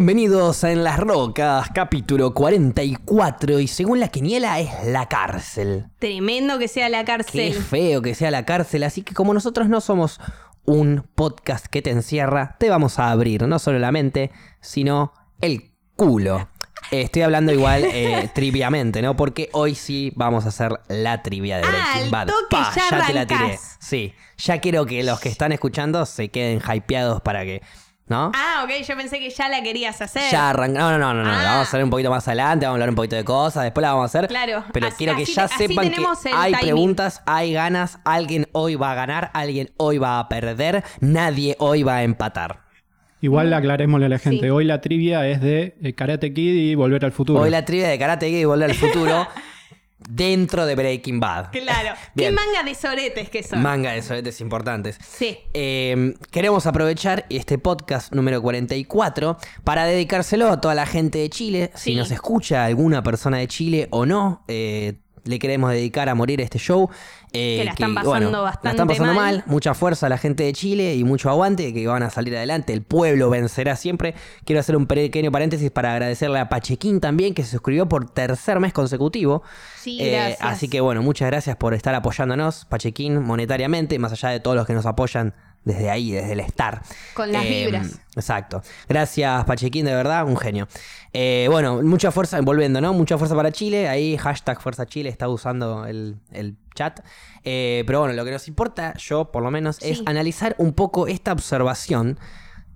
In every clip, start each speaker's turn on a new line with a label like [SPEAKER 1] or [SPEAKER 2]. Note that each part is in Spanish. [SPEAKER 1] Bienvenidos a En las Rocas, capítulo 44, y según la quiniela es la cárcel.
[SPEAKER 2] Tremendo que sea la
[SPEAKER 1] Qué
[SPEAKER 2] cárcel.
[SPEAKER 1] feo que sea la cárcel, así que como nosotros no somos un podcast que te encierra, te vamos a abrir no solo la mente, sino el culo. Eh, Estoy hablando igual eh, triviamente, ¿no? Porque hoy sí vamos a hacer la trivia de
[SPEAKER 2] Ah,
[SPEAKER 1] Breaking
[SPEAKER 2] al
[SPEAKER 1] Bad.
[SPEAKER 2] toque ya
[SPEAKER 1] ya te la
[SPEAKER 2] arrancás.
[SPEAKER 1] tiré. Sí, ya quiero que los que están escuchando se queden hypeados para que, ¿no?
[SPEAKER 2] Ah, ok, yo pensé que ya la querías hacer.
[SPEAKER 1] Ya arranca. No, no, no, no, no.
[SPEAKER 2] Ah.
[SPEAKER 1] La vamos a hacer un poquito más adelante, vamos a hablar un poquito de cosas, después la vamos a hacer.
[SPEAKER 2] Claro.
[SPEAKER 1] Pero
[SPEAKER 2] Así-
[SPEAKER 1] quiero que
[SPEAKER 2] así
[SPEAKER 1] ya
[SPEAKER 2] te- así
[SPEAKER 1] sepan que
[SPEAKER 2] tenemos el
[SPEAKER 1] hay
[SPEAKER 2] timing.
[SPEAKER 1] preguntas, hay ganas, alguien hoy va a ganar, alguien hoy va a perder, nadie hoy va a empatar.
[SPEAKER 3] Igual aclarémosle a la gente.
[SPEAKER 2] Sí.
[SPEAKER 3] Hoy la trivia es de eh, Karate Kid y Volver al Futuro.
[SPEAKER 1] Hoy la trivia de Karate Kid y volver al futuro dentro de Breaking Bad.
[SPEAKER 2] Claro.
[SPEAKER 1] Bien.
[SPEAKER 2] Qué manga de soretes que son.
[SPEAKER 1] Manga eh, de soletes importantes.
[SPEAKER 2] sí.
[SPEAKER 1] Eh, queremos aprovechar este podcast número 44 para dedicárselo a toda la gente de Chile. Si
[SPEAKER 2] Sí.
[SPEAKER 1] nos escucha alguna persona de Chile o no, eh, le queremos dedicar a morir este show. eh,
[SPEAKER 2] Que la están pasando
[SPEAKER 1] la
[SPEAKER 2] bastante
[SPEAKER 1] están pasando mal.
[SPEAKER 2] mal.
[SPEAKER 1] Mucha fuerza a la gente de Chile y mucho aguante que van a salir adelante. El pueblo vencerá siempre. Quiero hacer un pequeño paréntesis para agradecerle a Pachequín también que se suscribió por tercer mes consecutivo.
[SPEAKER 2] Sí,
[SPEAKER 1] Eh,
[SPEAKER 2] gracias.
[SPEAKER 1] así que bueno, muchas gracias por estar apoyándonos, Pachequín, monetariamente, más allá de todos los que nos apoyan desde ahí, desde el estar.
[SPEAKER 2] Con las vibras.
[SPEAKER 1] Exacto. Gracias, Pachequín, de verdad, un genio. Eh, bueno, mucha fuerza, volviendo, ¿no? Mucha fuerza para Chile. Ahí hashtag Fuerza Chile está usando el, el chat. Eh, pero bueno, lo que nos importa, yo por lo menos, es
[SPEAKER 2] Sí.
[SPEAKER 1] analizar un poco esta observación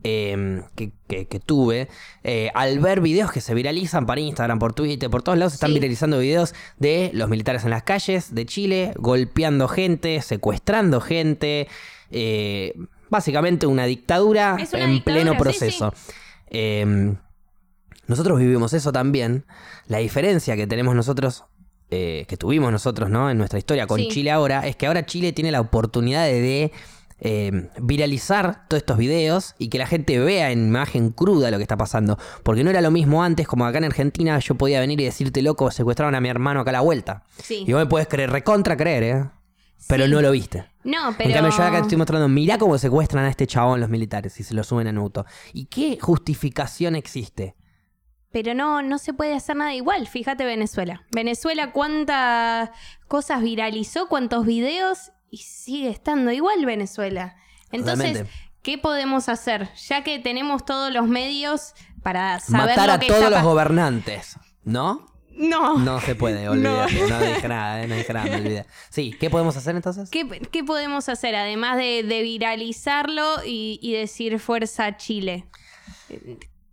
[SPEAKER 1] eh, que, que- que tuve eh, al ver videos que se viralizan por Instagram, por Twitter, por todos lados, se están
[SPEAKER 2] Sí.
[SPEAKER 1] viralizando videos de los militares en las calles de Chile, golpeando gente, secuestrando gente, eh, básicamente una dictadura
[SPEAKER 2] Es una
[SPEAKER 1] en
[SPEAKER 2] dictadura,
[SPEAKER 1] pleno
[SPEAKER 2] sí,
[SPEAKER 1] proceso. Eh, nosotros vivimos eso también. La diferencia que tenemos nosotros, eh, que tuvimos nosotros, ¿no? En nuestra historia con
[SPEAKER 2] Sí.
[SPEAKER 1] Chile ahora, es que ahora Chile tiene la oportunidad de, de, eh, viralizar todos estos videos y que la gente vea en imagen cruda lo que está pasando. Porque no era lo mismo antes, como acá en Argentina yo podía venir y decirte, loco, secuestraron a mi hermano acá a la vuelta.
[SPEAKER 2] Sí.
[SPEAKER 1] Y vos me puedes creer, recontra creer, ¿eh? Pero
[SPEAKER 2] Sí.
[SPEAKER 1] no lo viste.
[SPEAKER 2] No, pero.
[SPEAKER 1] En cambio, yo acá te estoy mostrando, mirá cómo secuestran a este chabón los militares y se lo suben en auto. ¿Y qué justificación existe?
[SPEAKER 2] Pero no, no se puede hacer nada igual. Fíjate Venezuela. Venezuela cuántas cosas viralizó, cuántos videos y sigue estando igual Venezuela. Entonces,
[SPEAKER 1] Totalmente.
[SPEAKER 2] ¿qué podemos hacer? Ya que tenemos todos los medios para saber
[SPEAKER 1] Matar
[SPEAKER 2] lo
[SPEAKER 1] a
[SPEAKER 2] que
[SPEAKER 1] todos
[SPEAKER 2] está
[SPEAKER 1] los
[SPEAKER 2] pa-
[SPEAKER 1] gobernantes. ¿No?
[SPEAKER 2] No.
[SPEAKER 1] No se puede, olvídate. No. dije nada, eh, no dije nada, me olvidé. Sí, ¿qué podemos hacer entonces?
[SPEAKER 2] ¿Qué, qué podemos hacer además de, de viralizarlo y, y decir fuerza Chile?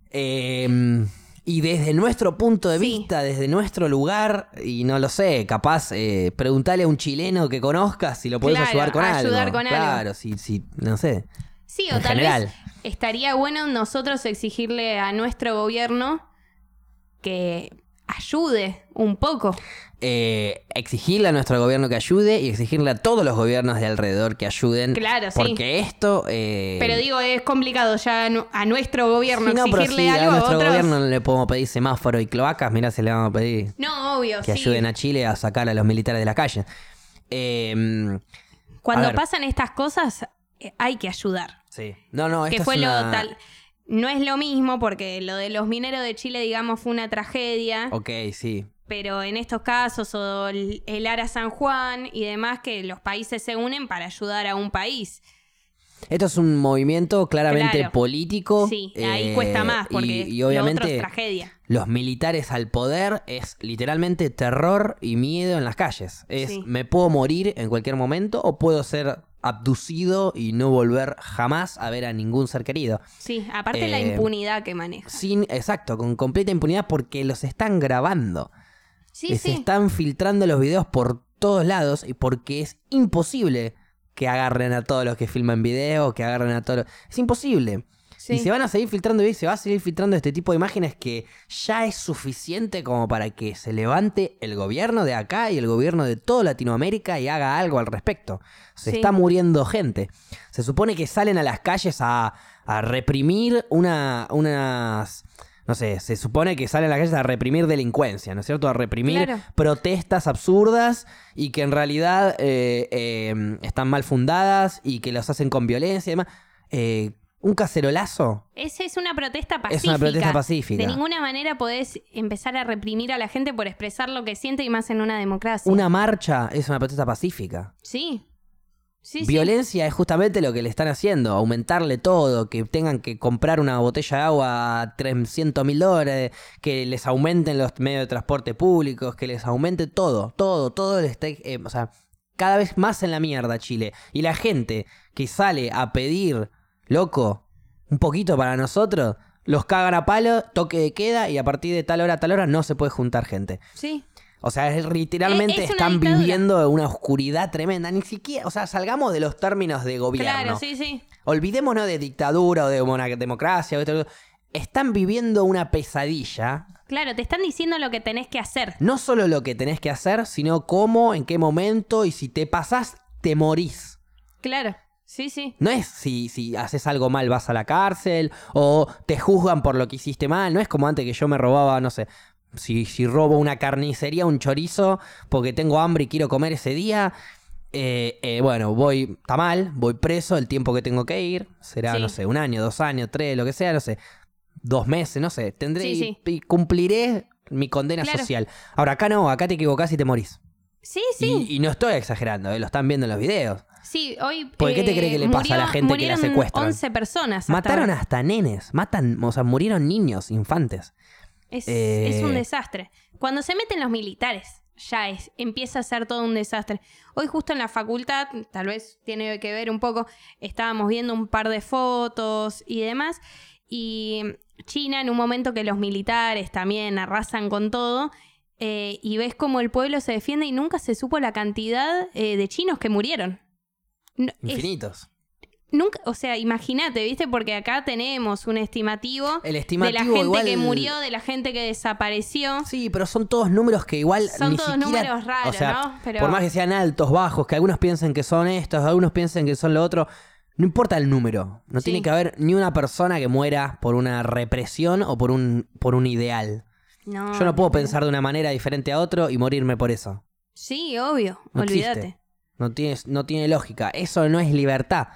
[SPEAKER 1] Eh, y desde nuestro punto de
[SPEAKER 2] Sí.
[SPEAKER 1] vista, desde nuestro lugar, y no lo sé, capaz, eh, preguntarle a un chileno que conozcas si lo puedes
[SPEAKER 2] Claro,
[SPEAKER 1] ayudar con algo.
[SPEAKER 2] ayudar con algo.
[SPEAKER 1] Claro, si, si, no sé.
[SPEAKER 2] Sí, o
[SPEAKER 1] En
[SPEAKER 2] tal
[SPEAKER 1] general.
[SPEAKER 2] vez estaría bueno nosotros exigirle a nuestro gobierno que ayude un poco.
[SPEAKER 1] eh, exigirle a nuestro gobierno que ayude y exigirle a todos los gobiernos de alrededor que ayuden.
[SPEAKER 2] Claro, sí.
[SPEAKER 1] Porque esto. eh,
[SPEAKER 2] Pero digo, es complicado ya nu- a nuestro gobierno
[SPEAKER 1] sí, no, pero
[SPEAKER 2] exigirle
[SPEAKER 1] sí,
[SPEAKER 2] algo
[SPEAKER 1] a
[SPEAKER 2] a,
[SPEAKER 1] nuestro
[SPEAKER 2] otros.
[SPEAKER 1] gobierno no le podemos pedir semáforo y cloacas. Mirá, se le vamos a pedir
[SPEAKER 2] No, obvio,
[SPEAKER 1] que
[SPEAKER 2] sí.
[SPEAKER 1] ayuden a Chile a sacar a los militares de la calle. Eh, a
[SPEAKER 2] Cuando
[SPEAKER 1] ver.
[SPEAKER 2] pasan estas cosas eh, hay que ayudar.
[SPEAKER 1] sí. No, no, esto
[SPEAKER 2] que fue
[SPEAKER 1] es una-
[SPEAKER 2] lo tal... No es lo mismo porque lo de los mineros de Chile, digamos, fue una tragedia.
[SPEAKER 1] Ok, sí.
[SPEAKER 2] pero en estos casos, o el el Ara San Juan y demás, que los países se unen para ayudar a un país.
[SPEAKER 1] Esto es un movimiento claramente
[SPEAKER 2] Claro.
[SPEAKER 1] político.
[SPEAKER 2] Sí, ahí
[SPEAKER 1] eh,
[SPEAKER 2] cuesta más, porque
[SPEAKER 1] y, y
[SPEAKER 2] lo
[SPEAKER 1] obviamente
[SPEAKER 2] otro es tragedia.
[SPEAKER 1] los militares al poder es literalmente terror y miedo en las calles. Es
[SPEAKER 2] Sí.
[SPEAKER 1] me puedo morir en cualquier momento o puedo ser abducido y no volver jamás a ver a ningún ser querido.
[SPEAKER 2] Sí, aparte la
[SPEAKER 1] eh,
[SPEAKER 2] impunidad que maneja.
[SPEAKER 1] Sin, exacto, con completa impunidad porque los están grabando.
[SPEAKER 2] Sí,
[SPEAKER 1] Les
[SPEAKER 2] sí.
[SPEAKER 1] están filtrando los videos por todos lados y porque es imposible que agarren a todos los que filman video, que agarren a todos los... Es imposible.
[SPEAKER 2] sí.
[SPEAKER 1] Y se van a seguir filtrando y se va a seguir filtrando este tipo de imágenes que ya es suficiente como para que se levante el gobierno de acá y el gobierno de toda Latinoamérica y haga algo al respecto. Se
[SPEAKER 2] Sí.
[SPEAKER 1] está muriendo gente. Se supone que salen a las calles a, a reprimir una, unas... No sé, se supone que salen a las calles a reprimir delincuencia, ¿no es cierto? A reprimir
[SPEAKER 2] Claro.
[SPEAKER 1] protestas absurdas y que en realidad em, eh, eh, están mal fundadas y que los hacen con violencia y demás. Eh, un cacerolazo.
[SPEAKER 2] Esa es una protesta pacífica.
[SPEAKER 1] Es una protesta pacífica.
[SPEAKER 2] De ninguna manera podés empezar a reprimir a la gente por expresar lo que siente y más en una democracia.
[SPEAKER 1] Una marcha es una protesta pacífica.
[SPEAKER 2] Sí. Sí, sí.
[SPEAKER 1] Violencia es justamente lo que le están haciendo, aumentarle todo, que tengan que comprar una botella de agua a 300 mil dólares, que les aumenten los medios de transporte públicos, que les aumente todo, todo, todo. les está- eh, o sea, cada vez más en la mierda Chile. Y la gente que sale a pedir, loco, un poquito para nosotros, los cagan a palo, toque de queda y a partir de tal hora a tal hora no se puede juntar gente.
[SPEAKER 2] Sí.
[SPEAKER 1] O sea, es- literalmente
[SPEAKER 2] Eh, Es- es una
[SPEAKER 1] están
[SPEAKER 2] dictadura.
[SPEAKER 1] viviendo una oscuridad tremenda. Ni siquiera, o sea, salgamos de los términos de gobierno.
[SPEAKER 2] Claro, sí, sí.
[SPEAKER 1] Olvidémonos de dictadura o de mona- democracia. o esto- Están viviendo una pesadilla.
[SPEAKER 2] Claro, te están diciendo lo que tenés que hacer.
[SPEAKER 1] No solo lo que tenés que hacer, sino cómo, en qué momento y si te pasás, te morís.
[SPEAKER 2] Claro. Sí, sí.
[SPEAKER 1] No es si, si haces algo mal vas a la cárcel o te juzgan por lo que hiciste mal. No es como antes que yo me robaba, no sé, si, si robo una carnicería, un chorizo, porque tengo hambre y quiero comer ese día. eh, eh, bueno, voy, está mal, voy preso el tiempo que tengo que ir. Será,
[SPEAKER 2] Sí.
[SPEAKER 1] no sé, un año, dos años, tres, lo que sea, no sé. Dos meses, no sé. Tendré
[SPEAKER 2] Sí,
[SPEAKER 1] y-
[SPEAKER 2] sí.
[SPEAKER 1] y cumpliré mi condena
[SPEAKER 2] Claro.
[SPEAKER 1] social. Ahora, acá no, acá te equivocás y te morís.
[SPEAKER 2] Sí,
[SPEAKER 1] Y-
[SPEAKER 2] sí.
[SPEAKER 1] Y, no estoy exagerando, eh, lo están viendo en los videos.
[SPEAKER 2] Sí, hoy. eh,
[SPEAKER 1] ¿Por qué te crees que le pasa a la gente que la
[SPEAKER 2] murieron
[SPEAKER 1] secuestran?
[SPEAKER 2] 11 personas. hasta
[SPEAKER 1] Mataron
[SPEAKER 2] ahora.
[SPEAKER 1] hasta nenes, matan, o sea, murieron niños, infantes.
[SPEAKER 2] Es,
[SPEAKER 1] eh,
[SPEAKER 2] es un desastre. Cuando se meten los militares, ya es. Empieza a ser todo un desastre. Hoy, justo en la facultad, tal vez tiene que ver un poco, estábamos viendo un par de fotos y demás. Y China, en un momento que los militares también arrasan con todo. eh, y ves cómo el pueblo se defiende y nunca se supo la cantidad eh, de chinos que murieron. No, es-
[SPEAKER 1] Infinitos.
[SPEAKER 2] Nunca, o sea, imagínate, ¿viste? Porque acá tenemos un estimativo,
[SPEAKER 1] El estimativo
[SPEAKER 2] de la gente
[SPEAKER 1] igual-
[SPEAKER 2] que murió, de la gente que desapareció.
[SPEAKER 1] Sí, pero son todos números que igual
[SPEAKER 2] Son
[SPEAKER 1] ni
[SPEAKER 2] todos
[SPEAKER 1] siquiera-
[SPEAKER 2] números
[SPEAKER 1] o
[SPEAKER 2] raros,
[SPEAKER 1] sea,
[SPEAKER 2] ¿no? Pero-
[SPEAKER 1] Por más que sean altos, bajos, que algunos piensen que son estos, algunos piensen que son lo otro, no importa el número. No
[SPEAKER 2] Sí.
[SPEAKER 1] tiene que haber ni una persona que muera por una represión o por un por un ideal.
[SPEAKER 2] No,
[SPEAKER 1] Yo no puedo pensar de una manera diferente a otro y morirme por eso.
[SPEAKER 2] Sí, obvio,
[SPEAKER 1] No existe.
[SPEAKER 2] olvídate.
[SPEAKER 1] No tiene, no tiene lógica. Eso no es libertad.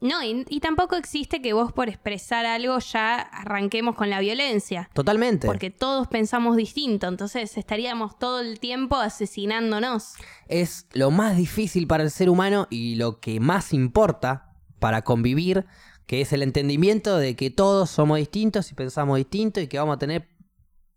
[SPEAKER 2] No, y, y tampoco existe que vos por expresar algo ya arranquemos con la violencia.
[SPEAKER 1] Totalmente.
[SPEAKER 2] Porque todos pensamos distinto, entonces estaríamos todo el tiempo asesinándonos.
[SPEAKER 1] es lo más difícil para el ser humano y lo que más importa para convivir, que es el entendimiento de que todos somos distintos y pensamos distinto y que vamos a tener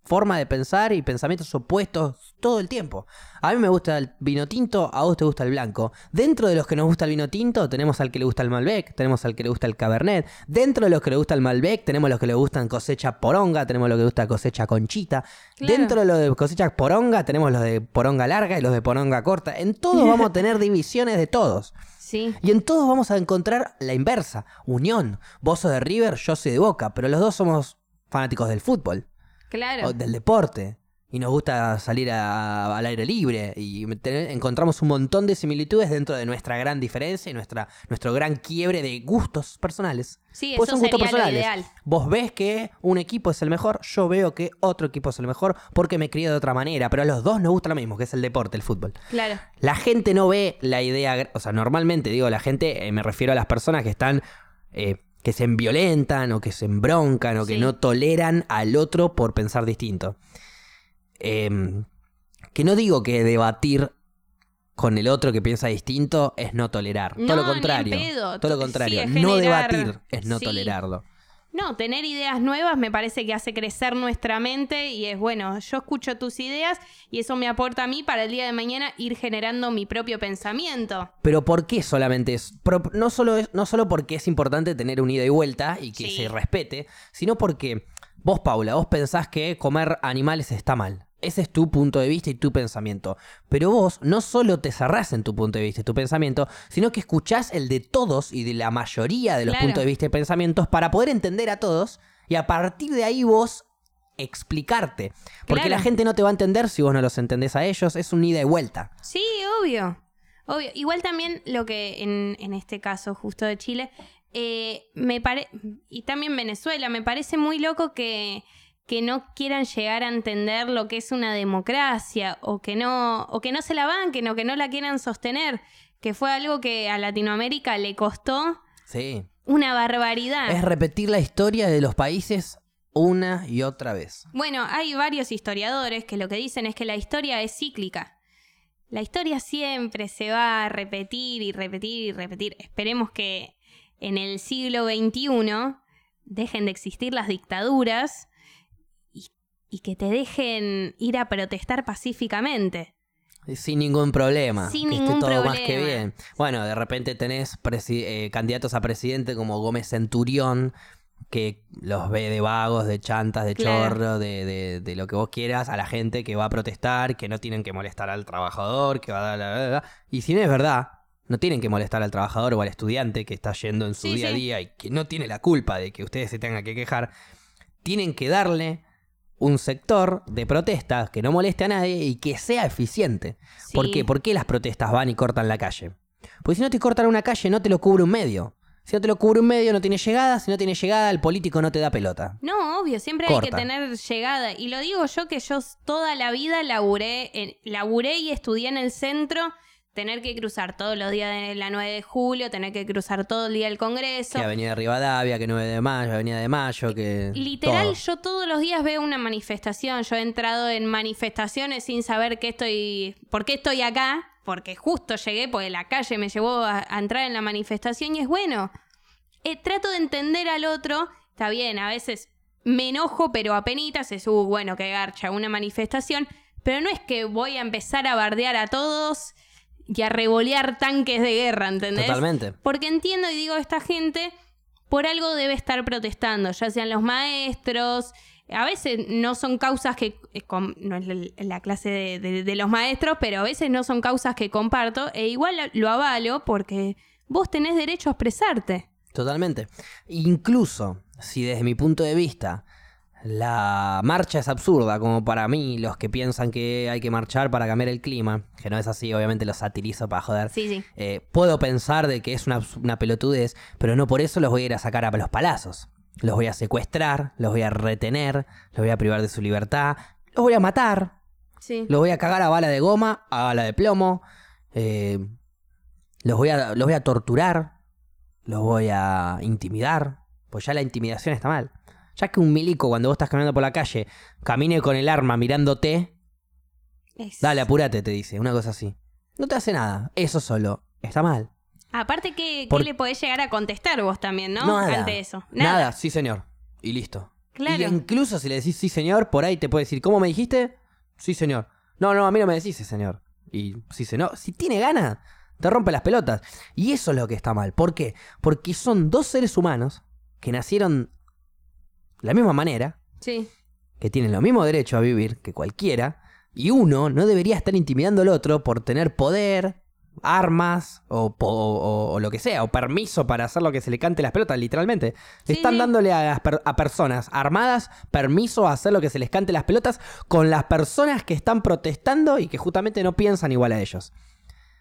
[SPEAKER 1] forma de pensar y pensamientos opuestos todo el tiempo. A mí me gusta el vino tinto, a vos te gusta el blanco. Dentro de los que nos gusta el vino tinto, tenemos al que le gusta el Malbec, tenemos al que le gusta el Cabernet. Dentro de los que le gusta el Malbec, tenemos los que le gustan cosecha poronga, tenemos los que le gusta cosecha conchita.
[SPEAKER 2] Claro.
[SPEAKER 1] Dentro de los de cosecha poronga, tenemos los de poronga larga y los de poronga corta. En todos vamos a tener divisiones de todos.
[SPEAKER 2] Sí,
[SPEAKER 1] Y en todos vamos a encontrar la inversa, unión. Vos sos de River, yo soy de Boca, pero los dos somos fanáticos del fútbol
[SPEAKER 2] claro.
[SPEAKER 1] o del deporte. Y nos gusta salir a- al aire libre. Y te- encontramos un montón de similitudes dentro de nuestra gran diferencia y nuestra, nuestro gran quiebre de gustos personales.
[SPEAKER 2] Sí,
[SPEAKER 1] Pues
[SPEAKER 2] eso
[SPEAKER 1] son gustos
[SPEAKER 2] sería lo
[SPEAKER 1] personales.
[SPEAKER 2] ideal.
[SPEAKER 1] Vos ves que un equipo es el mejor, yo veo que otro equipo es el mejor porque me crié de otra manera. Pero a los dos nos gusta lo mismo, que es el deporte, el fútbol.
[SPEAKER 2] Claro.
[SPEAKER 1] La gente no ve la idea, gra- o sea, normalmente digo la gente, eh, me refiero a las personas que están, eh, que se violentan o que se embroncan o que
[SPEAKER 2] Sí.
[SPEAKER 1] no toleran al otro por pensar distinto. Em, que no digo que debatir con el otro que piensa distinto es no tolerar,
[SPEAKER 2] No,
[SPEAKER 1] todo lo
[SPEAKER 2] ni en
[SPEAKER 1] contrario,
[SPEAKER 2] pedo.
[SPEAKER 1] todo lo
[SPEAKER 2] Sí,
[SPEAKER 1] contrario,
[SPEAKER 2] es
[SPEAKER 1] no
[SPEAKER 2] generar-
[SPEAKER 1] debatir es no
[SPEAKER 2] sí.
[SPEAKER 1] tolerarlo.
[SPEAKER 2] No, tener ideas nuevas me parece que hace crecer nuestra mente y es bueno, yo escucho tus ideas y eso me aporta a mí para el día de mañana ir generando mi propio pensamiento.
[SPEAKER 1] Pero ¿por qué solamente es? Pro- no, solo es- no solo porque es importante tener un ida y vuelta y que
[SPEAKER 2] Sí.
[SPEAKER 1] se respete, sino porque vos, Paula, vos pensás que comer animales está mal. Ese es tu punto de vista y tu pensamiento. Pero vos no solo te cerrás en tu punto de vista y tu pensamiento, sino que escuchás el de todos y de la mayoría de los
[SPEAKER 2] Claro.
[SPEAKER 1] puntos de vista y pensamientos para poder entender a todos y a partir de ahí vos explicarte. Porque
[SPEAKER 2] Claro.
[SPEAKER 1] la gente no te va a entender si vos no los entendés a ellos. Es un ida y vuelta.
[SPEAKER 2] Sí, obvio. Obvio. Igual también lo que en, en este caso justo de Chile, eh, me pare- y también Venezuela, me parece muy loco que, que no quieran llegar a entender lo que es una democracia o que no, o que no se la banquen o que no la quieran sostener, que fue algo que a Latinoamérica le costó
[SPEAKER 1] Sí.
[SPEAKER 2] una barbaridad.
[SPEAKER 1] Es repetir la historia de los países una y otra vez.
[SPEAKER 2] Bueno, hay varios historiadores que lo que dicen es que la historia es cíclica. La historia siempre se va a repetir y repetir y repetir. Esperemos que en el siglo XXI dejen de existir las dictaduras y, y que te dejen ir a protestar pacíficamente.
[SPEAKER 1] Sin ningún problema.
[SPEAKER 2] Sin
[SPEAKER 1] que
[SPEAKER 2] ningún
[SPEAKER 1] esté todo más que
[SPEAKER 2] problema.
[SPEAKER 1] bien. Bueno, de repente tenés presi- eh, candidatos a presidente como Gómez Centurión, que los ve de vagos, de chantas, de
[SPEAKER 2] Claro.
[SPEAKER 1] chorro, de, de- de lo que vos quieras, a la gente que va a protestar, que no tienen que molestar al trabajador, que va a dar la- la- la- la. Y si no es verdad, no tienen que molestar al trabajador o al estudiante que está yendo en su
[SPEAKER 2] Sí,
[SPEAKER 1] día a
[SPEAKER 2] sí.
[SPEAKER 1] día y que no tiene la culpa de que ustedes se tengan que quejar. Tienen que darle un sector de protestas que no moleste a nadie y que sea eficiente. ¿Por
[SPEAKER 2] Sí.
[SPEAKER 1] qué? ¿Por qué las protestas van y cortan la calle? Porque si no te cortan una calle, no te lo cubre un medio. Si no te lo cubre un medio, no tiene llegada. Si no tiene llegada, el político no te da pelota.
[SPEAKER 2] No, obvio, siempre hay que
[SPEAKER 1] Corta.
[SPEAKER 2] tener llegada. Y lo digo yo que yo toda la vida laburé, en- laburé y estudié en el centro, tener que cruzar todos los días de la 9 de julio, tener que cruzar todo el día el Congreso.
[SPEAKER 1] Que Avenida Rivadavia, que 9 de mayo, Avenida de Mayo, que.
[SPEAKER 2] Literal,
[SPEAKER 1] todo.
[SPEAKER 2] yo todos los días veo una manifestación. Yo he entrado en manifestaciones sin saber qué estoy, por qué estoy acá, porque justo llegué, porque la calle me llevó a, a entrar en la manifestación y es bueno. Eh, trato de entender al otro, está bien, a veces me enojo, pero apenitas es, uh, bueno, que garcha una manifestación, pero no es que voy a empezar a bardear a todos y a revolear tanques de guerra, ¿entendés?
[SPEAKER 1] Totalmente.
[SPEAKER 2] Porque entiendo y digo, esta gente por algo debe estar protestando, ya sean los maestros. A veces no son causas que. eh, com- No es la- la clase de, de- de los maestros, pero a veces no son causas que comparto. E igual lo avalo porque vos tenés derecho a expresarte.
[SPEAKER 1] Totalmente. Incluso si desde mi punto de vista la marcha es absurda, como para mí, los que piensan que hay que marchar para cambiar el clima, que no es así, obviamente lo satirizo para joder.
[SPEAKER 2] Sí, sí.
[SPEAKER 1] Eh, puedo pensar de que es una, abs- una pelotudez, pero no por eso los voy a ir a sacar a los palazos. Los voy a secuestrar, los voy a retener, los voy a privar de su libertad, los voy a matar,
[SPEAKER 2] Sí.
[SPEAKER 1] los voy a cagar a bala de goma, a bala de plomo. eh, los, voy a, los voy a torturar. Los voy a intimidar. Pues ya la intimidación está mal. Ya que un milico, cuando vos estás caminando por la calle, camine con el arma mirándote,
[SPEAKER 2] Es-
[SPEAKER 1] dale, apúrate, te dice, una cosa así. No te hace nada, eso solo. Está mal.
[SPEAKER 2] Aparte, ¿qué, qué
[SPEAKER 1] Por-
[SPEAKER 2] le podés llegar a contestar vos también, no?
[SPEAKER 1] Nada.
[SPEAKER 2] Ante eso.
[SPEAKER 1] Nada, sí, señor. Y listo.
[SPEAKER 2] Claro.
[SPEAKER 1] Y incluso si le decís sí, señor, por ahí te puede decir, ¿cómo me dijiste? Sí, señor. No, no, a mí no me decís sí, señor. Y sí, señor. Si tiene ganas, te rompe las pelotas. Y eso es lo que está mal. ¿Por qué? Porque son dos seres humanos que nacieron de la misma manera,
[SPEAKER 2] Sí.
[SPEAKER 1] que tienen los mismos derechos a vivir que cualquiera, y uno no debería estar intimidando al otro por tener poder, armas o, po- o- o lo que sea, o permiso para hacer lo que se le cante las pelotas, literalmente.
[SPEAKER 2] Sí,
[SPEAKER 1] Están
[SPEAKER 2] sí.
[SPEAKER 1] dándole a, las per- a personas armadas permiso a hacer lo que se les cante las pelotas con las personas que están protestando y que justamente no piensan igual a ellos.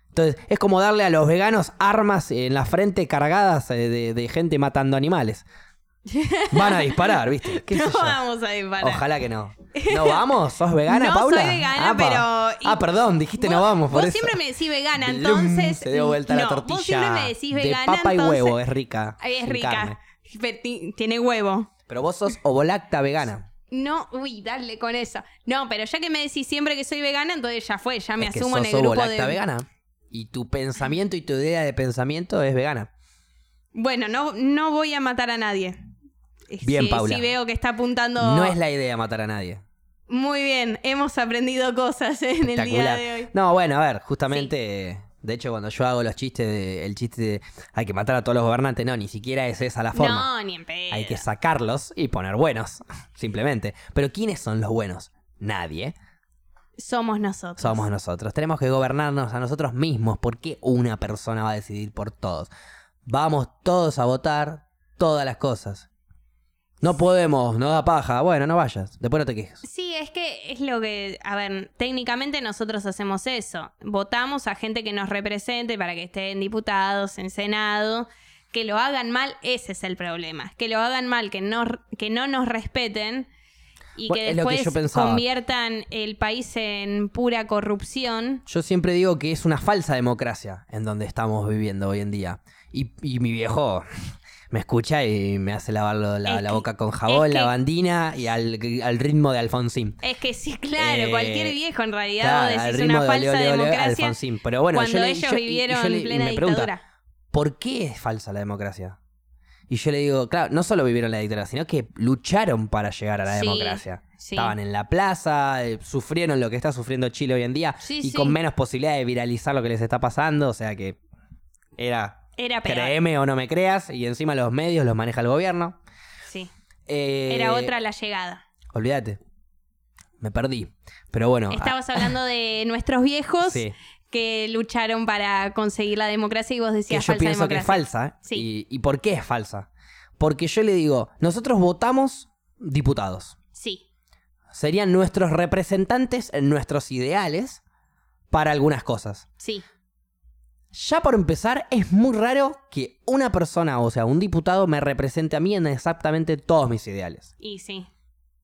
[SPEAKER 1] Entonces, es como darle a los veganos armas en la frente cargadas eh, de, de gente matando animales. Van a disparar, ¿viste? ¿Qué sé
[SPEAKER 2] No
[SPEAKER 1] yo?
[SPEAKER 2] vamos a disparar.
[SPEAKER 1] Ojalá que no. ¿No vamos? ¿Sos vegana,
[SPEAKER 2] No
[SPEAKER 1] Paula?
[SPEAKER 2] soy vegana,
[SPEAKER 1] Apa.
[SPEAKER 2] pero-
[SPEAKER 1] Ah, perdón, dijiste
[SPEAKER 2] Vos-
[SPEAKER 1] no vamos, por
[SPEAKER 2] vos
[SPEAKER 1] eso.
[SPEAKER 2] siempre me decís vegana,
[SPEAKER 1] Blum,
[SPEAKER 2] entonces.
[SPEAKER 1] Se dio vuelta
[SPEAKER 2] no,
[SPEAKER 1] la tortilla.
[SPEAKER 2] Vos siempre me decís vegana,
[SPEAKER 1] De papa
[SPEAKER 2] entonces,
[SPEAKER 1] y huevo, es rica.
[SPEAKER 2] Ay, Es
[SPEAKER 1] sin carne.
[SPEAKER 2] rica. Pero ti- Tiene huevo.
[SPEAKER 1] Pero vos sos ovolacta vegana.
[SPEAKER 2] No, uy, dale con eso. No, pero ya que me decís siempre que soy vegana, entonces ya fue, ya me
[SPEAKER 1] es que
[SPEAKER 2] asumo en
[SPEAKER 1] sos
[SPEAKER 2] el grupo
[SPEAKER 1] ovolacta
[SPEAKER 2] de.
[SPEAKER 1] vegana. Y tu pensamiento y tu idea de pensamiento es vegana.
[SPEAKER 2] Bueno, no, no voy a matar a nadie.
[SPEAKER 1] Bien,
[SPEAKER 2] Si-
[SPEAKER 1] Paula.
[SPEAKER 2] Si veo que está apuntando.
[SPEAKER 1] No es la idea matar a nadie.
[SPEAKER 2] Muy bien, hemos aprendido cosas en el día
[SPEAKER 1] Espectacular.
[SPEAKER 2] de hoy.
[SPEAKER 1] No, bueno, a ver, justamente. De hecho, cuando yo hago los chistes, de- el chiste de hay que matar a todos los gobernantes, no, ni siquiera es esa la forma.
[SPEAKER 2] No, ni en pedo.
[SPEAKER 1] Hay que sacarlos y poner buenos, simplemente. Pero ¿quiénes son los buenos? Nadie.
[SPEAKER 2] Somos nosotros.
[SPEAKER 1] Somos nosotros. Tenemos que gobernarnos a nosotros mismos. ¿Por qué una persona va a decidir por todos? Vamos todos a votar todas las cosas. No podemos, no da paja. Bueno, no vayas. Después no te quejes.
[SPEAKER 2] Sí, es que es lo que, a ver, técnicamente nosotros hacemos eso. Votamos a gente que nos represente para que esté en diputados, en Senado. Que lo hagan mal, ese es el problema. Que lo hagan mal, que no, que no nos respeten y
[SPEAKER 1] Bueno,
[SPEAKER 2] que
[SPEAKER 1] es lo que
[SPEAKER 2] después
[SPEAKER 1] yo pensaba.
[SPEAKER 2] conviertan el país en pura corrupción.
[SPEAKER 1] Yo siempre digo que es una falsa democracia en donde estamos viviendo hoy en día. Y, y mi viejo me escucha y me hace lavar lo- la,
[SPEAKER 2] Es
[SPEAKER 1] la
[SPEAKER 2] que-
[SPEAKER 1] boca con jabón,
[SPEAKER 2] es que-
[SPEAKER 1] la bandina y al, al ritmo de Alfonsín.
[SPEAKER 2] Es que sí, claro,
[SPEAKER 1] Eh,
[SPEAKER 2] cualquier viejo en realidad
[SPEAKER 1] Claro,
[SPEAKER 2] vos
[SPEAKER 1] al
[SPEAKER 2] decís
[SPEAKER 1] ritmo
[SPEAKER 2] una
[SPEAKER 1] de
[SPEAKER 2] falsa
[SPEAKER 1] ole, ole, ole,
[SPEAKER 2] democracia
[SPEAKER 1] Alfonsín. Pero bueno,
[SPEAKER 2] cuando
[SPEAKER 1] yo le-
[SPEAKER 2] ellos
[SPEAKER 1] yo- y- y
[SPEAKER 2] vivieron
[SPEAKER 1] yo le-
[SPEAKER 2] en
[SPEAKER 1] y
[SPEAKER 2] plena
[SPEAKER 1] me pregunta,
[SPEAKER 2] dictadura.
[SPEAKER 1] ¿por qué es falsa la democracia? Y yo le digo, claro, no solo vivieron la dictadura, sino que lucharon para llegar a la
[SPEAKER 2] Sí,
[SPEAKER 1] democracia.
[SPEAKER 2] sí.
[SPEAKER 1] Estaban en la plaza, eh, sufrieron lo que está sufriendo Chile hoy en día
[SPEAKER 2] Sí,
[SPEAKER 1] y
[SPEAKER 2] sí.
[SPEAKER 1] con menos posibilidad de viralizar lo que les está pasando, o sea que era
[SPEAKER 2] Era peor.
[SPEAKER 1] créeme o no me creas y encima los medios los maneja el gobierno.
[SPEAKER 2] Sí.
[SPEAKER 1] Eh,
[SPEAKER 2] Era otra la llegada.
[SPEAKER 1] Olvídate. Me perdí. Pero bueno,
[SPEAKER 2] Estabas hablando de nuestros viejos
[SPEAKER 1] Ah. Sí.
[SPEAKER 2] que lucharon para conseguir la democracia y vos
[SPEAKER 1] que
[SPEAKER 2] decías
[SPEAKER 1] yo
[SPEAKER 2] falsa
[SPEAKER 1] pienso que es
[SPEAKER 2] democracia.
[SPEAKER 1] falsa. ¿eh?
[SPEAKER 2] Sí.
[SPEAKER 1] Y, ¿Y por qué es falsa? Porque yo le digo, nosotros votamos diputados.
[SPEAKER 2] Sí,
[SPEAKER 1] Serían nuestros representantes en nuestros ideales para algunas cosas.
[SPEAKER 2] sí.
[SPEAKER 1] Ya por empezar, es muy raro que una persona, o sea, un diputado, me represente a mí en exactamente todos mis ideales.
[SPEAKER 2] Y sí.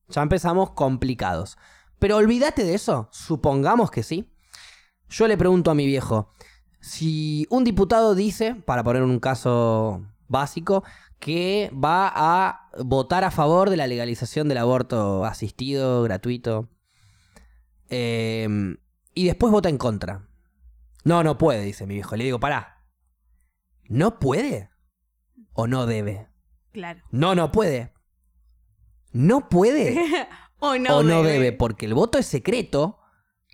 [SPEAKER 1] Ya empezamos complicados. Pero olvídate de eso, supongamos que sí. Yo le pregunto a mi viejo, si un diputado dice, para poner un caso básico, que va a votar a favor de la legalización del aborto asistido, gratuito, eh, y después vota en contra. No, no puede, dice mi viejo. Le digo, pará. ¿No puede? ¿O no debe?
[SPEAKER 2] Claro.
[SPEAKER 1] No, no puede. ¿No puede?
[SPEAKER 2] o no,
[SPEAKER 1] o no
[SPEAKER 2] debe.
[SPEAKER 1] debe. porque el voto es secreto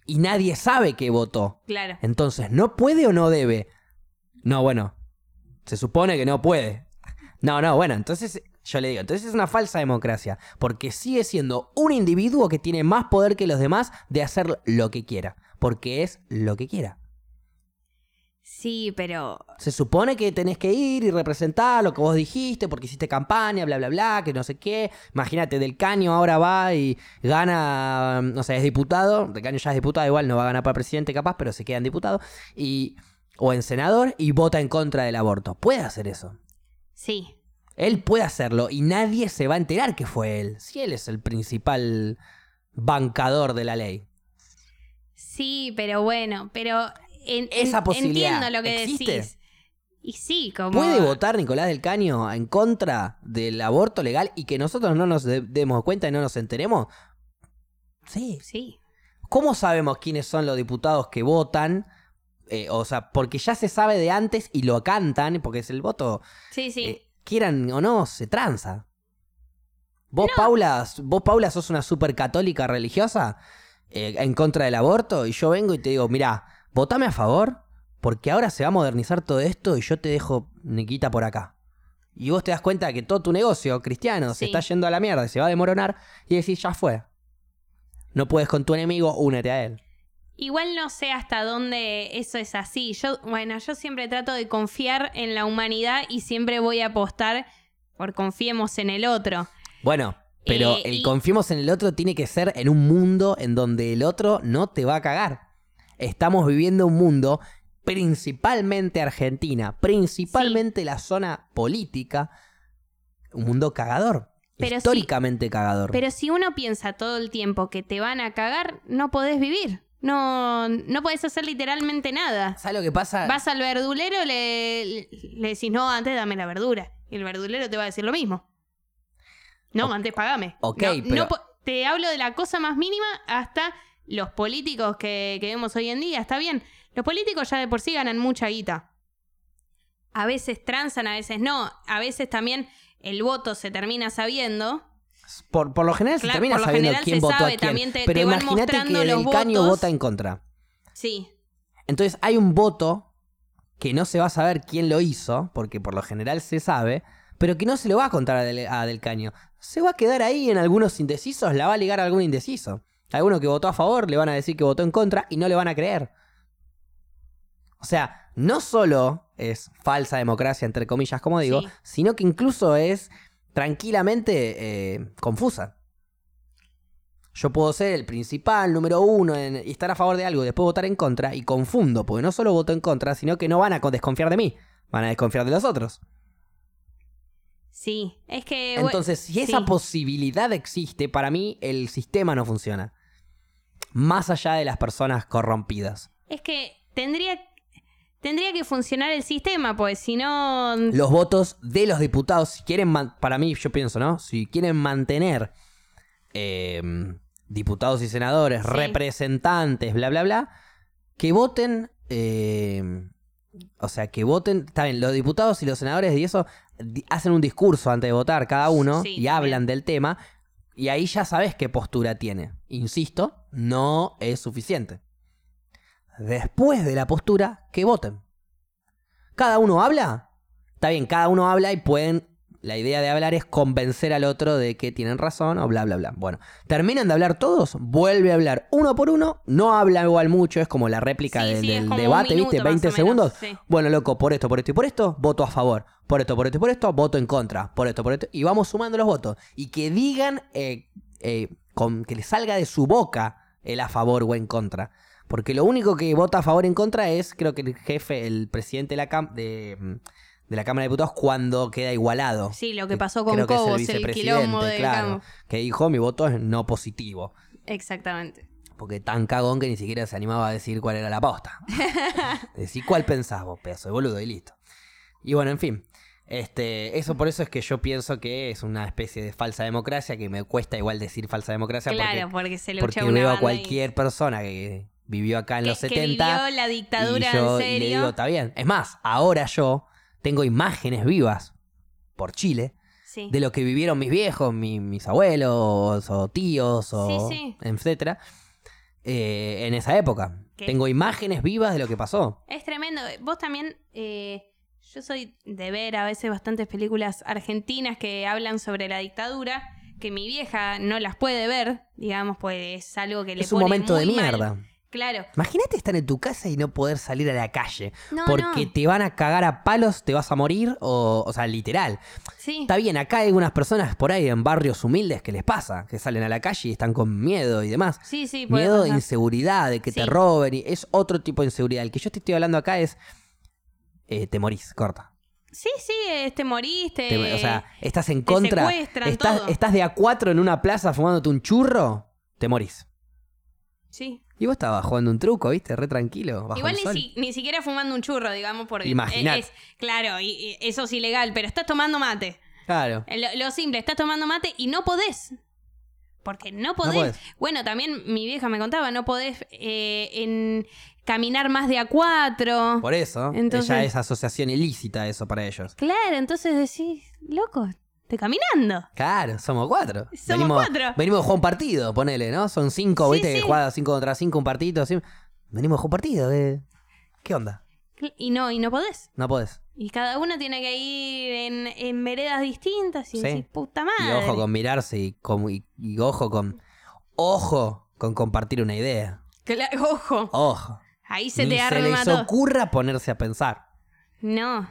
[SPEAKER 1] y nadie sabe que votó.
[SPEAKER 2] Claro.
[SPEAKER 1] Entonces, ¿no puede o no debe? No, bueno, se supone que no puede. No, no, bueno, entonces yo le digo, entonces es una falsa democracia, porque sigue siendo un individuo que tiene más poder que los demás de hacer lo que quiera, porque es lo que quiera.
[SPEAKER 2] Sí, pero
[SPEAKER 1] Se supone que tenés que ir y representar lo que vos dijiste porque hiciste campaña, bla, bla, bla, que no sé qué. Imagínate, Del Caño ahora va y gana, no sé, es diputado. Del Caño ya es diputado, igual no va a ganar para presidente capaz, pero se queda en diputado. Y, o en senador y vota en contra del aborto. Puede hacer eso.
[SPEAKER 2] sí.
[SPEAKER 1] Él puede hacerlo y nadie se va a enterar que fue él. Si él es el principal bancador de la ley.
[SPEAKER 2] Sí, pero bueno, pero en- en-
[SPEAKER 1] Esa posibilidad,
[SPEAKER 2] entiendo lo que
[SPEAKER 1] ¿existe?
[SPEAKER 2] decís. Y sí, como
[SPEAKER 1] ¿Puede votar Nicolás del Caño en contra del aborto legal y que nosotros no nos de- demos cuenta y no nos enteremos? Sí.
[SPEAKER 2] Sí.
[SPEAKER 1] ¿Cómo sabemos quiénes son los diputados que votan? Eh, o sea, porque ya se sabe de antes y lo cantan, porque es el voto,
[SPEAKER 2] Sí, sí.
[SPEAKER 1] eh, quieran o no, se tranza. ¿Vos, Paula, vos, Paula, sos una super católica religiosa eh, en contra del aborto y yo vengo y te digo, mirá, votame a favor porque ahora se va a modernizar todo esto y yo te dejo Niquita por acá. Y vos te das cuenta que todo tu negocio cristiano se
[SPEAKER 2] Sí.
[SPEAKER 1] está yendo a la mierda y se va a demoronar y decís, ya fue. No puedes con tu enemigo, únete a él.
[SPEAKER 2] Igual no sé hasta dónde eso es así. Yo, bueno, yo siempre trato de confiar en la humanidad y siempre voy a apostar por confiemos en el otro.
[SPEAKER 1] Bueno, pero
[SPEAKER 2] Eh,
[SPEAKER 1] el
[SPEAKER 2] y-
[SPEAKER 1] confiemos en el otro tiene que ser en un mundo en donde el otro no te va a cagar. Estamos viviendo un mundo, principalmente Argentina, principalmente la zona política, un mundo cagador.
[SPEAKER 2] Pero
[SPEAKER 1] históricamente cagador.
[SPEAKER 2] Pero si uno piensa todo el tiempo que te van a cagar, no podés vivir. No, no podés hacer literalmente nada.
[SPEAKER 1] ¿Sabes lo que pasa?
[SPEAKER 2] Vas al verdulero, le, le decís, no, antes dame la verdura. Y el verdulero te va a decir lo mismo. No, antes pagame.
[SPEAKER 1] ok,
[SPEAKER 2] No,
[SPEAKER 1] pero-
[SPEAKER 2] no po- te hablo de la cosa más mínima hasta los políticos que, que vemos hoy en día. Está bien, los políticos ya de por sí ganan mucha guita. A veces transan, a veces no. A veces también el voto se termina sabiendo.
[SPEAKER 1] Por, por lo general se
[SPEAKER 2] Claro,
[SPEAKER 1] termina
[SPEAKER 2] por lo
[SPEAKER 1] sabiendo
[SPEAKER 2] general
[SPEAKER 1] quién
[SPEAKER 2] se
[SPEAKER 1] votó a
[SPEAKER 2] sabe,
[SPEAKER 1] quién.
[SPEAKER 2] también te-
[SPEAKER 1] pero
[SPEAKER 2] te van
[SPEAKER 1] imagínate que
[SPEAKER 2] mostrando
[SPEAKER 1] Del
[SPEAKER 2] los
[SPEAKER 1] Caño
[SPEAKER 2] votos.
[SPEAKER 1] vota en contra.
[SPEAKER 2] Sí,
[SPEAKER 1] Entonces hay un voto que no se va a saber quién lo hizo, porque por lo general se sabe, pero que no se lo va a contar a Del, a Del Caño. Se va a quedar ahí en algunos indecisos, la va a ligar a algún indeciso. Alguno que votó a favor le van a decir que votó en contra y no le van a creer. O sea, no solo es falsa democracia, entre comillas, como digo,
[SPEAKER 2] Sí.
[SPEAKER 1] sino que incluso es tranquilamente eh, confusa. Yo puedo ser el principal, número uno, en- y estar a favor de algo, y después votar en contra, y confundo, porque no solo voto en contra, sino que no van a co- desconfiar de mí, van a desconfiar de los otros.
[SPEAKER 2] sí. Es que... Eh, bueno,
[SPEAKER 1] Entonces, si esa
[SPEAKER 2] sí.
[SPEAKER 1] posibilidad existe, para mí el sistema no funciona. Más allá de las personas corrompidas.
[SPEAKER 2] Es que tendría. Tendría que funcionar el sistema, pues si no...
[SPEAKER 1] Los votos de los diputados, si quieren, man- para mí yo pienso, ¿no? Si quieren mantener eh, diputados y senadores,
[SPEAKER 2] Sí.
[SPEAKER 1] representantes, bla, bla, bla, que voten, eh, o sea, que voten, está bien, los diputados y los senadores y eso di- hacen un discurso antes de votar cada uno
[SPEAKER 2] Sí,
[SPEAKER 1] y hablan del tema y ahí ya sabes qué postura tiene. Insisto, no es suficiente. Después de la postura, que voten. Cada uno habla. Está bien, cada uno habla y pueden. La idea de hablar es convencer al otro de que tienen razón o bla, bla, bla. Bueno, terminan de hablar todos, vuelve a hablar uno por uno, no habla igual mucho, es como la réplica
[SPEAKER 2] Sí,
[SPEAKER 1] de-
[SPEAKER 2] sí, es
[SPEAKER 1] del
[SPEAKER 2] como un
[SPEAKER 1] debate,
[SPEAKER 2] minuto
[SPEAKER 1] ¿viste?
[SPEAKER 2] más o
[SPEAKER 1] 20
[SPEAKER 2] menos,
[SPEAKER 1] segundos.
[SPEAKER 2] sí.
[SPEAKER 1] Bueno, loco, por esto, por esto y por esto, voto a favor. Por esto, por esto y por esto, voto en contra. Por esto, por esto. Y vamos sumando los votos. Y que digan, eh, eh, con, que le salga de su boca el a favor o en contra. Porque lo único que vota a favor o en contra es, creo que el jefe, el presidente de la, cam- de, mm, de la Cámara de Diputados, cuando queda igualado.
[SPEAKER 2] Sí, lo que pasó con
[SPEAKER 1] Creo que es
[SPEAKER 2] Cobos, el, quilombo del
[SPEAKER 1] claro,
[SPEAKER 2] campo.
[SPEAKER 1] Que dijo, mi voto es no positivo.
[SPEAKER 2] Exactamente.
[SPEAKER 1] Porque tan cagón que ni siquiera se animaba a decir cuál era la posta. decir cuál pensás vos, pedazo de boludo, y listo. Y bueno, en fin. Este, eso por eso es que yo pienso que es una especie de falsa democracia, que me cuesta igual decir falsa democracia
[SPEAKER 2] claro,
[SPEAKER 1] porque,
[SPEAKER 2] porque, se lucha
[SPEAKER 1] porque
[SPEAKER 2] una
[SPEAKER 1] veo a
[SPEAKER 2] banda
[SPEAKER 1] cualquier persona que vivió acá
[SPEAKER 2] y-
[SPEAKER 1] en
[SPEAKER 2] que-
[SPEAKER 1] los
[SPEAKER 2] que
[SPEAKER 1] 70
[SPEAKER 2] vivió la
[SPEAKER 1] y
[SPEAKER 2] dictadura
[SPEAKER 1] yo
[SPEAKER 2] en
[SPEAKER 1] le
[SPEAKER 2] serio.
[SPEAKER 1] digo, está bien. Es más, ahora yo tengo imágenes vivas por Chile
[SPEAKER 2] sí.
[SPEAKER 1] de lo que vivieron mis viejos, mi- mis abuelos o tíos o
[SPEAKER 2] Sí, sí.
[SPEAKER 1] etcétera eh, en esa época.
[SPEAKER 2] ¿Qué?
[SPEAKER 1] Tengo imágenes vivas de lo que pasó.
[SPEAKER 2] Es tremendo. Vos también, eh, yo soy de ver a veces bastantes películas argentinas que hablan sobre la dictadura, que mi vieja no las puede ver, digamos, pues es algo que le
[SPEAKER 1] es un
[SPEAKER 2] pone
[SPEAKER 1] momento de
[SPEAKER 2] muy mal.
[SPEAKER 1] mierda.
[SPEAKER 2] Claro.
[SPEAKER 1] Imagínate estar en tu casa y no poder salir a la calle
[SPEAKER 2] No,
[SPEAKER 1] porque
[SPEAKER 2] no.
[SPEAKER 1] te van a cagar a palos, te vas a morir o, o sea, literal.
[SPEAKER 2] Sí.
[SPEAKER 1] Está bien, acá hay unas personas por ahí en barrios humildes que les pasa, que salen a la calle y están con miedo y demás.
[SPEAKER 2] Sí, sí, puede
[SPEAKER 1] miedo de
[SPEAKER 2] pasar.
[SPEAKER 1] inseguridad, de que te
[SPEAKER 2] Sí.
[SPEAKER 1] roben, y es otro tipo de inseguridad. El que yo te estoy hablando acá es eh, te morís, corta.
[SPEAKER 2] Sí, sí, este moriste.
[SPEAKER 1] Te- o sea, estás en
[SPEAKER 2] Eh, te
[SPEAKER 1] contra.
[SPEAKER 2] secuestran,
[SPEAKER 1] Estás,
[SPEAKER 2] todo.
[SPEAKER 1] estás de a cuatro en una plaza fumándote un churro, te morís.
[SPEAKER 2] sí.
[SPEAKER 1] Y vos estabas jugando un truco, ¿viste? Re tranquilo. Bajo
[SPEAKER 2] Igual
[SPEAKER 1] el
[SPEAKER 2] ni,
[SPEAKER 1] sol.
[SPEAKER 2] si- ni siquiera fumando un churro, digamos, porque
[SPEAKER 1] Imaginate.
[SPEAKER 2] es, claro, y, y eso es ilegal, pero estás tomando mate.
[SPEAKER 1] Claro.
[SPEAKER 2] Lo, lo simple, estás tomando mate y no podés. Porque no podés.
[SPEAKER 1] podés.
[SPEAKER 2] Bueno, también mi vieja me contaba, no podés eh, en caminar más de a cuatro.
[SPEAKER 1] Por eso,
[SPEAKER 2] Entonces-
[SPEAKER 1] ya es asociación ilícita eso para ellos.
[SPEAKER 2] Claro, entonces decís, loco, estoy caminando.
[SPEAKER 1] Claro, somos cuatro.
[SPEAKER 2] Somos
[SPEAKER 1] venimos,
[SPEAKER 2] cuatro.
[SPEAKER 1] Venimos a jugar un partido, ponele, ¿no? Son cinco,
[SPEAKER 2] Sí,
[SPEAKER 1] ¿viste? Que
[SPEAKER 2] sí.
[SPEAKER 1] juega cinco contra cinco un partido. así. Venimos a jugar un partido. ¿Qué, qué onda?
[SPEAKER 2] Y no, y no podés.
[SPEAKER 1] No podés.
[SPEAKER 2] Y cada uno tiene que ir en, en veredas distintas y
[SPEAKER 1] Sí.
[SPEAKER 2] decís, puta
[SPEAKER 1] Y
[SPEAKER 2] madre.
[SPEAKER 1] ojo con mirarse y, con- y- y ojo con. Ojo con compartir una idea.
[SPEAKER 2] Cla- ojo.
[SPEAKER 1] Ojo.
[SPEAKER 2] Ahí se
[SPEAKER 1] Ni
[SPEAKER 2] te
[SPEAKER 1] se
[SPEAKER 2] arma
[SPEAKER 1] les
[SPEAKER 2] todo.
[SPEAKER 1] ocurra ponerse a pensar.
[SPEAKER 2] No.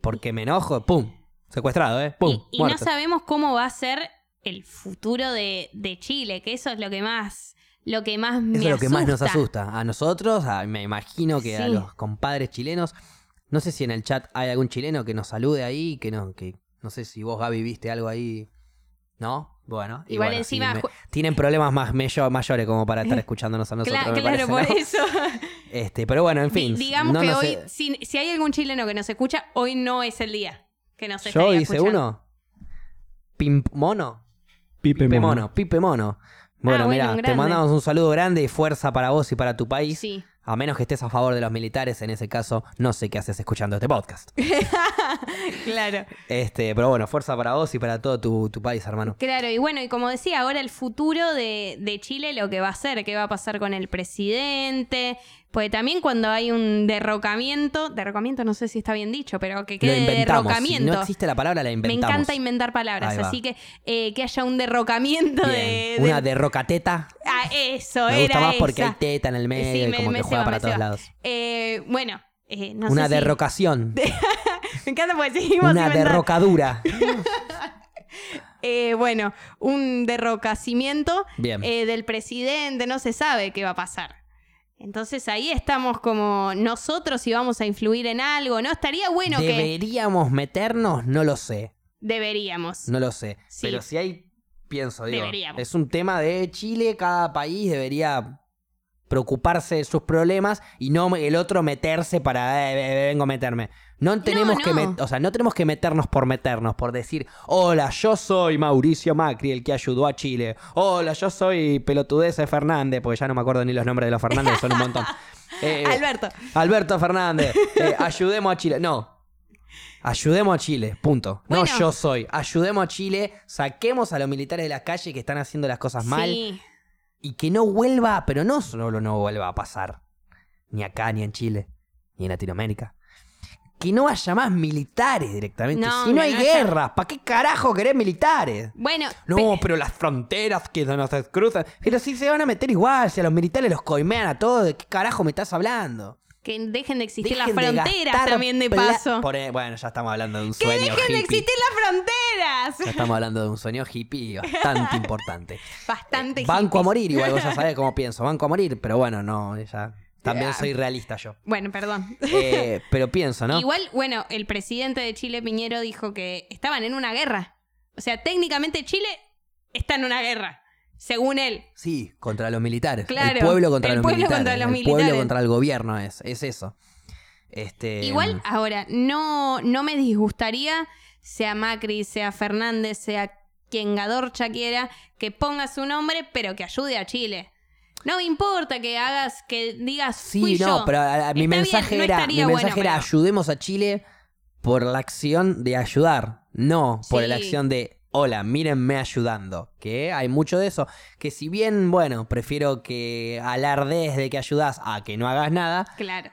[SPEAKER 1] Porque me enojo, ¡pum! Secuestrado, ¿eh? ¡Pum!
[SPEAKER 2] Y, y no
[SPEAKER 1] muerto.
[SPEAKER 2] sabemos cómo va a ser el futuro de, de Chile, que eso es lo que más, lo que más me
[SPEAKER 1] Eso es lo que más nos asusta. A nosotros, a- me imagino que a
[SPEAKER 2] Sí.
[SPEAKER 1] los compadres chilenos. No sé si en el chat hay algún chileno que nos salude ahí, que no, que no sé si vos, Gaby, viste algo ahí. ¿No? Bueno. y
[SPEAKER 2] Igual
[SPEAKER 1] bueno, sí,
[SPEAKER 2] encima
[SPEAKER 1] me-
[SPEAKER 2] ju-
[SPEAKER 1] tienen problemas más mello- mayores como para estar escuchándonos a nosotros.
[SPEAKER 2] Cla-
[SPEAKER 1] me
[SPEAKER 2] claro,
[SPEAKER 1] parece, ¿no?
[SPEAKER 2] por eso.
[SPEAKER 1] Este, pero bueno, en fin.
[SPEAKER 2] Di- Digamos
[SPEAKER 1] no
[SPEAKER 2] que
[SPEAKER 1] nos-
[SPEAKER 2] hoy, si, si hay algún chileno que nos escucha, hoy no es el día que nos
[SPEAKER 1] Yo
[SPEAKER 2] estaría
[SPEAKER 1] hice
[SPEAKER 2] escuchando.
[SPEAKER 1] uno. Pimp mono.
[SPEAKER 3] Pipe,
[SPEAKER 1] Pipe
[SPEAKER 3] Mono.
[SPEAKER 1] Mono, Pipe Mono. Bueno,
[SPEAKER 2] Ah, bueno,
[SPEAKER 1] mira,
[SPEAKER 2] un
[SPEAKER 1] te
[SPEAKER 2] grande.
[SPEAKER 1] mandamos un saludo grande y fuerza para vos y para tu país.
[SPEAKER 2] Sí.
[SPEAKER 1] A menos que estés a favor de los militares, en ese caso no sé qué haces escuchando este podcast.
[SPEAKER 2] Claro.
[SPEAKER 1] Este, pero bueno, fuerza para vos y para todo tu, tu país, hermano.
[SPEAKER 2] Claro, y bueno, y como decía, ahora el futuro de, de Chile, lo que va a ser, qué va a pasar con el presidente, porque también cuando hay un derrocamiento, derrocamiento no sé si está bien dicho, pero que
[SPEAKER 1] Lo
[SPEAKER 2] quede
[SPEAKER 1] inventamos. Si
[SPEAKER 2] derrocamiento.
[SPEAKER 1] no existe la palabra, la
[SPEAKER 2] Me
[SPEAKER 1] inventamos.
[SPEAKER 2] encanta inventar palabras,
[SPEAKER 1] Ahí va.
[SPEAKER 2] así que eh, que haya un derrocamiento
[SPEAKER 1] Bien.
[SPEAKER 2] de,
[SPEAKER 1] Una
[SPEAKER 2] de-
[SPEAKER 1] derrocateta.
[SPEAKER 2] Ah, eso,
[SPEAKER 1] Me gusta
[SPEAKER 2] era
[SPEAKER 1] más porque
[SPEAKER 2] esa.
[SPEAKER 1] hay teta en el medio
[SPEAKER 2] Sí,
[SPEAKER 1] y
[SPEAKER 2] me-
[SPEAKER 1] como
[SPEAKER 2] me
[SPEAKER 1] que juega
[SPEAKER 2] ceba,
[SPEAKER 1] para
[SPEAKER 2] me
[SPEAKER 1] todos
[SPEAKER 2] ceba.
[SPEAKER 1] lados.
[SPEAKER 2] Eh, bueno, eh, no
[SPEAKER 1] Una
[SPEAKER 2] sé si-
[SPEAKER 1] derrocación.
[SPEAKER 2] Me encanta porque seguimos
[SPEAKER 1] Una
[SPEAKER 2] inventando.
[SPEAKER 1] derrocadura.
[SPEAKER 2] Eh, bueno, un derrocamiento
[SPEAKER 1] Bien.
[SPEAKER 2] eh, del presidente, no se sabe qué va a pasar. Entonces ahí estamos como nosotros si vamos a influir en algo, ¿no? Estaría bueno que
[SPEAKER 1] ¿Deberíamos meternos? No lo sé.
[SPEAKER 2] deberíamos.
[SPEAKER 1] No lo sé.
[SPEAKER 2] Sí.
[SPEAKER 1] Pero si hay, pienso, digo,
[SPEAKER 2] Deberíamos.
[SPEAKER 1] es un tema de Chile, cada país debería preocuparse de sus problemas y no el otro meterse para eh, eh, vengo a meterme. No tenemos
[SPEAKER 2] no.
[SPEAKER 1] que met- o sea, no tenemos que meternos por meternos, por decir, "Hola, yo soy Mauricio Macri, el que ayudó a Chile. Hola, yo soy pelotudez de Fernández", porque ya no me acuerdo ni los nombres de los Fernández, son un montón. Eh,
[SPEAKER 2] Alberto.
[SPEAKER 1] Alberto Fernández, eh, ayudemos a Chile. No. Ayudemos a Chile, punto.
[SPEAKER 2] Bueno.
[SPEAKER 1] No yo soy. Ayudemos a Chile, saquemos a los militares de la calle que están haciendo las cosas mal
[SPEAKER 2] Sí.
[SPEAKER 1] y que no vuelva, pero no solo no vuelva a pasar, ni acá, ni en Chile, ni en Latinoamérica. Que no haya más militares directamente.
[SPEAKER 2] No,
[SPEAKER 1] si no
[SPEAKER 2] que
[SPEAKER 1] hay
[SPEAKER 2] no haya-
[SPEAKER 1] guerras, ¿para qué carajo querés militares?
[SPEAKER 2] Bueno,
[SPEAKER 1] No,
[SPEAKER 2] pe-
[SPEAKER 1] pero las fronteras que nos cruzan. Pero si se van a meter igual, si a los militares los coimean a todos, ¿de qué carajo me estás hablando?
[SPEAKER 2] que dejen de existir
[SPEAKER 1] Dejen
[SPEAKER 2] las
[SPEAKER 1] de
[SPEAKER 2] fronteras
[SPEAKER 1] gastar
[SPEAKER 2] también de
[SPEAKER 1] pla-
[SPEAKER 2] paso.
[SPEAKER 1] Por- e, bueno, ya estamos hablando de un
[SPEAKER 2] Que
[SPEAKER 1] sueño
[SPEAKER 2] dejen de
[SPEAKER 1] hippie.
[SPEAKER 2] existir las
[SPEAKER 1] Ya
[SPEAKER 2] fronteras.
[SPEAKER 1] estamos hablando de un sueño hippie bastante importante.
[SPEAKER 2] Bastante
[SPEAKER 1] Banco a
[SPEAKER 2] hippies.
[SPEAKER 1] morir, igual vos ya sabés cómo pienso. Banco a morir, pero bueno, no, ya. También soy realista yo.
[SPEAKER 2] Bueno, perdón.
[SPEAKER 1] Eh, pero pienso, ¿no?
[SPEAKER 2] Igual, bueno, el presidente de Chile, Piñero, dijo que estaban en una guerra. O sea, técnicamente Chile está en una guerra, según él.
[SPEAKER 1] Sí, contra los militares.
[SPEAKER 2] Claro,
[SPEAKER 1] el pueblo contra
[SPEAKER 2] el
[SPEAKER 1] los
[SPEAKER 2] pueblo
[SPEAKER 1] militares.
[SPEAKER 2] contra los
[SPEAKER 1] el
[SPEAKER 2] militares.
[SPEAKER 1] pueblo contra el gobierno es, es eso. Este,
[SPEAKER 2] Igual, ahora, no, no me disgustaría, sea Macri, sea Fernández, sea quien Gadorcha quiera, que ponga su nombre, pero que ayude a Chile. No me importa que hagas, que digas,
[SPEAKER 1] Sí,
[SPEAKER 2] fui
[SPEAKER 1] no,
[SPEAKER 2] yo.
[SPEAKER 1] pero a- a- mi
[SPEAKER 2] Está bien,
[SPEAKER 1] mensaje
[SPEAKER 2] no
[SPEAKER 1] era, mi
[SPEAKER 2] estaría bueno,
[SPEAKER 1] mensaje era,
[SPEAKER 2] pero-
[SPEAKER 1] ayudemos a Chile por la acción de ayudar, no por la
[SPEAKER 2] Sí.
[SPEAKER 1] acción de hola, mírenme ayudando, que hay mucho de eso, que si bien, bueno, prefiero que alardees de que ayudas a que no hagas nada,
[SPEAKER 2] Claro.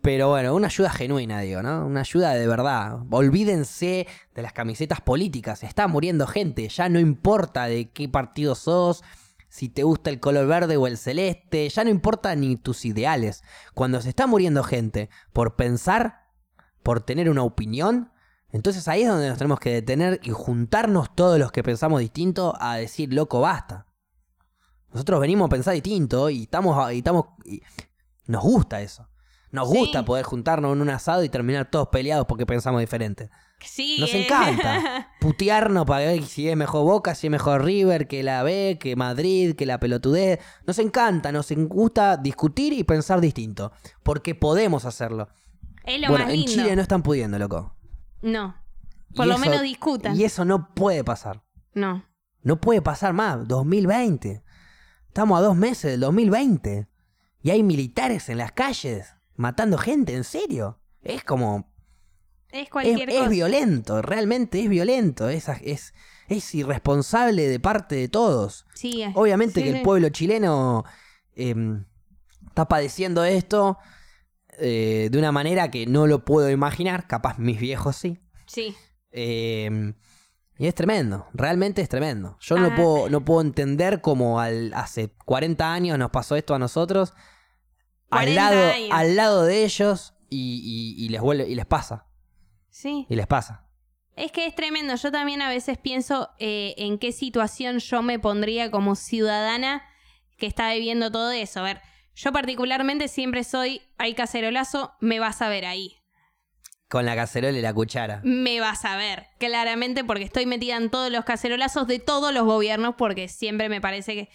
[SPEAKER 1] pero bueno, una ayuda genuina, digo, ¿no? Una ayuda de verdad. Olvídense de las camisetas políticas. Está muriendo gente. Ya no importa de qué partido sos, si te gusta el color verde o el celeste. Ya no importa ni tus ideales. Cuando se está muriendo gente por pensar, por tener una opinión, entonces ahí es donde nos tenemos que detener y juntarnos todos los que pensamos distinto a decir, loco, basta. Nosotros venimos a pensar distinto y estamos... Y estamos y nos gusta eso. Nos
[SPEAKER 2] Sí.
[SPEAKER 1] gusta poder juntarnos en un asado y terminar todos peleados porque pensamos diferente.
[SPEAKER 2] Sí.
[SPEAKER 1] Nos
[SPEAKER 2] eh.
[SPEAKER 1] encanta putearnos para ver si es mejor Boca, si es mejor River, que la B, que Madrid, que la pelotudez. Nos encanta, nos gusta discutir y pensar distinto. Porque podemos hacerlo.
[SPEAKER 2] Es lo
[SPEAKER 1] bueno,
[SPEAKER 2] más
[SPEAKER 1] en
[SPEAKER 2] lindo.
[SPEAKER 1] Chile no están pudiendo, loco.
[SPEAKER 2] No.
[SPEAKER 1] Y
[SPEAKER 2] Por lo
[SPEAKER 1] eso-
[SPEAKER 2] menos discutan.
[SPEAKER 1] Y eso no puede pasar.
[SPEAKER 2] No.
[SPEAKER 1] No puede pasar más. 2020. Estamos a dos meses del 2020. Y hay militares en las calles matando gente, en serio. Es como...
[SPEAKER 2] Es
[SPEAKER 1] Es,
[SPEAKER 2] cualquier
[SPEAKER 1] es
[SPEAKER 2] cosa.
[SPEAKER 1] violento, realmente es violento. Es, es, es irresponsable de parte de todos.
[SPEAKER 2] Sí, es-
[SPEAKER 1] Obviamente
[SPEAKER 2] sí,
[SPEAKER 1] que el
[SPEAKER 2] sí.
[SPEAKER 1] pueblo chileno eh, está padeciendo esto eh, de una manera que no lo puedo imaginar. Capaz mis viejos sí.
[SPEAKER 2] Sí.
[SPEAKER 1] Eh, y es tremendo, realmente es tremendo. Yo
[SPEAKER 2] Ah.
[SPEAKER 1] no, puedo, no puedo entender cómo al, hace 40 años nos pasó esto a nosotros, al
[SPEAKER 2] 40
[SPEAKER 1] lado,
[SPEAKER 2] años.
[SPEAKER 1] al lado de ellos, y, y- y les vuelve, y les pasa,
[SPEAKER 2] Sí.
[SPEAKER 1] y les pasa.
[SPEAKER 2] Es que es tremendo. Yo también a veces pienso eh, en qué situación yo me pondría como ciudadana que está viviendo todo eso. A ver, yo particularmente siempre soy, hay cacerolazo, me vas a ver ahí.
[SPEAKER 1] Con la cacerola y la cuchara.
[SPEAKER 2] Me vas a ver, claramente, porque estoy metida en todos los cacerolazos de todos los gobiernos, porque siempre me parece que,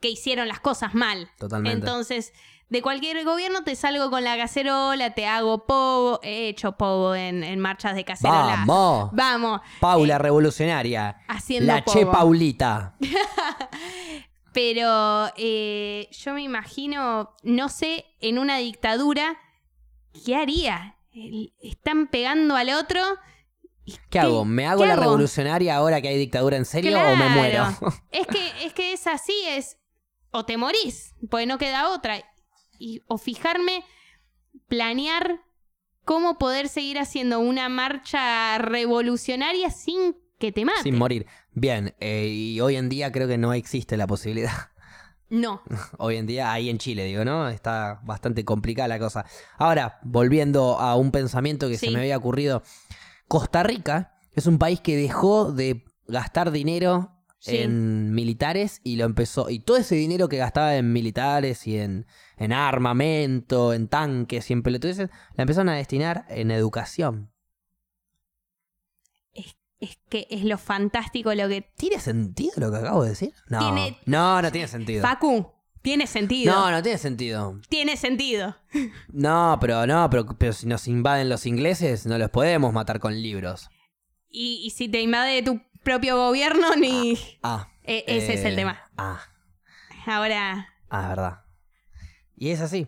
[SPEAKER 2] que hicieron las cosas mal.
[SPEAKER 1] Totalmente.
[SPEAKER 2] Entonces, de cualquier gobierno te salgo con la cacerola, te hago pogo, he hecho pogo en, en marchas de cacerola.
[SPEAKER 1] ¡Vamos!
[SPEAKER 2] Vamos.
[SPEAKER 1] Paula revolucionaria.
[SPEAKER 2] Haciendo
[SPEAKER 1] La
[SPEAKER 2] pogo.
[SPEAKER 1] Che Paulita.
[SPEAKER 2] Pero eh, yo me imagino, no sé, en una dictadura, ¿qué haría? El- Están pegando al otro.
[SPEAKER 1] ¿Qué hago? ¿Me hago
[SPEAKER 2] ¿Qué
[SPEAKER 1] la
[SPEAKER 2] hago?
[SPEAKER 1] revolucionaria ahora que hay dictadura en serio o me
[SPEAKER 2] Claro.
[SPEAKER 1] muero?
[SPEAKER 2] Es que, es que es así, es o te morís, porque no queda otra. Y, o fijarme, planear cómo poder seguir haciendo una marcha revolucionaria sin que te mate.
[SPEAKER 1] Sin morir. Bien, eh, y hoy en día creo que no existe la posibilidad.
[SPEAKER 2] no,
[SPEAKER 1] hoy en día, ahí en Chile, digo, ¿no? Está bastante complicada la cosa. Ahora, volviendo a un pensamiento que se
[SPEAKER 2] Sí.
[SPEAKER 1] me había ocurrido. Costa Rica es un país que dejó de gastar dinero
[SPEAKER 2] Sí.
[SPEAKER 1] en militares y lo empezó. Y todo ese dinero que gastaba en militares y en, en armamento, en tanques y en pelotudeces, la empezaron a destinar en educación.
[SPEAKER 2] es que es lo fantástico lo que...
[SPEAKER 1] ¿Tiene sentido lo que acabo de decir? No.
[SPEAKER 2] Tiene-
[SPEAKER 1] No, no tiene sentido.
[SPEAKER 2] Facu, Tiene sentido.
[SPEAKER 1] No, no tiene sentido.
[SPEAKER 2] Tiene sentido.
[SPEAKER 1] No, pero no, pero, pero si nos invaden los ingleses, no los podemos matar con libros.
[SPEAKER 2] Y, y si te invade tu propio gobierno, ni.
[SPEAKER 1] Ah.
[SPEAKER 2] E- ese es el
[SPEAKER 1] eh,
[SPEAKER 2] tema.
[SPEAKER 1] Ah,
[SPEAKER 2] Ahora.
[SPEAKER 1] ah, es verdad. Y es así.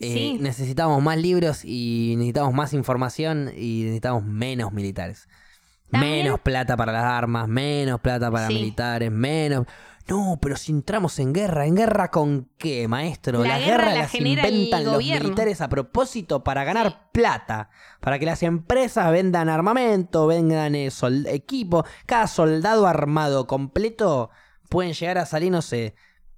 [SPEAKER 1] Eh,
[SPEAKER 2] Sí.
[SPEAKER 1] Necesitamos más libros y necesitamos más información y necesitamos menos militares.
[SPEAKER 2] También-
[SPEAKER 1] Menos plata para las armas, menos plata para
[SPEAKER 2] Sí.
[SPEAKER 1] militares, menos... No, pero si entramos en guerra, ¿en guerra con qué, maestro?
[SPEAKER 2] La
[SPEAKER 1] las
[SPEAKER 2] guerra
[SPEAKER 1] guerras
[SPEAKER 2] la
[SPEAKER 1] las
[SPEAKER 2] genera el
[SPEAKER 1] inventan los
[SPEAKER 2] gobierno.
[SPEAKER 1] militares a propósito para ganar
[SPEAKER 2] Sí.
[SPEAKER 1] plata, para que las empresas vendan armamento, vendan eh, sol- equipo. Cada soldado armado completo pueden llegar a salir, no sé,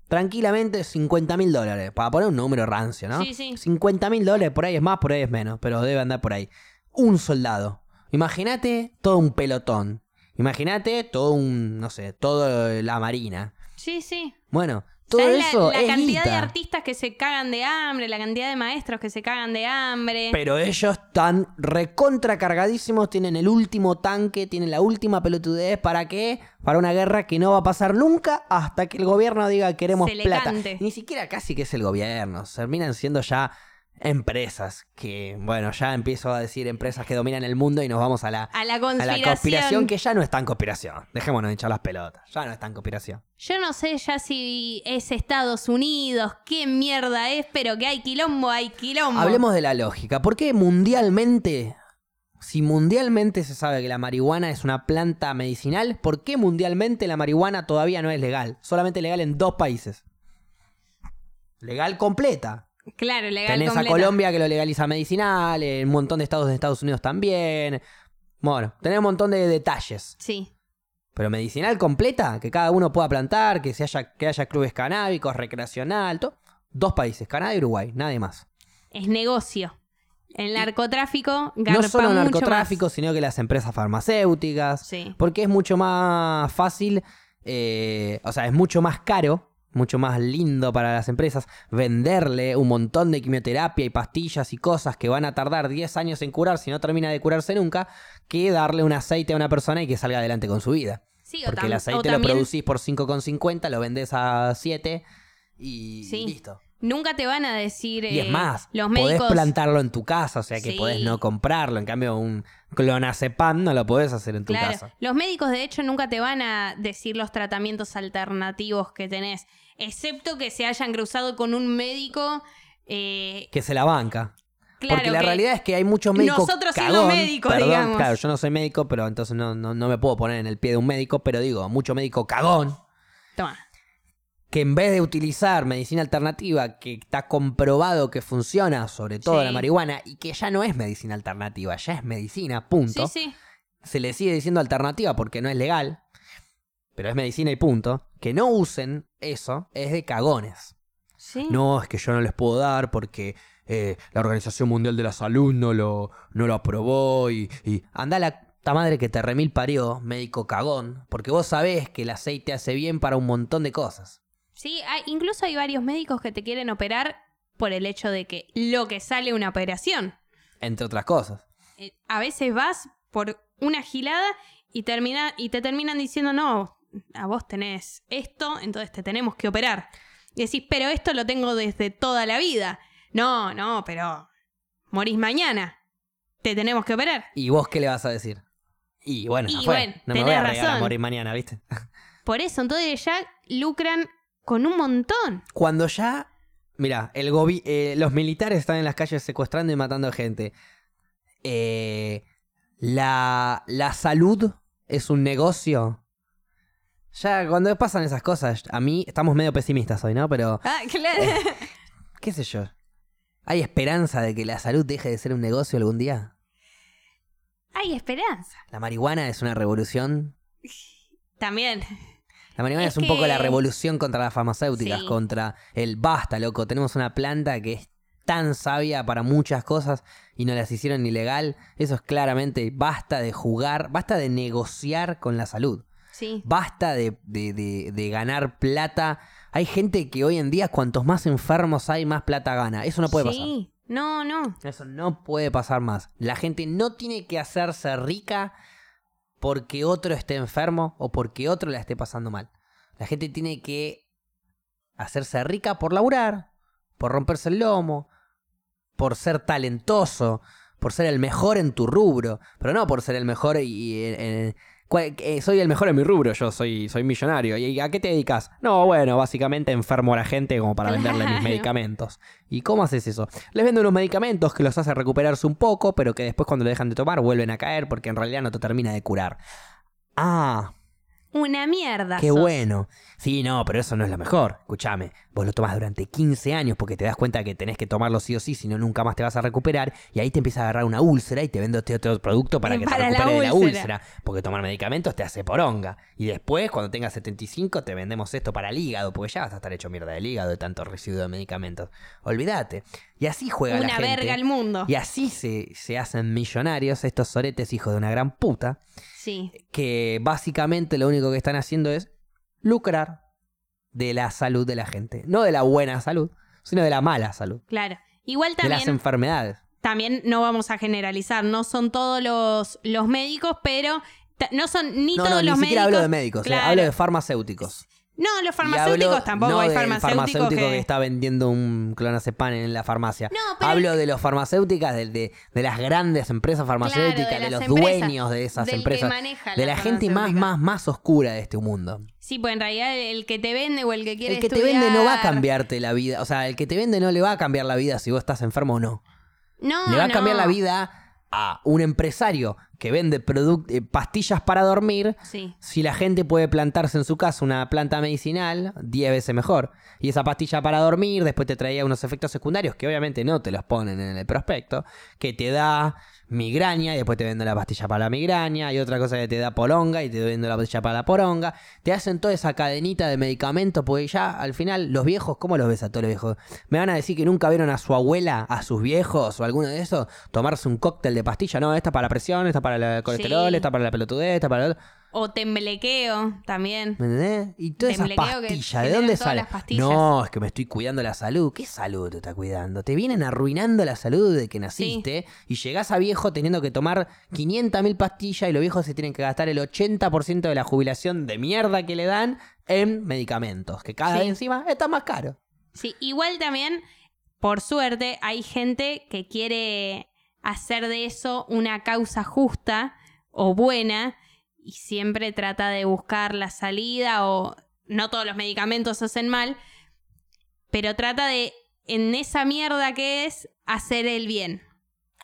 [SPEAKER 1] tranquilamente 50 mil dólares. Para poner un número rancio, ¿no?
[SPEAKER 2] Sí, sí.
[SPEAKER 1] 50 mil dólares, por ahí es más, por ahí es menos, pero debe andar por ahí. Un soldado. Imagínate todo un pelotón. Imagínate todo un, no sé, toda la marina.
[SPEAKER 2] Sí, sí.
[SPEAKER 1] Bueno, todo
[SPEAKER 2] ¿Sabes la-
[SPEAKER 1] eso
[SPEAKER 2] la,
[SPEAKER 1] es
[SPEAKER 2] cantidad de
[SPEAKER 1] guita.
[SPEAKER 2] artistas que se cagan de hambre, la cantidad de maestros que se cagan de hambre.
[SPEAKER 1] Pero ellos están recontracargadísimos, tienen el último tanque, tienen la última pelotudez. ¿Para qué? Para una guerra que no va a pasar nunca hasta que el gobierno diga queremos
[SPEAKER 2] Se le
[SPEAKER 1] plata.
[SPEAKER 2] cante.
[SPEAKER 1] Ni siquiera casi que es el gobierno. Terminan siendo ya empresas que, bueno, ya empiezo a decir empresas que dominan el mundo y nos vamos a la,
[SPEAKER 2] a la
[SPEAKER 1] a
[SPEAKER 2] conspiración.
[SPEAKER 1] la conspiración que ya no es tan conspiración. Dejémonos de hinchar las pelotas. Ya no es tan conspiración.
[SPEAKER 2] Yo no sé ya si es Estados Unidos, qué mierda es, pero que hay quilombo, hay quilombo.
[SPEAKER 1] Hablemos de la lógica. ¿Por qué mundialmente, si mundialmente se sabe que la marihuana es una planta medicinal, ¿por qué mundialmente la marihuana todavía no es legal? Solamente legal en dos países. Legal completa.
[SPEAKER 2] Claro, legal
[SPEAKER 1] Tenés
[SPEAKER 2] completa.
[SPEAKER 1] a Colombia que lo legaliza medicinal, en un montón de estados de Estados Unidos también. Bueno, tenés un montón de detalles.
[SPEAKER 2] Sí.
[SPEAKER 1] Pero medicinal completa, que cada uno pueda plantar, que, se haya, que haya clubes canábicos, recreacional, to- dos países, Canadá y Uruguay, nadie más.
[SPEAKER 2] Es negocio. El narcotráfico garpa
[SPEAKER 1] no solo
[SPEAKER 2] mucho
[SPEAKER 1] narcotráfico, sino que las empresas farmacéuticas.
[SPEAKER 2] más. Sí.
[SPEAKER 1] Porque es mucho más fácil, eh, o sea, es mucho más caro, mucho más lindo para las empresas venderle un montón de quimioterapia y pastillas y cosas que van a tardar 10 años en curar si no termina de curarse nunca, que darle un aceite a una persona y que salga adelante con su vida.
[SPEAKER 2] Sí, o,
[SPEAKER 1] Porque
[SPEAKER 2] tam-
[SPEAKER 1] el
[SPEAKER 2] o
[SPEAKER 1] aceite lo
[SPEAKER 2] también
[SPEAKER 1] producís por 5,50, lo vendés a 7 y
[SPEAKER 2] Sí.
[SPEAKER 1] listo.
[SPEAKER 2] nunca te van a decir
[SPEAKER 1] Y es
[SPEAKER 2] eh,
[SPEAKER 1] más,
[SPEAKER 2] los
[SPEAKER 1] podés
[SPEAKER 2] médicos
[SPEAKER 1] plantarlo en tu casa, o sea que
[SPEAKER 2] Sí.
[SPEAKER 1] podés no comprarlo. En cambio, un clonazepam no lo podés hacer en tu
[SPEAKER 2] Claro.
[SPEAKER 1] casa.
[SPEAKER 2] Los médicos, de hecho, nunca te van a decir los tratamientos alternativos que tenés, excepto que se hayan cruzado con un médico. eh,
[SPEAKER 1] Que se la banca.
[SPEAKER 2] claro,
[SPEAKER 1] Porque la
[SPEAKER 2] que-
[SPEAKER 1] realidad es que hay muchos médicos.
[SPEAKER 2] Nosotros siendo
[SPEAKER 1] cagón,
[SPEAKER 2] médicos,
[SPEAKER 1] perdón,
[SPEAKER 2] digamos.
[SPEAKER 1] Claro, yo no soy médico, pero entonces no, no, no me puedo poner en el pie de un médico, pero digo, mucho médico cagón.
[SPEAKER 2] Toma.
[SPEAKER 1] que en vez de utilizar medicina alternativa que está comprobado que funciona, sobre todo
[SPEAKER 2] Sí.
[SPEAKER 1] la marihuana, y que ya no es medicina alternativa, ya es medicina, punto.
[SPEAKER 2] Sí, sí.
[SPEAKER 1] se le sigue diciendo alternativa porque no es legal, pero es medicina y punto, que no usen eso es de cagones.
[SPEAKER 2] Sí.
[SPEAKER 1] No, es que yo no les puedo dar porque eh, la Organización Mundial de la Salud no lo, no lo aprobó y, y... Anda la puta madre que te remil parió, médico cagón, porque vos sabés que el aceite hace bien para un montón de cosas.
[SPEAKER 2] Sí, hay- incluso hay varios médicos que te quieren operar por el hecho de que lo que sale una operación.
[SPEAKER 1] Entre otras cosas.
[SPEAKER 2] Eh, a veces vas por una gilada y, termina, y te terminan diciendo, no, a vos tenés esto, entonces te tenemos que operar. Y decís, pero esto lo tengo desde toda la vida. No, no, pero morís mañana. Te tenemos que operar.
[SPEAKER 1] ¿Y vos qué le vas a decir? Y bueno, ya
[SPEAKER 2] Y
[SPEAKER 1] fue.
[SPEAKER 2] bueno,
[SPEAKER 1] no me voy
[SPEAKER 2] tenés
[SPEAKER 1] a regalar a
[SPEAKER 2] razón.
[SPEAKER 1] morir mañana, ¿viste?
[SPEAKER 2] Por eso, entonces ya lucran con un montón.
[SPEAKER 1] cuando ya, mira, el gobi- eh, los militares están en las calles secuestrando y matando gente. Eh, la, la salud es un negocio. Ya cuando pasan esas cosas, a mí estamos medio pesimistas hoy, ¿no? Pero
[SPEAKER 2] Ah, claro.
[SPEAKER 1] qué sé yo. ¿Hay esperanza de que la salud deje de ser un negocio algún día?
[SPEAKER 2] Hay esperanza.
[SPEAKER 1] La marihuana es una revolución.
[SPEAKER 2] También.
[SPEAKER 1] La marihuana es,
[SPEAKER 2] Es
[SPEAKER 1] un poco
[SPEAKER 2] que-
[SPEAKER 1] la revolución contra las farmacéuticas,
[SPEAKER 2] Sí.
[SPEAKER 1] contra el basta, loco. Tenemos una planta que es tan sabia para muchas cosas y no las hicieron ilegal. Eso es claramente basta de jugar, basta de negociar con la salud,
[SPEAKER 2] Sí.
[SPEAKER 1] basta de, de- de- de ganar plata. Hay gente que hoy en día, cuantos más enfermos hay, más plata gana. Eso no puede pasar.
[SPEAKER 2] Sí. No, no.
[SPEAKER 1] Eso no puede pasar más. La gente no tiene que hacerse rica porque otro esté enfermo o porque otro la esté pasando mal. La gente tiene que hacerse rica por laburar, por romperse el lomo, por ser talentoso, por ser el mejor en tu rubro, pero no por ser el mejor y, y en- en- cual- eh, soy el mejor en mi rubro, yo soy, soy millonario. ¿Y a qué te dedicas? No, bueno, básicamente enfermo a la gente como para venderle mis
[SPEAKER 2] Claro.
[SPEAKER 1] medicamentos. ¿Y cómo haces eso? Les vendo unos medicamentos que los hace recuperarse un poco, pero que después cuando lo dejan de tomar vuelven a caer porque en realidad no te termina de curar. Ah,
[SPEAKER 2] Una mierda.
[SPEAKER 1] Qué
[SPEAKER 2] sos.
[SPEAKER 1] bueno. Sí, no, pero eso no es lo mejor. Escúchame, vos lo tomás durante 15 años porque te das cuenta que tenés que tomarlo sí o sí, si no nunca más te vas a recuperar. Y ahí te empieza a agarrar una úlcera y te vendo este otro producto para que
[SPEAKER 2] Para
[SPEAKER 1] te
[SPEAKER 2] la
[SPEAKER 1] recupere de la
[SPEAKER 2] úlcera.
[SPEAKER 1] úlcera. Porque tomar medicamentos te hace poronga. Y después, cuando tengas 75, te vendemos esto para el hígado, porque ya vas a estar hecho mierda del hígado de tanto residuo de medicamentos. Olvídate. Y así juega la
[SPEAKER 2] Una
[SPEAKER 1] gente.
[SPEAKER 2] verga al mundo.
[SPEAKER 1] Y así se, se hacen millonarios estos soretes hijos de una gran puta
[SPEAKER 2] Sí.
[SPEAKER 1] que básicamente lo único que están haciendo es lucrar de la salud de la gente. No de la buena salud, sino de la mala salud,
[SPEAKER 2] Claro. Igual
[SPEAKER 1] de las
[SPEAKER 2] también,
[SPEAKER 1] enfermedades.
[SPEAKER 2] también no vamos a generalizar, no son todos los, los médicos, pero ta- no son ni
[SPEAKER 1] No,
[SPEAKER 2] todos
[SPEAKER 1] no, ni
[SPEAKER 2] los
[SPEAKER 1] siquiera
[SPEAKER 2] médicos.
[SPEAKER 1] hablo de médicos, eh,
[SPEAKER 2] claro.
[SPEAKER 1] hablo de farmacéuticos.
[SPEAKER 2] No, los
[SPEAKER 1] Y
[SPEAKER 2] farmacéuticos
[SPEAKER 1] hablo
[SPEAKER 2] tampoco
[SPEAKER 1] no
[SPEAKER 2] hay
[SPEAKER 1] del
[SPEAKER 2] farmacéuticos
[SPEAKER 1] farmacéutico
[SPEAKER 2] que...
[SPEAKER 1] que... está vendiendo un clonazepam en la farmacia.
[SPEAKER 2] No, pero
[SPEAKER 1] hablo de los farmacéuticas, de, de- de las grandes empresas farmacéuticas,
[SPEAKER 2] Claro,
[SPEAKER 1] de,
[SPEAKER 2] de
[SPEAKER 1] los
[SPEAKER 2] las empresas,
[SPEAKER 1] dueños de esas
[SPEAKER 2] del que
[SPEAKER 1] empresas,
[SPEAKER 2] maneja
[SPEAKER 1] de la
[SPEAKER 2] las
[SPEAKER 1] gente más,
[SPEAKER 2] farmacéuticas.
[SPEAKER 1] más, más oscura de este mundo.
[SPEAKER 2] Sí, pues en realidad el que te vende o el que quiere
[SPEAKER 1] El que te
[SPEAKER 2] estudiar-
[SPEAKER 1] vende no va a cambiarte la vida. O sea, el que te vende no le va a cambiar la vida si vos estás enfermo o no.
[SPEAKER 2] No,
[SPEAKER 1] Le va a
[SPEAKER 2] Ah, no.
[SPEAKER 1] cambiar la vida a un empresario que vende produc- eh, pastillas para dormir.
[SPEAKER 2] Sí.
[SPEAKER 1] Si la gente puede plantarse en su casa una planta medicinal, 10 veces mejor. Y esa pastilla para dormir después te traía unos efectos secundarios que obviamente no te los ponen en el prospecto, que te da migraña y después te venden la pastilla para la migraña y otra cosa que te da poronga y te venden la pastilla para la poronga. Te hacen toda esa cadenita de medicamentos porque ya al final los viejos, ¿cómo los ves a todos los viejos? ¿Me van a decir que nunca vieron a su abuela, a sus viejos o alguno de esos tomarse un cóctel de pastilla? No, esta para la presión, esta para el colesterol,
[SPEAKER 2] Sí.
[SPEAKER 1] esta para la pelotudez, esta para... el otro.
[SPEAKER 2] O temblequeo también.
[SPEAKER 1] ¿Me entendés? Y todas esas
[SPEAKER 2] Temblequeo Em, que
[SPEAKER 1] pastillas, ¿de
[SPEAKER 2] generan
[SPEAKER 1] dónde
[SPEAKER 2] todas
[SPEAKER 1] salen?
[SPEAKER 2] las pastillas.
[SPEAKER 1] No, es que me estoy cuidando la salud. ¿Qué salud te está cuidando? Te vienen arruinando la salud de que naciste y llegás a viejo teniendo que tomar 500.000 pastillas y los viejos se tienen que gastar el 80% de la jubilación de mierda que le dan en medicamentos, que cada
[SPEAKER 2] Sí.
[SPEAKER 1] vez encima está más caro.
[SPEAKER 2] Sí, igual también, por suerte, hay gente que quiere hacer de eso una causa justa o buena y siempre trata de buscar la salida o no todos los medicamentos hacen mal, pero trata de, en esa mierda que es, hacer el bien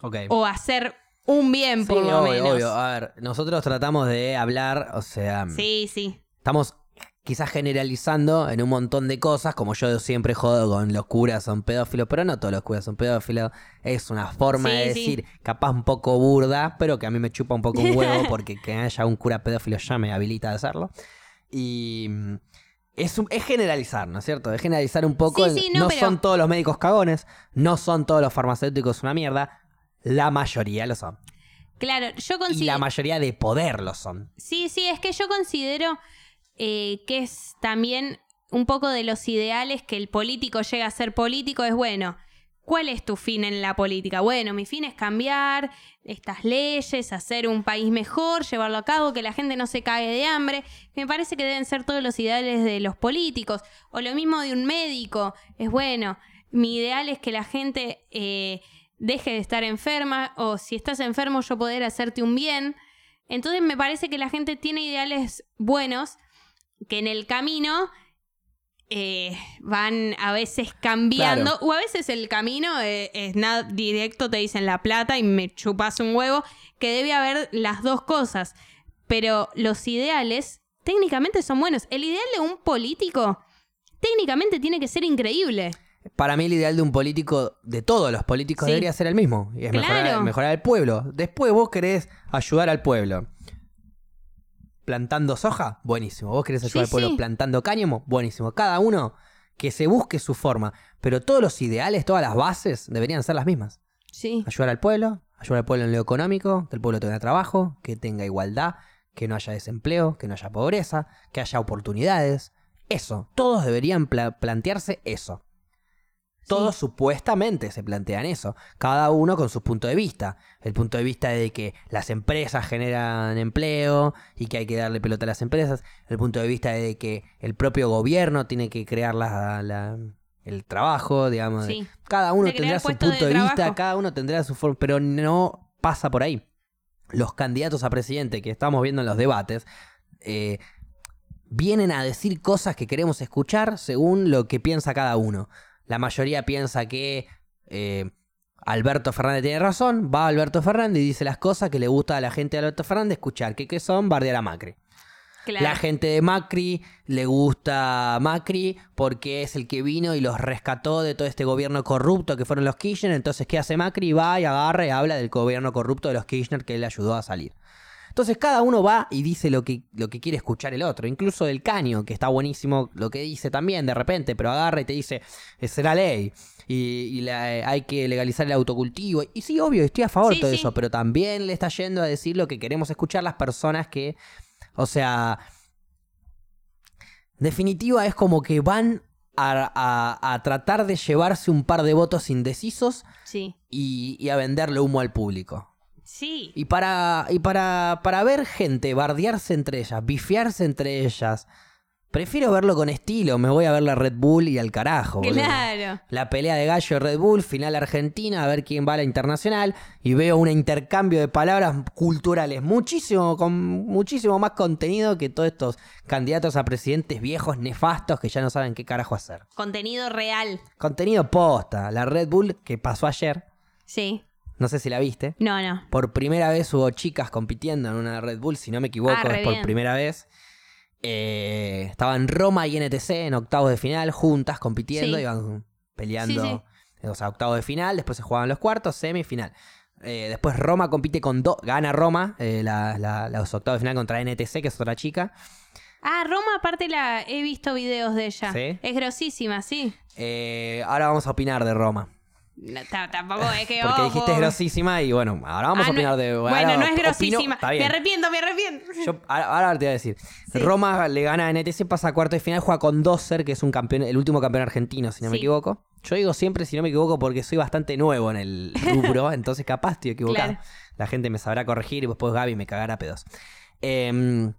[SPEAKER 1] Ok.
[SPEAKER 2] o hacer un bien
[SPEAKER 1] Sí,
[SPEAKER 2] por lo
[SPEAKER 1] obvio,
[SPEAKER 2] menos.
[SPEAKER 1] obvio. A ver, nosotros tratamos de hablar, o sea,
[SPEAKER 2] Sí, sí.
[SPEAKER 1] Estamos quizás generalizando en un montón de cosas, como yo siempre jodo con los curas son pedófilos, pero no todos los curas son pedófilos. Es una forma
[SPEAKER 2] Sí,
[SPEAKER 1] de
[SPEAKER 2] sí.
[SPEAKER 1] decir, capaz un poco burda, pero que a mí me chupa un poco un huevo porque que haya un cura pedófilo ya me habilita a hacerlo. Y mm, es, un- es generalizar, ¿no es cierto? Es generalizar un poco.
[SPEAKER 2] Sí,
[SPEAKER 1] el-
[SPEAKER 2] sí, no, pero-
[SPEAKER 1] son todos los médicos cagones, no son todos los farmacéuticos una mierda. La mayoría lo son.
[SPEAKER 2] Claro, yo
[SPEAKER 1] Y la
[SPEAKER 2] considero...
[SPEAKER 1] mayoría de poder lo son.
[SPEAKER 2] Sí, sí, es que yo considero eh, que es también un poco de los ideales que el político llega a ser político, es bueno. ¿Cuál es tu fin en la política? Bueno, mi fin es cambiar estas leyes, hacer un país mejor, llevarlo a cabo, que la gente no se cague de hambre. Me parece que deben ser todos los ideales de los políticos. O lo mismo de un médico. Es bueno, mi ideal es que la gente eh, deje de estar enferma o si estás enfermo yo poder hacerte un bien. Entonces me parece que la gente tiene ideales buenos que en el camino eh, van a veces cambiando o a veces el camino eh, es nada directo, te dicen la plata y me chupas un huevo, que debe haber las dos cosas. Pero los ideales técnicamente son buenos. El ideal de un político técnicamente tiene que ser increíble.
[SPEAKER 1] Para mí el ideal de un político, de todos los políticos,
[SPEAKER 2] Sí.
[SPEAKER 1] debería ser el mismo. Y es mejorar,
[SPEAKER 2] Claro.
[SPEAKER 1] mejorar el pueblo. Después vos querés ayudar al pueblo. Plantando soja, buenísimo. Vos querés ayudar al
[SPEAKER 2] Sí,
[SPEAKER 1] pueblo
[SPEAKER 2] sí.
[SPEAKER 1] plantando cáñamo, buenísimo. Cada uno que se busque su forma. Pero todos los ideales, todas las bases deberían ser las mismas.
[SPEAKER 2] Sí.
[SPEAKER 1] Ayudar al pueblo, ayudar al pueblo en lo económico, que el pueblo tenga trabajo, que tenga igualdad, que no haya desempleo, que no haya pobreza, que haya oportunidades. Eso, todos deberían pla- plantearse eso. Todos supuestamente se plantean eso, cada uno con su punto de vista. El punto de vista de que las empresas generan empleo y que hay que darle pelota a las empresas. El punto de vista de que el propio gobierno tiene que crear la- la- el trabajo, digamos. de-
[SPEAKER 2] Sí.
[SPEAKER 1] Cada uno
[SPEAKER 2] De crear
[SPEAKER 1] tendrá su
[SPEAKER 2] puestos de
[SPEAKER 1] punto de, vista,
[SPEAKER 2] trabajo.
[SPEAKER 1] cada uno tendrá su forma, pero no pasa por ahí. Los candidatos a presidente que estamos viendo en los debates eh, vienen a decir cosas que queremos escuchar según lo que piensa cada uno. La mayoría piensa que eh, Alberto Fernández tiene razón, va Alberto Fernández y dice las cosas que le gusta a la gente de Alberto Fernández escuchar, que, que son bardear a Macri.
[SPEAKER 2] Claro.
[SPEAKER 1] La gente de Macri le gusta Macri porque es el que vino y los rescató de todo este gobierno corrupto que fueron los Kirchner. Entonces, ¿qué hace Macri? Va y agarra y habla del gobierno corrupto de los Kirchner que él ayudó a salir. Entonces, cada uno va y dice lo que, lo que quiere escuchar el otro. Incluso del caño, que está buenísimo lo que dice también de repente, pero agarra y te dice, es la ley y, y la- eh, hay que legalizar el autocultivo. Y sí, obvio, estoy a favor de
[SPEAKER 2] Sí,
[SPEAKER 1] todo
[SPEAKER 2] sí.
[SPEAKER 1] eso, pero también le está yendo a decir lo que queremos escuchar las personas que, o sea, definitiva es como que van a, a- a tratar de llevarse un par de votos indecisos
[SPEAKER 2] Sí.
[SPEAKER 1] y, y a venderle humo al público.
[SPEAKER 2] Sí.
[SPEAKER 1] Y para, y para, para ver gente bardearse entre ellas, bifiarse entre ellas, prefiero verlo con estilo. Me voy a ver la Red Bull y al carajo. boludo.
[SPEAKER 2] Claro.
[SPEAKER 1] La pelea de gallo Red Bull, final Argentina, a ver quién va a la internacional. Y veo un intercambio de palabras culturales, muchísimo, con muchísimo más contenido que todos estos candidatos a presidentes viejos, nefastos, que ya no saben qué carajo hacer.
[SPEAKER 2] Contenido real.
[SPEAKER 1] Contenido posta. La Red Bull que pasó ayer,
[SPEAKER 2] Sí.
[SPEAKER 1] no sé si la viste.
[SPEAKER 2] No, no.
[SPEAKER 1] Por primera vez hubo chicas compitiendo en una Red Bull, si no me equivoco,
[SPEAKER 2] Ah, re
[SPEAKER 1] es por
[SPEAKER 2] bien.
[SPEAKER 1] primera vez. Eh, estaban Roma y NTC en octavos de final, juntas, compitiendo,
[SPEAKER 2] Sí.
[SPEAKER 1] iban peleando.
[SPEAKER 2] Sí,
[SPEAKER 1] O sea, octavos de final, después se jugaban los cuartos, semifinal. Eh, después Roma compite con dos, gana Roma, eh, la- la- los octavos de final contra NTC, que es otra chica.
[SPEAKER 2] Ah, Roma aparte la he visto videos de ella.
[SPEAKER 1] ¿Sí?
[SPEAKER 2] Es grosísima, sí.
[SPEAKER 1] Eh, ahora vamos a opinar de Roma.
[SPEAKER 2] No, ta- tampoco es que
[SPEAKER 1] Ah, Porque
[SPEAKER 2] Eh, ojo.
[SPEAKER 1] dijiste es grosísima y bueno, ahora vamos
[SPEAKER 2] Ah,
[SPEAKER 1] a
[SPEAKER 2] no-
[SPEAKER 1] opinar de... ahora
[SPEAKER 2] Bueno, no es
[SPEAKER 1] opino-
[SPEAKER 2] grosísima.
[SPEAKER 1] está bien.
[SPEAKER 2] Me arrepiento, me arrepiento.
[SPEAKER 1] Yo ahora, ahora te voy a decir.
[SPEAKER 2] Sí.
[SPEAKER 1] Roma le gana a NTC, pasa a cuarto de final, juega con Dosser, que es un campeón, el último campeón argentino, si no me
[SPEAKER 2] Sí.
[SPEAKER 1] equivoco. Yo digo siempre, si no me equivoco, porque soy bastante nuevo en el rubro, entonces capaz estoy equivocado.
[SPEAKER 2] Claro.
[SPEAKER 1] La gente me sabrá corregir y después Gaby me cagará a pedos. Eh,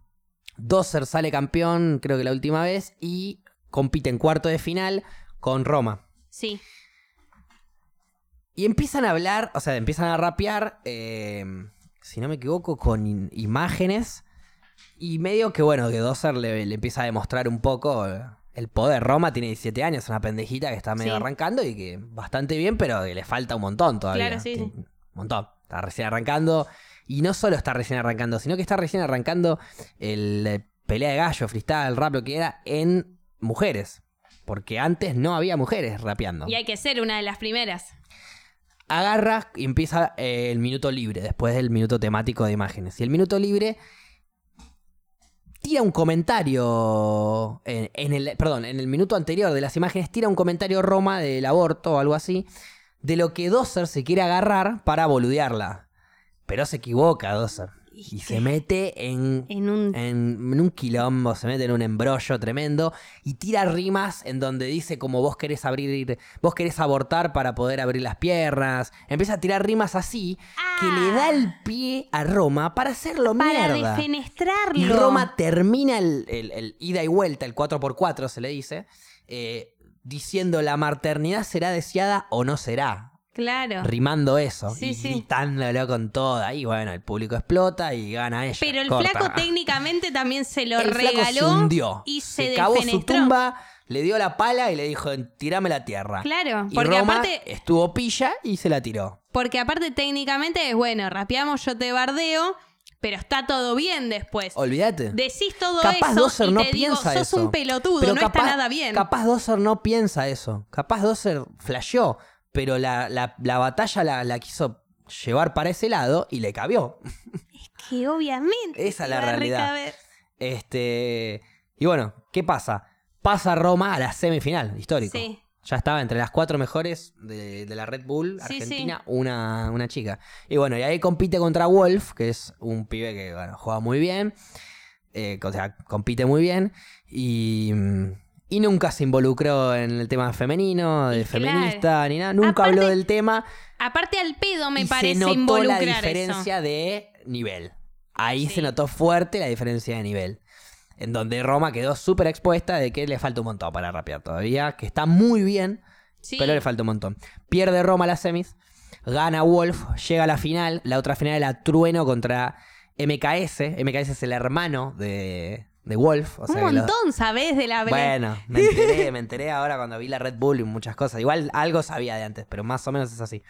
[SPEAKER 1] Dosser sale campeón, creo que la última vez, y compite en cuarto de final con Roma.
[SPEAKER 2] Sí,
[SPEAKER 1] Y empiezan a hablar, o sea, empiezan a rapear, eh, si no me equivoco, con in- imágenes. Y medio que, bueno, que Dozer le, le empieza a demostrar un poco eh, el poder. Roma tiene 17 años, es una pendejita que está medio
[SPEAKER 2] Sí.
[SPEAKER 1] arrancando y que bastante bien, pero que le falta un montón todavía.
[SPEAKER 2] Claro, sí,
[SPEAKER 1] Tiene
[SPEAKER 2] sí.
[SPEAKER 1] Un montón. Está recién arrancando. Y no solo está recién arrancando, sino que está recién arrancando el eh, pelea de gallo, freestyle, rap, lo que era, en mujeres. Porque antes no había mujeres rapeando
[SPEAKER 2] y hay que ser una de las primeras.
[SPEAKER 1] agarra y empieza eh, el minuto libre, después del minuto temático de imágenes. Y el minuto libre tira un comentario, en, en el, perdón, en el minuto anterior de las imágenes, tira un comentario Roma del aborto o algo así, de lo que Dozer se quiere agarrar para boludearla. Pero se equivoca Dozer. Y se mete en
[SPEAKER 2] En un...
[SPEAKER 1] en, en un quilombo, se mete en un embrollo tremendo y tira rimas en donde dice como vos querés abrir, vos querés abortar para poder abrir las piernas. Empieza a tirar rimas así que le da el pie a Roma para hacerlo
[SPEAKER 2] Ah, Para
[SPEAKER 1] mierda.
[SPEAKER 2] defenestrarlo.
[SPEAKER 1] Y Roma termina el, el- el ida y vuelta, el 4x4 se le dice, eh, diciendo la maternidad será deseada o no será
[SPEAKER 2] Claro.
[SPEAKER 1] rimando eso
[SPEAKER 2] Sí,
[SPEAKER 1] y
[SPEAKER 2] sí.
[SPEAKER 1] gritándolo con toda. Y bueno, el público explota y gana ella.
[SPEAKER 2] Pero el
[SPEAKER 1] Corta.
[SPEAKER 2] flaco técnicamente también se lo
[SPEAKER 1] El flaco
[SPEAKER 2] regaló
[SPEAKER 1] se hundió.
[SPEAKER 2] y se,
[SPEAKER 1] cavó su
[SPEAKER 2] defenestró.
[SPEAKER 1] tumba, le dio la pala y le dijo, tirame la tierra.
[SPEAKER 2] Claro,
[SPEAKER 1] Y
[SPEAKER 2] porque
[SPEAKER 1] Roma
[SPEAKER 2] aparte,
[SPEAKER 1] estuvo pilla y se la tiró.
[SPEAKER 2] porque aparte técnicamente es bueno, rapeamos, yo te bardeo, pero está todo bien después.
[SPEAKER 1] Olvídate.
[SPEAKER 2] Decís todo
[SPEAKER 1] capaz
[SPEAKER 2] eso
[SPEAKER 1] Dosser
[SPEAKER 2] y
[SPEAKER 1] no
[SPEAKER 2] te digo,
[SPEAKER 1] piensa
[SPEAKER 2] sos
[SPEAKER 1] eso.
[SPEAKER 2] un pelotudo,
[SPEAKER 1] Pero
[SPEAKER 2] no
[SPEAKER 1] capaz-
[SPEAKER 2] está nada bien.
[SPEAKER 1] Capaz Dosser no piensa eso. Capaz Dosser flasheó, pero la, la- la batalla la, la quiso llevar para ese lado y le cabió.
[SPEAKER 2] Que
[SPEAKER 1] Esa
[SPEAKER 2] obviamente.
[SPEAKER 1] es
[SPEAKER 2] te
[SPEAKER 1] la
[SPEAKER 2] va a
[SPEAKER 1] realidad.
[SPEAKER 2] recaber.
[SPEAKER 1] Este. Y bueno, ¿qué pasa? Pasa Roma a la semifinal, histórico.
[SPEAKER 2] Sí.
[SPEAKER 1] Ya estaba entre las cuatro mejores de, de la Red Bull
[SPEAKER 2] Sí, sí.
[SPEAKER 1] Argentina, Una, una chica. Y bueno, y ahí compite contra Wolf, que es un pibe que bueno, juega muy bien. eh, o sea, compite muy bien. Y, mm, Y nunca se involucró en el tema femenino, de
[SPEAKER 2] claro.
[SPEAKER 1] feminista, ni nada. Nunca
[SPEAKER 2] Aparte,
[SPEAKER 1] habló del tema.
[SPEAKER 2] Aparte al pedo me
[SPEAKER 1] y
[SPEAKER 2] parece
[SPEAKER 1] se notó la
[SPEAKER 2] involucrar
[SPEAKER 1] diferencia de nivel. Ahí
[SPEAKER 2] Sí.
[SPEAKER 1] se notó fuerte la diferencia de nivel. En donde Roma quedó súper expuesta de que le falta un montón para rapear todavía, que está muy bien,
[SPEAKER 2] eso. Sí.
[SPEAKER 1] pero le falta un montón. Pierde Roma las semis, gana Wolf, llega a la final. La otra final era Trueno contra MKS. MKS es el hermano de, de Wolf. O sea
[SPEAKER 2] un
[SPEAKER 1] que los-
[SPEAKER 2] montón, ¿sabés? De la
[SPEAKER 1] bueno, me enteré, me enteré ahora cuando vi la Red Bull y muchas cosas. Igual algo sabía de antes, pero más o menos es así.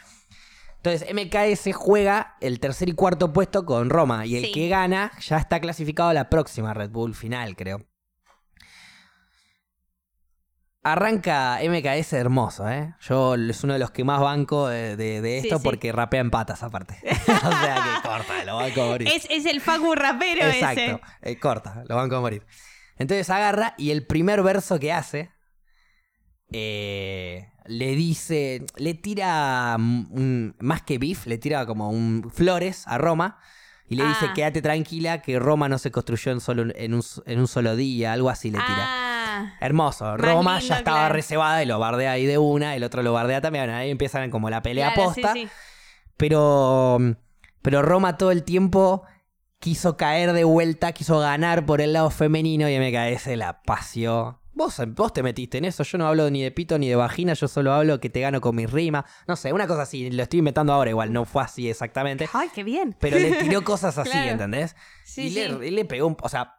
[SPEAKER 1] Entonces, MKS juega el tercer y cuarto puesto con Roma. Y el
[SPEAKER 2] Sí.
[SPEAKER 1] que gana ya está clasificado a la próxima Red Bull final, creo. Arranca MKS hermoso, ¿eh? Yo es uno de los que más banco de, de- de
[SPEAKER 2] Sí,
[SPEAKER 1] esto
[SPEAKER 2] sí.
[SPEAKER 1] porque rapea en patas aparte. o sea que corta, lo banco a morir.
[SPEAKER 2] Es, es el Facu rapero ese.
[SPEAKER 1] Exacto, eh, corta, lo van a morir. Entonces agarra y el primer verso que hace eh, le dice, le tira mm, un- más que beef, le tira como un flores a Roma y le dice
[SPEAKER 2] Ah.
[SPEAKER 1] quédate tranquila que Roma no se construyó en, solo, en, un, en un solo día, algo así le tira.
[SPEAKER 2] Ah,
[SPEAKER 1] Hermoso,
[SPEAKER 2] Más
[SPEAKER 1] Roma
[SPEAKER 2] lindo,
[SPEAKER 1] ya estaba
[SPEAKER 2] claro.
[SPEAKER 1] reservada y lo bardea ahí de una, el otro lo bardea también, ahí empiezan como la pelea
[SPEAKER 2] claro, sí,
[SPEAKER 1] posta.
[SPEAKER 2] sí.
[SPEAKER 1] Pero, pero Roma todo el tiempo quiso caer de vuelta, quiso ganar por el lado femenino y MKS la paseó. Vos, vos te metiste en eso, yo no hablo ni de pito ni de vagina, yo solo hablo que te gano con mis rimas. No sé, una cosa así, lo estoy inventando ahora igual, no fue así exactamente.
[SPEAKER 2] Ay, qué bien.
[SPEAKER 1] Pero le tiró cosas así,
[SPEAKER 2] Claro.
[SPEAKER 1] ¿entendés?
[SPEAKER 2] Sí,
[SPEAKER 1] y
[SPEAKER 2] sí.
[SPEAKER 1] Le, y le pegó un... O sea,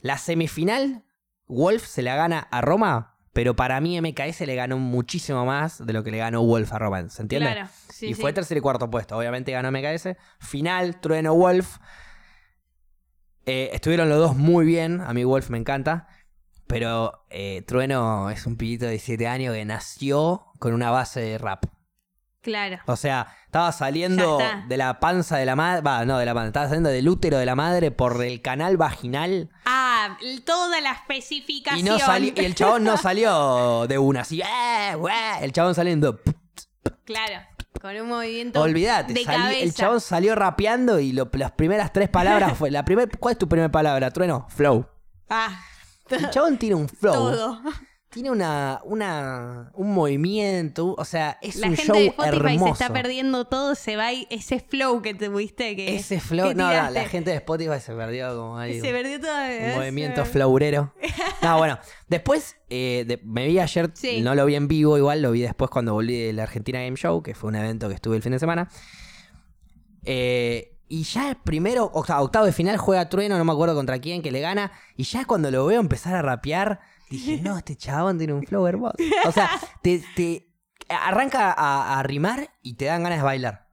[SPEAKER 1] la semifinal, Wolf se la gana a Roma, pero para mí MKS le ganó muchísimo más de lo que le ganó Wolf a Roma, ¿se entiende?
[SPEAKER 2] Claro, sí,
[SPEAKER 1] y
[SPEAKER 2] sí.
[SPEAKER 1] fue tercer y cuarto puesto. Obviamente ganó MKS. Final, Trueno Wolf. Eh, estuvieron los dos muy bien. A mí Wolf me encanta. Pero eh, Trueno es un pibito de 17 años que nació con una base de rap.
[SPEAKER 2] Claro.
[SPEAKER 1] O sea, estaba saliendo
[SPEAKER 2] Ya está.
[SPEAKER 1] de la panza de la madre. Va, no, de la panza. Estaba saliendo del útero de la madre por el canal vaginal.
[SPEAKER 2] Ah, toda la especificación.
[SPEAKER 1] Y, no sali- y el chabón no salió de una así. "Eh, ué". El chabón saliendo.
[SPEAKER 2] Claro, con un movimiento.
[SPEAKER 1] Olvídate,
[SPEAKER 2] de
[SPEAKER 1] salí- el
[SPEAKER 2] cabeza.
[SPEAKER 1] chabón salió rapeando y lo- las primeras tres palabras fue. La primer, ¿Cuál es tu primera palabra, Trueno? Flow.
[SPEAKER 2] Ah,
[SPEAKER 1] El chabón tiene un flow.
[SPEAKER 2] todo.
[SPEAKER 1] Tiene una, una, un movimiento. O sea, es
[SPEAKER 2] La
[SPEAKER 1] un
[SPEAKER 2] gente
[SPEAKER 1] show
[SPEAKER 2] de Spotify
[SPEAKER 1] hermoso.
[SPEAKER 2] se está perdiendo todo, se va y- ese flow que tuviste que
[SPEAKER 1] Ese flow.
[SPEAKER 2] que
[SPEAKER 1] No, no, la
[SPEAKER 2] tiraste.
[SPEAKER 1] gente de Spotify se perdió como ahí.
[SPEAKER 2] se perdió todo. eh,
[SPEAKER 1] Un
[SPEAKER 2] ese-
[SPEAKER 1] movimiento florero. No, bueno. Después, eh, de- me vi ayer,
[SPEAKER 2] Sí.
[SPEAKER 1] no lo vi en vivo igual, lo vi después cuando volví de la Argentina Game Show, que fue un evento que estuve el fin de semana. Eh, y ya el primero, o sea, octavo de final juega Trueno, no me acuerdo contra quién, que le gana. Y ya cuando lo veo empezar a rapear, dije, no, este chabón tiene un flow hermoso. O sea, te, te arranca a, a rimar y te dan ganas de bailar.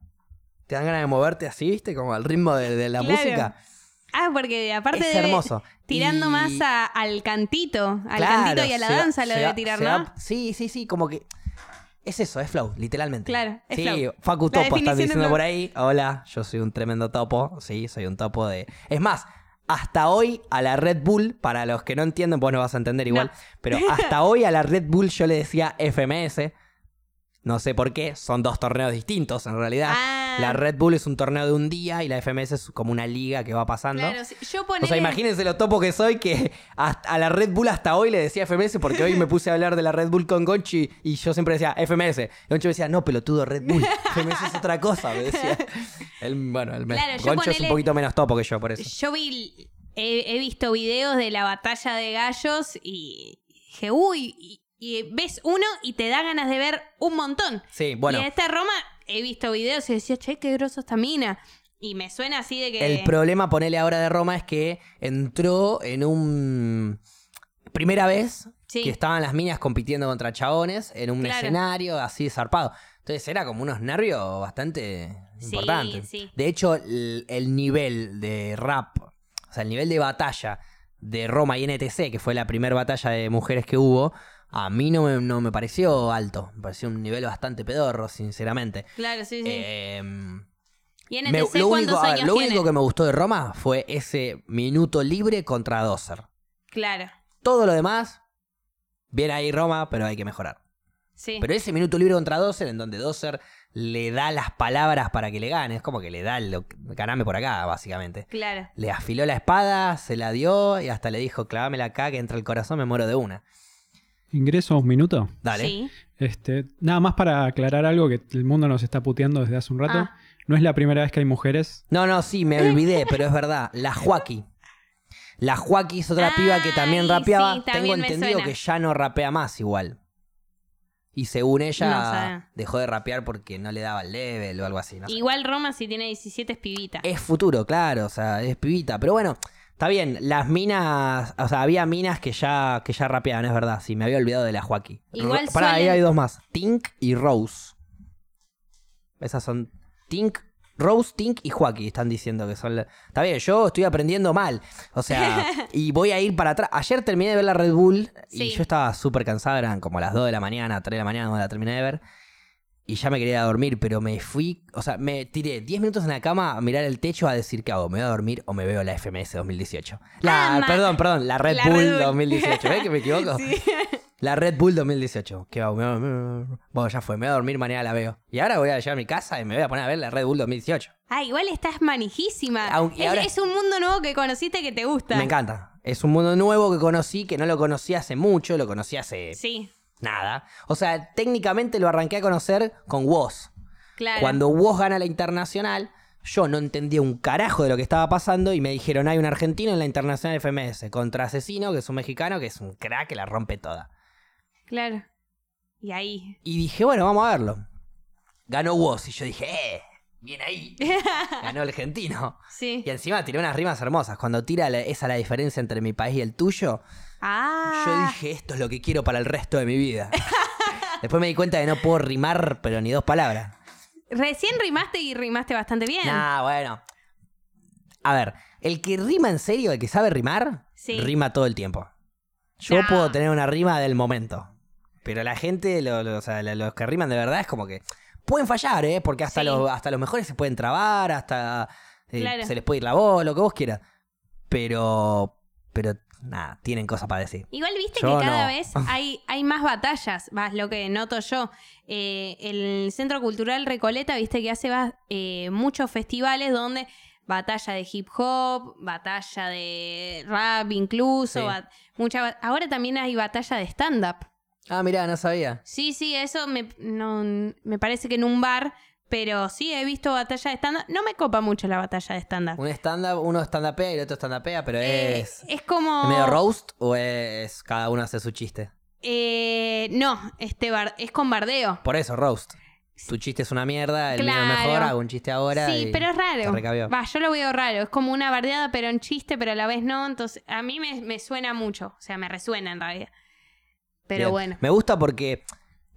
[SPEAKER 1] Te dan ganas de moverte así, ¿viste? Como al ritmo de, de la
[SPEAKER 2] Claro.
[SPEAKER 1] música.
[SPEAKER 2] Ah, porque aparte
[SPEAKER 1] es
[SPEAKER 2] debe-
[SPEAKER 1] hermoso.
[SPEAKER 2] Tirando
[SPEAKER 1] Y-
[SPEAKER 2] más a- al cantito, al
[SPEAKER 1] Claro,
[SPEAKER 2] cantito y a la
[SPEAKER 1] se va-
[SPEAKER 2] danza lo
[SPEAKER 1] se
[SPEAKER 2] debe
[SPEAKER 1] va-
[SPEAKER 2] tirar,
[SPEAKER 1] se
[SPEAKER 2] ¿no?
[SPEAKER 1] va- sí, sí, sí, como que. Es eso, es flow, literalmente.
[SPEAKER 2] Claro, es
[SPEAKER 1] sí,
[SPEAKER 2] flow.
[SPEAKER 1] Facu
[SPEAKER 2] La
[SPEAKER 1] Topo
[SPEAKER 2] definición
[SPEAKER 1] están
[SPEAKER 2] de
[SPEAKER 1] diciendo
[SPEAKER 2] flow.
[SPEAKER 1] por ahí. Hola, yo soy un tremendo topo. Sí, soy un topo de. Es más, hasta hoy a la Red Bull, para los que no entienden, vos no vas a entender igual,
[SPEAKER 2] No.
[SPEAKER 1] pero hasta hoy a la Red Bull yo le decía FMS. No sé por qué, son dos torneos distintos en realidad.
[SPEAKER 2] Ah.
[SPEAKER 1] La Red Bull es un torneo de un día y la FMS es como una liga que va pasando.
[SPEAKER 2] Claro, sí. yo ponele...
[SPEAKER 1] O sea, imagínense lo topo que soy que hasta- a la Red Bull hasta hoy le decía FMS porque hoy me puse a hablar de la Red Bull con Gonchi y yo siempre decía FMS. Y Gonchi me decía, no, pelotudo, Red Bull. FMS es otra cosa, me decía. Él, bueno, él me-
[SPEAKER 2] Claro, yo
[SPEAKER 1] Goncho es
[SPEAKER 2] ponele-
[SPEAKER 1] un poquito menos topo que yo, por eso.
[SPEAKER 2] Yo vi, he, he visto videos de la batalla de gallos y dije, uy, y, y ves uno y te da ganas de ver un montón.
[SPEAKER 1] Sí, bueno.
[SPEAKER 2] Y en esta Roma he visto videos y decía, che, qué groso esta mina. Y me suena así de que...
[SPEAKER 1] El problema, ponele ahora de Roma, es que entró en un... Primera vez
[SPEAKER 2] Sí.
[SPEAKER 1] que estaban las minas compitiendo contra chabones en un
[SPEAKER 2] Claro.
[SPEAKER 1] escenario así zarpado. Entonces era como unos nervios bastante
[SPEAKER 2] Sí,
[SPEAKER 1] importantes.
[SPEAKER 2] sí.
[SPEAKER 1] De hecho, el, el nivel de rap, o sea, el nivel de batalla de Roma y NTC, que fue la primera batalla de mujeres que hubo, a mí no me, no me pareció alto. Me pareció un nivel bastante pedorro, sinceramente.
[SPEAKER 2] Claro, sí, sí.
[SPEAKER 1] Em,
[SPEAKER 2] y en
[SPEAKER 1] me- lo único,
[SPEAKER 2] ¿cuántos
[SPEAKER 1] a ver,
[SPEAKER 2] años
[SPEAKER 1] lo
[SPEAKER 2] tiene?
[SPEAKER 1] único que me gustó de Roma fue ese minuto libre contra Dozer.
[SPEAKER 2] Claro,
[SPEAKER 1] Todo lo demás, bien ahí Roma, pero hay que mejorar.
[SPEAKER 2] sí.
[SPEAKER 1] Pero ese minuto libre contra Dozer, en donde Dozer le da las palabras para que le gane, es como que le da lo ganame por acá, básicamente.
[SPEAKER 2] Claro.
[SPEAKER 1] Le afiló la espada, se la dio y hasta le dijo, clámela acá que entre el corazón me muero de una.
[SPEAKER 3] ¿Ingreso un minuto?
[SPEAKER 1] Dale.
[SPEAKER 2] Sí.
[SPEAKER 3] Este, nada más para aclarar algo que el mundo nos está puteando desde hace un rato.
[SPEAKER 2] Ah.
[SPEAKER 3] No es la primera vez que hay mujeres.
[SPEAKER 1] No, no, sí, me olvidé, pero es verdad. La Joaquí. La Joaquí es otra
[SPEAKER 2] Ay,
[SPEAKER 1] piba que también rapeaba.
[SPEAKER 2] sí, también
[SPEAKER 1] Tengo
[SPEAKER 2] me
[SPEAKER 1] entendido
[SPEAKER 2] suena.
[SPEAKER 1] que ya no rapea más igual. Y según ella,
[SPEAKER 2] No sabe.
[SPEAKER 1] dejó de rapear porque no le daba el level o algo así. No sé.
[SPEAKER 2] Igual Roma si tiene 17 es pibita.
[SPEAKER 1] Es futuro, claro, o sea, es pibita. Pero bueno, está bien. Las minas, o sea, había minas que ya, que ya rapeaban, es verdad. Sí, me había olvidado de la Joaquí.
[SPEAKER 2] Igual
[SPEAKER 1] Ro- Pará, ahí
[SPEAKER 2] suelen-
[SPEAKER 1] hay dos más. Tink y Rose. Esas son Tink, Rose, Tink y Joaquí. Están diciendo que son... la- Está bien, yo estoy aprendiendo mal. O sea, y voy a ir para atrás. Ayer terminé de ver la Red Bull y
[SPEAKER 2] Sí.
[SPEAKER 1] yo estaba súper cansada. Eran como las 2 de la mañana, 3 de la mañana cuando la terminé de ver. Y ya me quería ir a dormir, pero me fui... O sea, me tiré 10 minutos en la cama a mirar el techo a decir qué hago. ¿Me voy a dormir o me veo la FMS 2018? La,
[SPEAKER 2] Ah, ma-
[SPEAKER 1] perdón, perdón. La Red
[SPEAKER 2] la
[SPEAKER 1] Bull
[SPEAKER 2] Red Bull.
[SPEAKER 1] 2018. ¿Ves ¿eh? que me equivoco? La Red Bull 2018. Que va, me va- me va- bueno, ya fue, me voy a dormir, mañana la veo. Y ahora voy a llegar a mi casa y me voy a poner a ver la Red Bull 2018.
[SPEAKER 2] Ah, igual estás manijísima.
[SPEAKER 1] Aunque
[SPEAKER 2] es,
[SPEAKER 1] ahora-
[SPEAKER 2] es un mundo nuevo que conociste que te gusta.
[SPEAKER 1] Me encanta. Es un mundo nuevo que conocí, que no lo conocí hace mucho, lo conocí hace
[SPEAKER 2] Sí,
[SPEAKER 1] nada. O sea, técnicamente lo arranqué a conocer con Woz.
[SPEAKER 2] claro.
[SPEAKER 1] Cuando Woz gana la internacional, yo no entendía un carajo de lo que estaba pasando y me dijeron, hay un argentino en la internacional FMS contra Asesino, que es un mexicano, que es un crack que la rompe toda.
[SPEAKER 2] Claro. Y ahí.
[SPEAKER 1] Y dije, bueno, vamos a verlo. Ganó Woz y yo dije, eh, bien ahí. Ganó el argentino.
[SPEAKER 2] Sí.
[SPEAKER 1] Y encima tiró unas rimas hermosas. Cuando tira la- esa la diferencia entre mi país y el tuyo,
[SPEAKER 2] Ah.
[SPEAKER 1] yo dije, esto es lo que quiero para el resto de mi vida. Después me di cuenta que no puedo rimar, pero ni dos palabras.
[SPEAKER 2] Recién rimaste y rimaste bastante bien.
[SPEAKER 1] Nah, bueno. A ver, el que rima en serio, el que sabe rimar,
[SPEAKER 2] Sí.
[SPEAKER 1] rima todo el tiempo. Yo
[SPEAKER 2] Nah.
[SPEAKER 1] puedo tener una rima del momento. Pero la gente, lo- lo- o sea, lo- los que riman de verdad es como que pueden fallar, ¿eh? Porque hasta,
[SPEAKER 2] Sí.
[SPEAKER 1] los, hasta los mejores se pueden trabar, hasta eh,
[SPEAKER 2] Claro.
[SPEAKER 1] se les puede ir la voz, lo que vos quieras. Pero, pero nada, tienen cosas para decir.
[SPEAKER 2] Igual viste
[SPEAKER 1] Yo
[SPEAKER 2] que cada
[SPEAKER 1] no.
[SPEAKER 2] vez hay, hay más batallas, más lo que noto yo. Eh, el Centro Cultural Recoleta, viste que hace va- eh, muchos festivales donde batalla de hip hop, batalla de rap incluso,
[SPEAKER 1] Sí.
[SPEAKER 2] bat- mucha ba- ahora también hay batalla de stand-up.
[SPEAKER 1] Ah, mirá, no sabía.
[SPEAKER 2] Sí, sí, eso me, no- me parece que en un bar, pero sí he visto batalla de stand-up. No me copa mucho la batalla de stand-up.
[SPEAKER 1] Un stand-up, uno stand-upea y el otro stand-upea, pero
[SPEAKER 2] Eh,
[SPEAKER 1] es...
[SPEAKER 2] es como...
[SPEAKER 1] ¿es medio roast o es cada uno hace su chiste?
[SPEAKER 2] Eh, no, este bar, es con bardeo.
[SPEAKER 1] Por eso, roast. Tu chiste es una mierda, el mío
[SPEAKER 2] Claro.
[SPEAKER 1] mejor, hago un chiste ahora.
[SPEAKER 2] sí,
[SPEAKER 1] y
[SPEAKER 2] pero es
[SPEAKER 1] te recabió.
[SPEAKER 2] raro. Va, yo lo veo raro. Es como una bardeada, pero en chiste, pero a la vez no. Entonces, a mí me, me suena mucho. O sea, me resuena en realidad. Pero
[SPEAKER 1] Bien.
[SPEAKER 2] bueno,
[SPEAKER 1] Me gusta porque.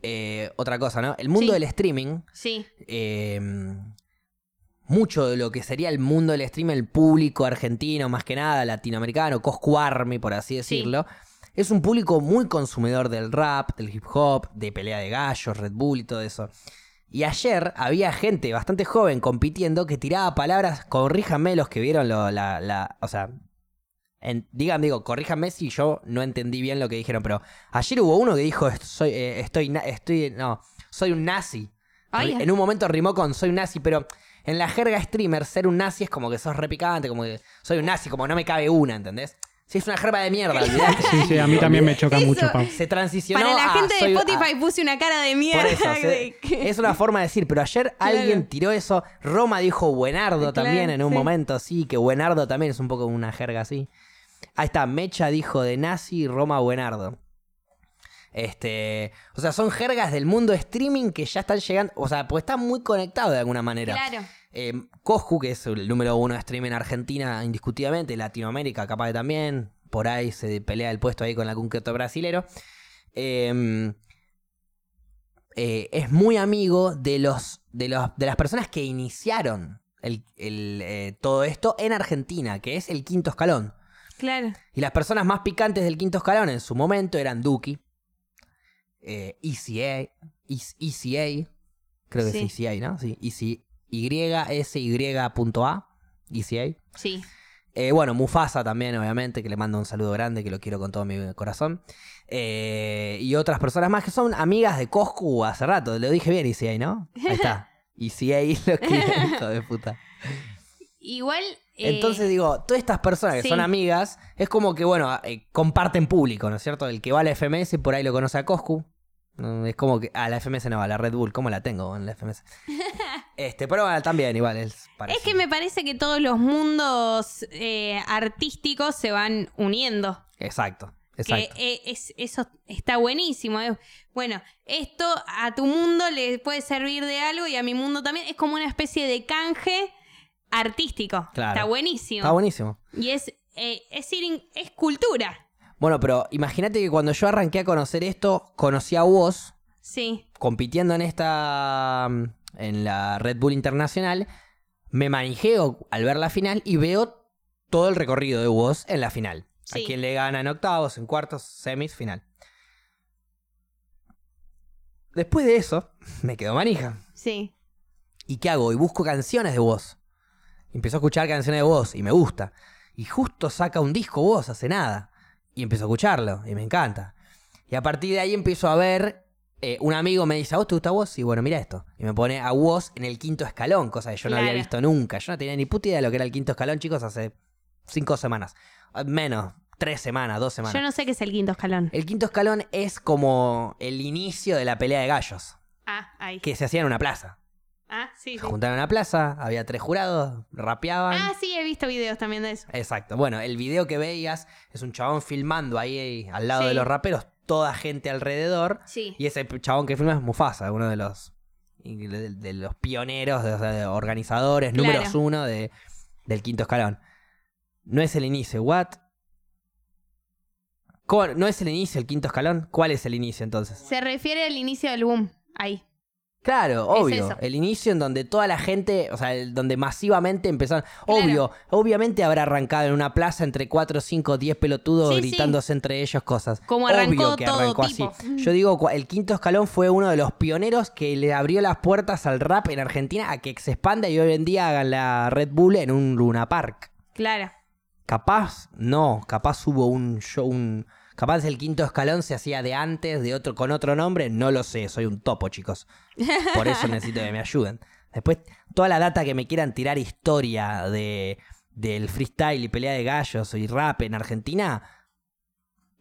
[SPEAKER 1] eh, otra cosa, ¿no? El mundo
[SPEAKER 2] Sí.
[SPEAKER 1] del streaming.
[SPEAKER 2] sí,
[SPEAKER 1] eh, mucho de lo que sería el mundo del streaming, el público argentino, más que nada, latinoamericano, coscuarmi, por así decirlo. Es un público muy consumidor del rap, del hip hop, de pelea de gallos, Red Bull y todo eso. Y ayer había gente bastante joven compitiendo que tiraba palabras, corríjanme los que vieron lo- la, la- o sea, en- digan, digo, corríjanme si yo no entendí bien lo que dijeron, pero ayer hubo uno que dijo, "Est- soy, eh, estoy, na- estoy, no, soy un nazi.
[SPEAKER 2] Ay.
[SPEAKER 1] en un momento rimó con soy un nazi, pero en la jerga streamer ser un nazi es como que sos repicante, como que soy un nazi, como no me cabe una, ¿entendés? Si es una jerga de mierda, olvidate.
[SPEAKER 3] Sí, sí, a mí también me choca
[SPEAKER 2] Eso-
[SPEAKER 3] mucho, Pau.
[SPEAKER 1] Se transicionó
[SPEAKER 2] Para la
[SPEAKER 1] a
[SPEAKER 2] gente de
[SPEAKER 1] ah, soy- a-
[SPEAKER 2] Spotify puse una cara de
[SPEAKER 1] por
[SPEAKER 2] mierda.
[SPEAKER 1] eso, se-
[SPEAKER 2] de que-
[SPEAKER 1] es una forma de decir, pero ayer
[SPEAKER 2] Claro.
[SPEAKER 1] alguien tiró eso. Roma dijo Buenardo
[SPEAKER 2] Claro,
[SPEAKER 1] también en un
[SPEAKER 2] sí.
[SPEAKER 1] momento, sí, que Buenardo también es un poco una jerga así. Ahí está, Mecha dijo de nazi, Roma Buenardo. Este, o sea, son jergas del mundo streaming que ya están llegando, o sea, pues están muy conectados de alguna manera.
[SPEAKER 2] Claro.
[SPEAKER 1] Eh, Coscu, que es el número uno de streaming en Argentina, indiscutiblemente, Latinoamérica, capaz que también. Por ahí se pelea el puesto ahí con algún que otro brasilero. Eh, eh, es muy amigo de, los, de, los, de las personas que iniciaron el- el, eh, todo esto en Argentina, que es el quinto escalón.
[SPEAKER 2] Claro.
[SPEAKER 1] Y las personas más picantes del quinto escalón en su momento eran Duki, eh, ECA, Is- ECA, E creo que
[SPEAKER 2] Sí.
[SPEAKER 1] es ECA, ¿no? Sí, E EC YSY.A, ECA.
[SPEAKER 2] Sí.
[SPEAKER 1] E Eh, bueno, Mufasa también, obviamente, que le mando un saludo grande, que lo quiero con todo mi corazón. Eh, y otras personas más que son amigas de Coscu hace rato, lo dije bien E ECA, ¿no? Ahí está. ECA, lo quiero, hijo de puta.
[SPEAKER 2] Igual,
[SPEAKER 1] Entonces
[SPEAKER 2] Eh,
[SPEAKER 1] digo, todas estas personas que
[SPEAKER 2] sí.
[SPEAKER 1] son amigas, es como que, bueno, eh, comparten público, ¿no es cierto? El que va a la FMS por ahí lo conoce a Coscu. Mm, Es como que. Ah, la FMS no, a la Red Bull, ¿cómo la tengo en la FMS? este, pero bueno, también, igual, es
[SPEAKER 2] es
[SPEAKER 1] parecido.
[SPEAKER 2] que me parece que todos los mundos eh, artísticos se van uniendo.
[SPEAKER 1] Exacto,
[SPEAKER 2] Que
[SPEAKER 1] exacto.
[SPEAKER 2] eh, es, eso está buenísimo. eh. Bueno, esto a tu mundo le puede servir de algo y a mi mundo también. Es como una especie de canje artístico.
[SPEAKER 1] Claro.
[SPEAKER 2] Está buenísimo.
[SPEAKER 1] Está buenísimo.
[SPEAKER 2] Y es, eh, es, ir in- es cultura.
[SPEAKER 1] Bueno, pero imagínate que cuando yo arranqué a conocer esto, conocí a vos
[SPEAKER 2] Sí.
[SPEAKER 1] compitiendo en esta. mm, en la Red Bull Internacional. Me manijeo al ver la final y veo todo el recorrido de vos en la final.
[SPEAKER 2] Sí.
[SPEAKER 1] A quien le gana en octavos, en cuartos, semis, final. Después de eso, me quedo manija.
[SPEAKER 2] Sí.
[SPEAKER 1] ¿Y qué hago? Y busco canciones de vos. Y Empiezo a escuchar canciones de vos y me gusta. Y justo saca un disco vos hace nada. Y empiezo a escucharlo y me encanta. Y a partir de ahí empiezo a ver. eh, un amigo me dice, ¿a vos te gusta vos? Y bueno, mira esto. Y me pone a vos en el quinto escalón, cosa que yo no había
[SPEAKER 2] Claro.
[SPEAKER 1] visto nunca. Yo no tenía ni puta idea de lo que era el quinto escalón, chicos, hace cinco semanas. Eh, Menos, tres semanas, dos semanas.
[SPEAKER 2] Yo no sé qué es el quinto escalón.
[SPEAKER 1] El quinto escalón es como el inicio de la pelea de gallos,
[SPEAKER 2] Ah, ahí.
[SPEAKER 1] que se hacía en una plaza.
[SPEAKER 2] Ah, sí.
[SPEAKER 1] Se juntaron a la plaza, había tres jurados, rapeaban.
[SPEAKER 2] Ah, sí, he visto videos también de eso.
[SPEAKER 1] Exacto. Bueno, el video que veías es un chabón filmando ahí, ahí, al lado
[SPEAKER 2] Sí.
[SPEAKER 1] de los raperos, toda gente alrededor.
[SPEAKER 2] Sí.
[SPEAKER 1] Y ese chabón que filma es Mufasa, uno de los, de, de los pioneros, de, o sea, de organizadores,
[SPEAKER 2] Claro.
[SPEAKER 1] números uno de, del quinto escalón. No es el inicio, ¿what? ¿Cómo- ¿No es el inicio el quinto escalón? ¿Cuál es el inicio entonces?
[SPEAKER 2] Se refiere al inicio del boom. Ahí.
[SPEAKER 1] Claro,
[SPEAKER 2] Es
[SPEAKER 1] obvio.
[SPEAKER 2] eso.
[SPEAKER 1] el inicio en donde toda la gente, o sea, el- donde masivamente empezaron.
[SPEAKER 2] Claro.
[SPEAKER 1] Obvio, obviamente habrá arrancado en una plaza entre 4, 5, 10 pelotudos
[SPEAKER 2] Sí, sí.
[SPEAKER 1] gritándose entre ellos cosas.
[SPEAKER 2] Como arrancó
[SPEAKER 1] obvio que
[SPEAKER 2] todo
[SPEAKER 1] arrancó
[SPEAKER 2] tipo. Mm.
[SPEAKER 1] así. Yo digo, cua- el quinto escalón fue uno de los pioneros que le abrió las puertas al rap en Argentina a que se expanda y hoy en día hagan la Red Bull en un Luna Park.
[SPEAKER 2] Claro.
[SPEAKER 1] Capaz, no, capaz hubo un show, un... Capaz el quinto escalón se hacía de antes, de otro, con otro nombre, no lo sé, soy un topo, chicos. Por eso necesito que me ayuden. Después, toda la data que me quieran tirar historia de, del freestyle y pelea de gallos y rap en Argentina,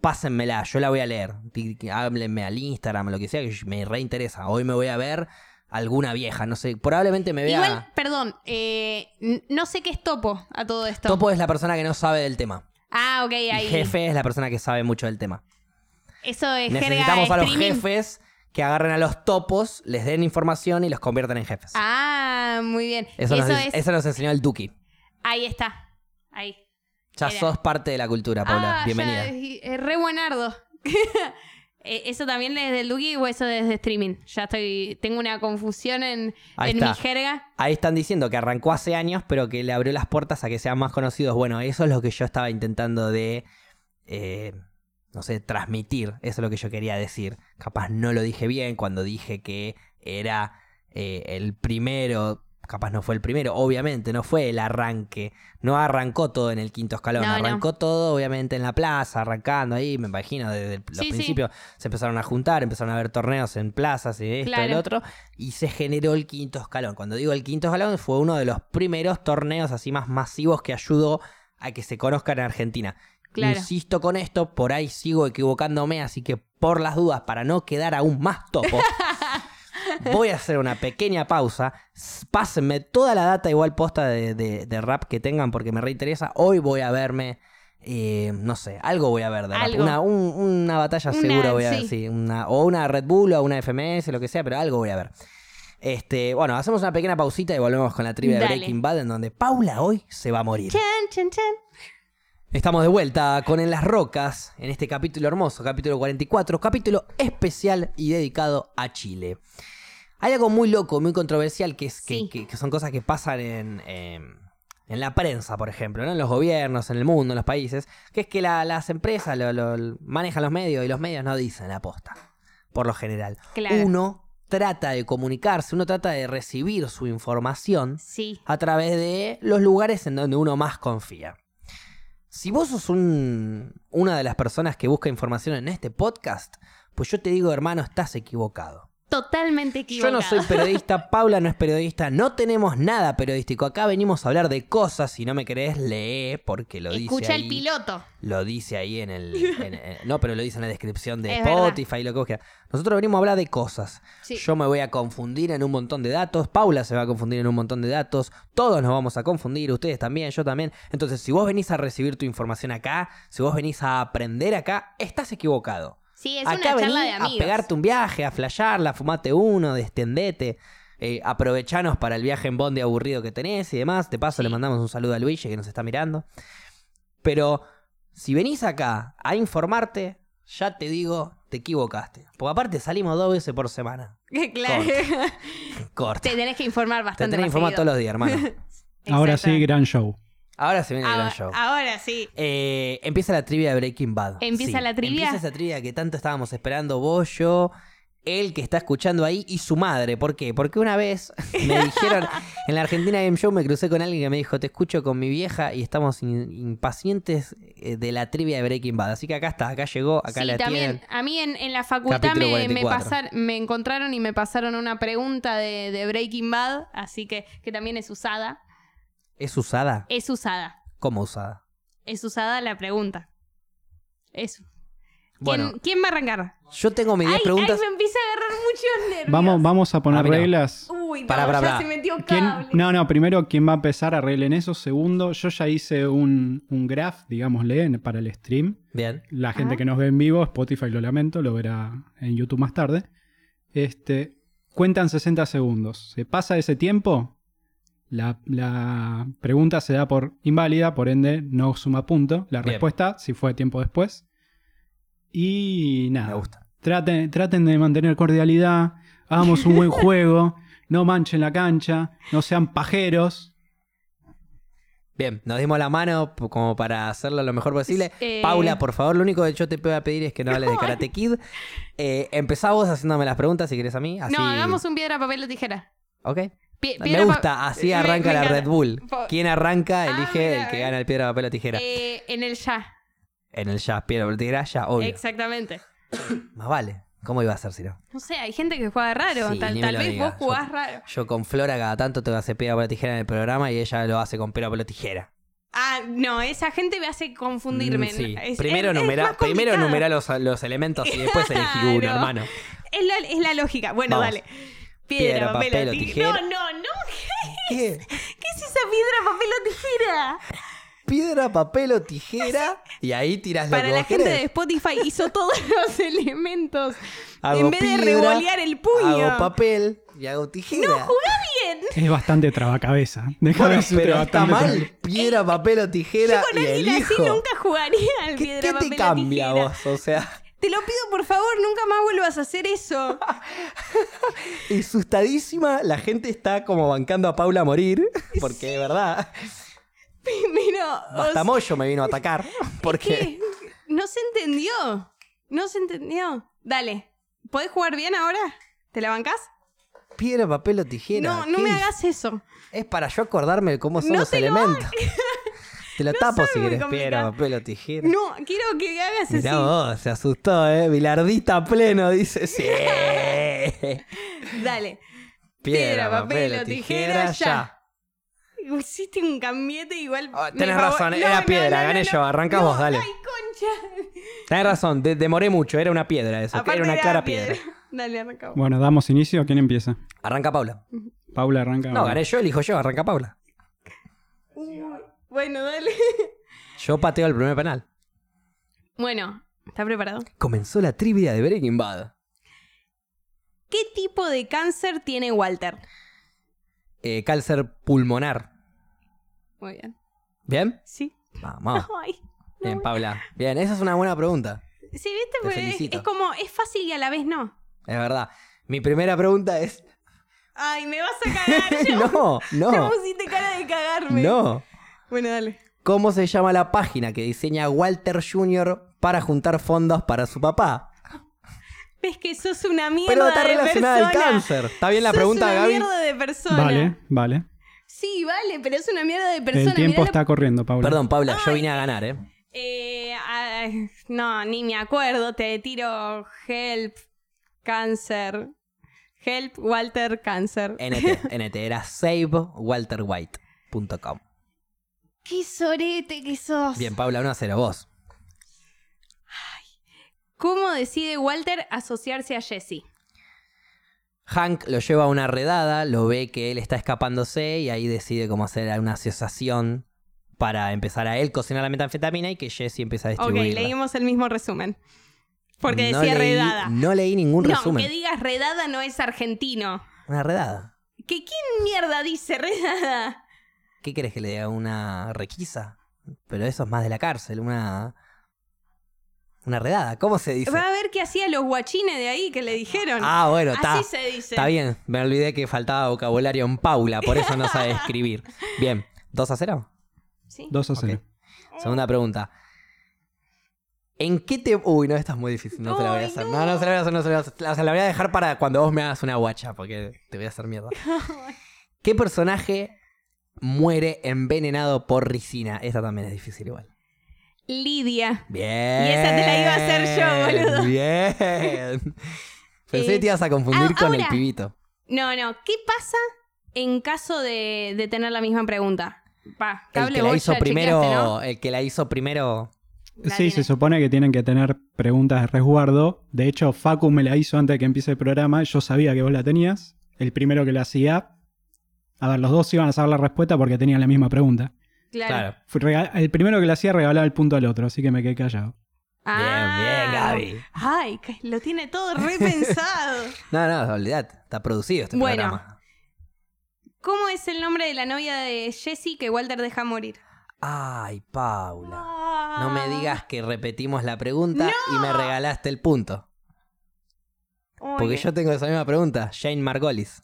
[SPEAKER 1] pásenmela, yo la voy a leer. Di- que Háblenme al Instagram, lo que sea, que yo- me reinteresa. Hoy me voy a ver alguna vieja, no sé, probablemente me vea...
[SPEAKER 2] Igual, perdón, eh, n- no sé qué es topo a todo esto.
[SPEAKER 1] Topo es la persona que no sabe del tema.
[SPEAKER 2] Ah, ok,
[SPEAKER 1] Y
[SPEAKER 2] ahí.
[SPEAKER 1] jefe es la persona que sabe mucho del tema.
[SPEAKER 2] Eso es jerga
[SPEAKER 1] Necesitamos a los
[SPEAKER 2] streaming.
[SPEAKER 1] jefes que agarren a los topos, les den información y los conviertan en jefes.
[SPEAKER 2] Ah, muy bien.
[SPEAKER 1] eso,
[SPEAKER 2] Eso
[SPEAKER 1] nos,
[SPEAKER 2] es-
[SPEAKER 1] eso nos enseñó el Duki.
[SPEAKER 2] Ahí está. Ahí.
[SPEAKER 1] Ya
[SPEAKER 2] Era.
[SPEAKER 1] sos parte de la cultura, Paula.
[SPEAKER 2] ah,
[SPEAKER 1] Bienvenida.
[SPEAKER 2] ya, eh, eh, re buenardo. Eh, ¿Eso también desde el Duki o eso desde streaming? Ya estoy. Tengo una confusión en,
[SPEAKER 1] Ahí
[SPEAKER 2] en
[SPEAKER 1] está.
[SPEAKER 2] mi jerga.
[SPEAKER 1] Ahí están diciendo que arrancó hace años, pero que le abrió las puertas a que sean más conocidos. Bueno, eso es lo que yo estaba intentando de, eh, no sé, transmitir. Eso es lo que yo quería decir. Capaz no lo dije bien cuando dije que era eh, el primero. Capaz no fue el primero, obviamente, no fue el arranque. No arrancó todo en el quinto escalón.
[SPEAKER 2] No, no.
[SPEAKER 1] arrancó todo, obviamente, en la plaza, arrancando ahí, me imagino, desde el- los
[SPEAKER 2] Sí, sí.
[SPEAKER 1] principios. Se empezaron a juntar, empezaron a haber torneos en plazas y esto y
[SPEAKER 2] Claro.
[SPEAKER 1] lo otro y se generó el quinto escalón. Cuando digo el quinto escalón, fue uno de los primeros torneos así más masivos que ayudó a que se conozcan en Argentina.
[SPEAKER 2] Claro.
[SPEAKER 1] Insisto con esto, por ahí sigo equivocándome, así que por las dudas, para no quedar aún más topo, voy a hacer una pequeña pausa. S- Pásenme toda la data igual posta de, de- de rap que tengan porque me reinteresa. Hoy voy a verme, eh, no sé, algo voy a ver de rap.
[SPEAKER 2] Algo.
[SPEAKER 1] Una, un- una batalla
[SPEAKER 2] Una,
[SPEAKER 1] seguro voy a ver,
[SPEAKER 2] sí.
[SPEAKER 1] sí. Una, o una Red Bull o una FMS, lo que sea, pero algo voy a ver. Este, bueno, hacemos una pequeña pausita y volvemos con la trivia de
[SPEAKER 2] Dale.
[SPEAKER 1] Breaking Bad en donde Paula hoy se va a morir.
[SPEAKER 2] Chan, chan, chan.
[SPEAKER 1] Estamos de vuelta con En las Rocas, en este capítulo hermoso, capítulo 44, capítulo especial y dedicado a Chile. Hay algo muy loco, muy controversial, que, es que,
[SPEAKER 2] Sí.
[SPEAKER 1] que- que son cosas que pasan en, eh, en la prensa, por ejemplo, ¿no? en los gobiernos, en el mundo, en los países, que es que la- las empresas lo- lo- manejan los medios y los medios no dicen la posta, por lo general.
[SPEAKER 2] Claro.
[SPEAKER 1] Uno trata de comunicarse, uno trata de recibir su información
[SPEAKER 2] Sí.
[SPEAKER 1] a través de los lugares en donde uno más confía. Si vos sos un- una de las personas que busca información en este podcast, pues yo te digo, hermano, estás equivocado.
[SPEAKER 2] totalmente
[SPEAKER 1] Yo no
[SPEAKER 2] equivocados.
[SPEAKER 1] soy periodista, Paula no es periodista, no tenemos nada periodístico. Acá venimos a hablar de cosas, si no me crees, lee porque lo dice
[SPEAKER 2] Escucha
[SPEAKER 1] ahí.
[SPEAKER 2] el piloto.
[SPEAKER 1] Lo dice ahí en el... en- en- no, pero lo dice en la descripción de
[SPEAKER 2] Es verdad.
[SPEAKER 1] Spotify, lo que vos quieras. Nosotros venimos a hablar de cosas.
[SPEAKER 2] Sí.
[SPEAKER 1] Yo me voy a confundir en un montón de datos, Paula se va a confundir en un montón de datos, todos nos vamos a confundir, ustedes también, yo también. Entonces, si vos venís a recibir tu información acá, si vos venís a aprender acá, estás equivocado.
[SPEAKER 2] Sí, es
[SPEAKER 1] Acá
[SPEAKER 2] una
[SPEAKER 1] vení
[SPEAKER 2] charla de
[SPEAKER 1] a
[SPEAKER 2] amigos.
[SPEAKER 1] pegarte un viaje, a flashearla, fumate uno, destendete, eh, aprovechanos para el viaje en bondi aburrido que tenés y demás. De paso,
[SPEAKER 2] Sí.
[SPEAKER 1] le mandamos un saludo a Luigi que nos está mirando. Pero si venís acá a informarte, ya te digo, te equivocaste. Porque aparte salimos dos veces por semana.
[SPEAKER 2] claro.
[SPEAKER 1] Corta.
[SPEAKER 2] Te tenés que informar
[SPEAKER 1] Te
[SPEAKER 2] bastante.
[SPEAKER 1] tenés que
[SPEAKER 2] más
[SPEAKER 1] informar todos
[SPEAKER 2] seguido.
[SPEAKER 1] los días, hermano.
[SPEAKER 3] Ahora
[SPEAKER 2] Exacto.
[SPEAKER 3] sí, gran show.
[SPEAKER 1] Ahora se viene el
[SPEAKER 2] ahora,
[SPEAKER 1] gran show.
[SPEAKER 2] ahora sí.
[SPEAKER 1] Eh, empieza la trivia de Breaking Bad.
[SPEAKER 2] ¿Empieza la trivia?
[SPEAKER 1] Empieza esa trivia que tanto estábamos esperando vos, yo, él que está escuchando ahí y su madre. ¿Por qué? Porque una vez me dijeron, en la Argentina Game Show me crucé con alguien que me dijo, te escucho con mi vieja y estamos in- impacientes eh, de la trivia de Breaking Bad. Así que acá está, acá llegó, acá
[SPEAKER 2] sí,
[SPEAKER 1] la
[SPEAKER 2] también.
[SPEAKER 1] tienen.
[SPEAKER 2] A mí en, en la facultad
[SPEAKER 1] Capítulo
[SPEAKER 2] me, me,
[SPEAKER 1] 44.
[SPEAKER 2] pasar- me encontraron y me pasaron una pregunta de, de Breaking Bad, así que, que también es usada.
[SPEAKER 1] ¿Es usada?
[SPEAKER 2] Es usada.
[SPEAKER 1] ¿Cómo usada?
[SPEAKER 2] Es usada la pregunta. Eso. ¿Quién,
[SPEAKER 1] Bueno,
[SPEAKER 2] ¿quién va a arrancar?
[SPEAKER 1] yo tengo mis
[SPEAKER 2] Ay,
[SPEAKER 1] 10
[SPEAKER 2] ay,
[SPEAKER 1] preguntas.
[SPEAKER 2] me empieza a agarrar muchos nervios.
[SPEAKER 3] Vamos, vamos a poner
[SPEAKER 1] Ah, mira.
[SPEAKER 3] reglas.
[SPEAKER 2] Uy, no,
[SPEAKER 1] Pará, pará,
[SPEAKER 2] ya
[SPEAKER 1] pará.
[SPEAKER 2] se metió
[SPEAKER 3] ¿Quién-
[SPEAKER 2] cable.
[SPEAKER 3] No, no, primero, ¿quién va a empezar? Arreglen eso. Segundo, yo ya hice un, un graph, digámosle, en- para el stream.
[SPEAKER 1] Bien.
[SPEAKER 3] La gente
[SPEAKER 2] Ajá.
[SPEAKER 3] que nos ve en vivo, Spotify lo lamento, lo verá en YouTube más tarde. Este, cuentan 60 segundos. Se pasa ese tiempo, la, la pregunta se da por inválida, por ende no suma punto. La
[SPEAKER 1] Bien.
[SPEAKER 3] respuesta, si fue tiempo después. Y
[SPEAKER 1] Me
[SPEAKER 3] nada,
[SPEAKER 1] gusta.
[SPEAKER 3] traten, traten de mantener cordialidad, hagamos un buen juego, no manchen la cancha, no sean pajeros.
[SPEAKER 1] Bien, nos dimos la mano p- como para hacerlo lo mejor posible.
[SPEAKER 2] Eh,
[SPEAKER 1] Paula, por favor, lo único que yo te voy a pedir es que no hables de Karate Kid. Eh, empezá vos haciéndome las preguntas si querés a mí. Así...
[SPEAKER 2] No, hagamos un piedra, papel o tijera.
[SPEAKER 1] Ok.
[SPEAKER 2] Pie-
[SPEAKER 1] Me
[SPEAKER 2] piedra, pa-
[SPEAKER 1] gusta, así
[SPEAKER 2] Me-
[SPEAKER 1] arranca
[SPEAKER 2] me
[SPEAKER 1] la
[SPEAKER 2] encanta.
[SPEAKER 1] Red Bull.
[SPEAKER 2] Po-
[SPEAKER 1] Quien arranca,
[SPEAKER 2] Ah,
[SPEAKER 1] elige
[SPEAKER 2] mira,
[SPEAKER 1] el que
[SPEAKER 2] eh.
[SPEAKER 1] gana el piedra, papel o tijera.
[SPEAKER 2] Eh, en el ya.
[SPEAKER 1] En el jazz, piedra, papel o tijera, ya, obvio.
[SPEAKER 2] Exactamente.
[SPEAKER 1] Más vale. ¿Cómo iba a ser si no?
[SPEAKER 2] No sé, hay gente que juega raro.
[SPEAKER 1] Sí,
[SPEAKER 2] tal
[SPEAKER 1] ni me
[SPEAKER 2] tal
[SPEAKER 1] lo
[SPEAKER 2] vez
[SPEAKER 1] digas.
[SPEAKER 2] vos jugás raro.
[SPEAKER 1] Yo con Flora cada tanto te voy a hacer piedra, papel o tijera en el programa y ella lo hace con piedra, papel o tijera.
[SPEAKER 2] Ah, no, esa gente me hace confundirme.
[SPEAKER 1] Mm, sí.
[SPEAKER 2] Es-
[SPEAKER 1] primero
[SPEAKER 2] es- es
[SPEAKER 1] numerá
[SPEAKER 2] más
[SPEAKER 1] primero
[SPEAKER 2] complicado.
[SPEAKER 1] numerá los, los elementos y después elegí
[SPEAKER 2] Claro.
[SPEAKER 1] uno, hermano.
[SPEAKER 2] Es la, es la lógica. Bueno,
[SPEAKER 1] Vamos.
[SPEAKER 2] dale. Piedra,
[SPEAKER 1] Piedra,
[SPEAKER 2] papel,
[SPEAKER 1] papel o
[SPEAKER 2] o tijera.
[SPEAKER 1] tijera.
[SPEAKER 2] No, no, no.
[SPEAKER 1] ¿Qué?
[SPEAKER 2] ¿Qué es esa piedra, papel o tijera?
[SPEAKER 1] piedra, papel o tijera y ahí tiras lo
[SPEAKER 2] Para
[SPEAKER 1] que
[SPEAKER 2] la
[SPEAKER 1] vos
[SPEAKER 2] gente de
[SPEAKER 1] querés.
[SPEAKER 2] Spotify hizo todos los elementos.
[SPEAKER 1] Hago
[SPEAKER 2] en vez de
[SPEAKER 1] piedra,
[SPEAKER 2] revolear el puño.
[SPEAKER 1] Hago papel y hago tijera.
[SPEAKER 2] Bien.
[SPEAKER 3] Es bastante trabacabeza. Déjame
[SPEAKER 1] Bueno,
[SPEAKER 3] decirte,
[SPEAKER 1] pero está
[SPEAKER 3] bastante traba-
[SPEAKER 1] mal. Piedra, papel o tijera
[SPEAKER 2] Eh, Yo con
[SPEAKER 1] y
[SPEAKER 2] alguien así
[SPEAKER 1] elijo.
[SPEAKER 2] nunca jugaría al
[SPEAKER 1] ¿Qué,
[SPEAKER 2] piedra,
[SPEAKER 1] qué
[SPEAKER 2] papel
[SPEAKER 1] te
[SPEAKER 2] o
[SPEAKER 1] cambia
[SPEAKER 2] tijera.
[SPEAKER 1] vos? O sea,
[SPEAKER 2] Te lo pido, por favor, nunca más vuelvas a hacer eso.
[SPEAKER 1] asustadísima, la gente está como bancando a Paula a morir, porque de verdad,
[SPEAKER 2] Primero, o
[SPEAKER 1] hasta Moyo me vino a atacar,
[SPEAKER 2] sea,
[SPEAKER 1] porque
[SPEAKER 2] ¿qué? no se entendió. No se entendió. Dale, ¿podés jugar bien ahora? ¿Te la bancás?
[SPEAKER 1] piedra, papel o tijera.
[SPEAKER 2] no, no
[SPEAKER 1] ¿qué
[SPEAKER 2] me
[SPEAKER 1] es?
[SPEAKER 2] hagas eso.
[SPEAKER 1] Es para yo acordarme de cómo son
[SPEAKER 2] No
[SPEAKER 1] los
[SPEAKER 2] te lo
[SPEAKER 1] elementos. Te lo tapo
[SPEAKER 2] soy
[SPEAKER 1] si
[SPEAKER 2] muy
[SPEAKER 1] querés, piedra,
[SPEAKER 2] complicada.
[SPEAKER 1] papel o tijera.
[SPEAKER 2] No, quiero que hagas
[SPEAKER 1] Mirá
[SPEAKER 2] así.
[SPEAKER 1] vos, se asustó, ¿eh? Bilardista pleno, dice. Sí.
[SPEAKER 2] Dale.
[SPEAKER 1] Piedra, papel o tijera, ya.
[SPEAKER 2] Hiciste un cambiete igual.
[SPEAKER 1] Ah,
[SPEAKER 2] me
[SPEAKER 1] tenés
[SPEAKER 2] favor-
[SPEAKER 1] razón, era piedra, gané yo, arrancás vos, dale.
[SPEAKER 2] Ay, concha.
[SPEAKER 1] Tenés razón, de- demoré mucho, era una piedra eso.
[SPEAKER 2] Aparte
[SPEAKER 1] era una clara piedra.
[SPEAKER 2] Dale, arrancamos.
[SPEAKER 3] Bueno, damos inicio. ¿Quién empieza?
[SPEAKER 1] Arranca Paula.
[SPEAKER 3] Paula arranca.
[SPEAKER 1] No, gané yo, elijo yo, arranca Paula.
[SPEAKER 2] Bueno, dale.
[SPEAKER 1] Yo pateo el primer penal.
[SPEAKER 2] Bueno, ¿está preparado?
[SPEAKER 1] Comenzó la trivia de Breaking Bad.
[SPEAKER 2] ¿Qué tipo de cáncer tiene Walter?
[SPEAKER 1] Eh, cáncer pulmonar.
[SPEAKER 2] Muy bien.
[SPEAKER 1] ¿Bien?
[SPEAKER 2] Sí.
[SPEAKER 1] Vamos.
[SPEAKER 2] Ay.
[SPEAKER 1] Bien, Paula. Bien, esa es una buena pregunta.
[SPEAKER 2] Sí, viste,
[SPEAKER 1] Te
[SPEAKER 2] Porque es,
[SPEAKER 1] felicito.
[SPEAKER 2] es como, es fácil y a la vez no.
[SPEAKER 1] Es verdad. Mi primera pregunta es...
[SPEAKER 2] Ay, me vas a cagar. yo.
[SPEAKER 1] no,
[SPEAKER 2] Ya
[SPEAKER 1] no,
[SPEAKER 2] pusiste cara de cagarme.
[SPEAKER 1] no.
[SPEAKER 2] Bueno, dale.
[SPEAKER 1] ¿Cómo se llama la página que diseña Walter Jr. para juntar fondos para su papá?
[SPEAKER 2] Ves que sos una mierda
[SPEAKER 1] Pero está
[SPEAKER 2] de
[SPEAKER 1] relacionada al
[SPEAKER 2] persona.
[SPEAKER 1] cáncer. Está bien la
[SPEAKER 2] Sos
[SPEAKER 1] pregunta,
[SPEAKER 2] una
[SPEAKER 1] Gaby.
[SPEAKER 2] mierda de persona.
[SPEAKER 3] Vale, vale.
[SPEAKER 2] Sí, vale, pero es una mierda de persona.
[SPEAKER 3] El tiempo
[SPEAKER 2] Mirá la-
[SPEAKER 3] está corriendo, Paula.
[SPEAKER 1] Perdón, Paula, yo vine a ganar, ¿eh?
[SPEAKER 2] Eh, ay, no, ni me acuerdo. Te tiro help, cáncer. Help Walter Cáncer.
[SPEAKER 1] Eh. NT, NT era savewalterwhite.com.
[SPEAKER 2] ¡Qué sorete que sos!
[SPEAKER 1] Bien, Paula, 1 a 0, vos.
[SPEAKER 2] ¿Cómo decide Walter asociarse a Jesse?
[SPEAKER 1] Hank lo lleva a una redada, lo ve que él está escapándose y ahí decide cómo hacer una asociación para empezar a él cocinar la metanfetamina y que Jesse empieza a
[SPEAKER 2] Ok,
[SPEAKER 1] distribuirla.
[SPEAKER 2] leímos el mismo resumen. Porque
[SPEAKER 1] No
[SPEAKER 2] decía
[SPEAKER 1] leí-
[SPEAKER 2] redada.
[SPEAKER 1] No leí ningún
[SPEAKER 2] no,
[SPEAKER 1] resumen.
[SPEAKER 2] que digas redada no es argentino.
[SPEAKER 1] Una redada.
[SPEAKER 2] ¿Que quién mierda dice redada?
[SPEAKER 1] ¿Qué querés que le dé una requisa? Pero eso es más de la cárcel, una. Una redada. ¿Cómo se dice?
[SPEAKER 2] Va a ver qué hacían los guachines de ahí que le dijeron.
[SPEAKER 1] Ah, bueno, está.
[SPEAKER 2] Así se dice.
[SPEAKER 1] Está bien. Me olvidé que faltaba vocabulario en Paula, por eso no sabe escribir. Bien. ¿2 a 0?
[SPEAKER 2] Sí.
[SPEAKER 3] 2 a 0.
[SPEAKER 1] Segunda pregunta. ¿En qué te.? Uy, no, esta es muy difícil. No te la voy a
[SPEAKER 2] Ay,
[SPEAKER 1] hacer.
[SPEAKER 2] no.
[SPEAKER 1] No, no se la voy a hacer, no se la voy a hacer. O sea, la voy a dejar para cuando vos me hagas una guacha, porque te voy a hacer mierda. ¿Qué personaje muere envenenado por ricina? Esta también es difícil igual.
[SPEAKER 2] Lidia.
[SPEAKER 1] Bien.
[SPEAKER 2] Y esa te la iba a hacer yo, boludo.
[SPEAKER 1] Bien. Pensé
[SPEAKER 2] Eh,
[SPEAKER 1] que te ibas a confundir
[SPEAKER 2] ah,
[SPEAKER 1] con el
[SPEAKER 2] ahora.
[SPEAKER 1] pibito.
[SPEAKER 2] No, no. ¿Qué pasa en caso de, de tener la misma pregunta? Pa,
[SPEAKER 1] El
[SPEAKER 2] cable
[SPEAKER 1] que la
[SPEAKER 2] vos
[SPEAKER 1] hizo
[SPEAKER 2] ya
[SPEAKER 1] primero.
[SPEAKER 2] chequeaste, ¿no?
[SPEAKER 1] El que la hizo primero.
[SPEAKER 2] La
[SPEAKER 3] Sí,
[SPEAKER 2] tiene.
[SPEAKER 3] se supone que tienen que tener preguntas de resguardo. De hecho, Facu me la hizo antes de que empiece el programa. Yo sabía que vos la tenías. El primero que la hacía. A ver, los dos iban a saber la respuesta porque tenían la misma pregunta.
[SPEAKER 2] Claro.
[SPEAKER 1] Claro.
[SPEAKER 3] Fue rega- El primero que la hacía regalaba el punto al otro, así que me quedé callado.
[SPEAKER 2] Ah.
[SPEAKER 1] Bien, bien, Gaby.
[SPEAKER 2] Ay, que lo tiene todo repensado.
[SPEAKER 1] No, no, olvidate. Está producido este
[SPEAKER 2] Bueno.
[SPEAKER 1] programa.
[SPEAKER 2] ¿Cómo es el nombre de la novia de Jesse que Walter deja morir?
[SPEAKER 1] Ay, Paula. No
[SPEAKER 2] No
[SPEAKER 1] me digas que repetimos la pregunta y me regalaste el punto.
[SPEAKER 2] Ah,
[SPEAKER 1] Porque yo tengo esa misma pregunta. Jane Margolis.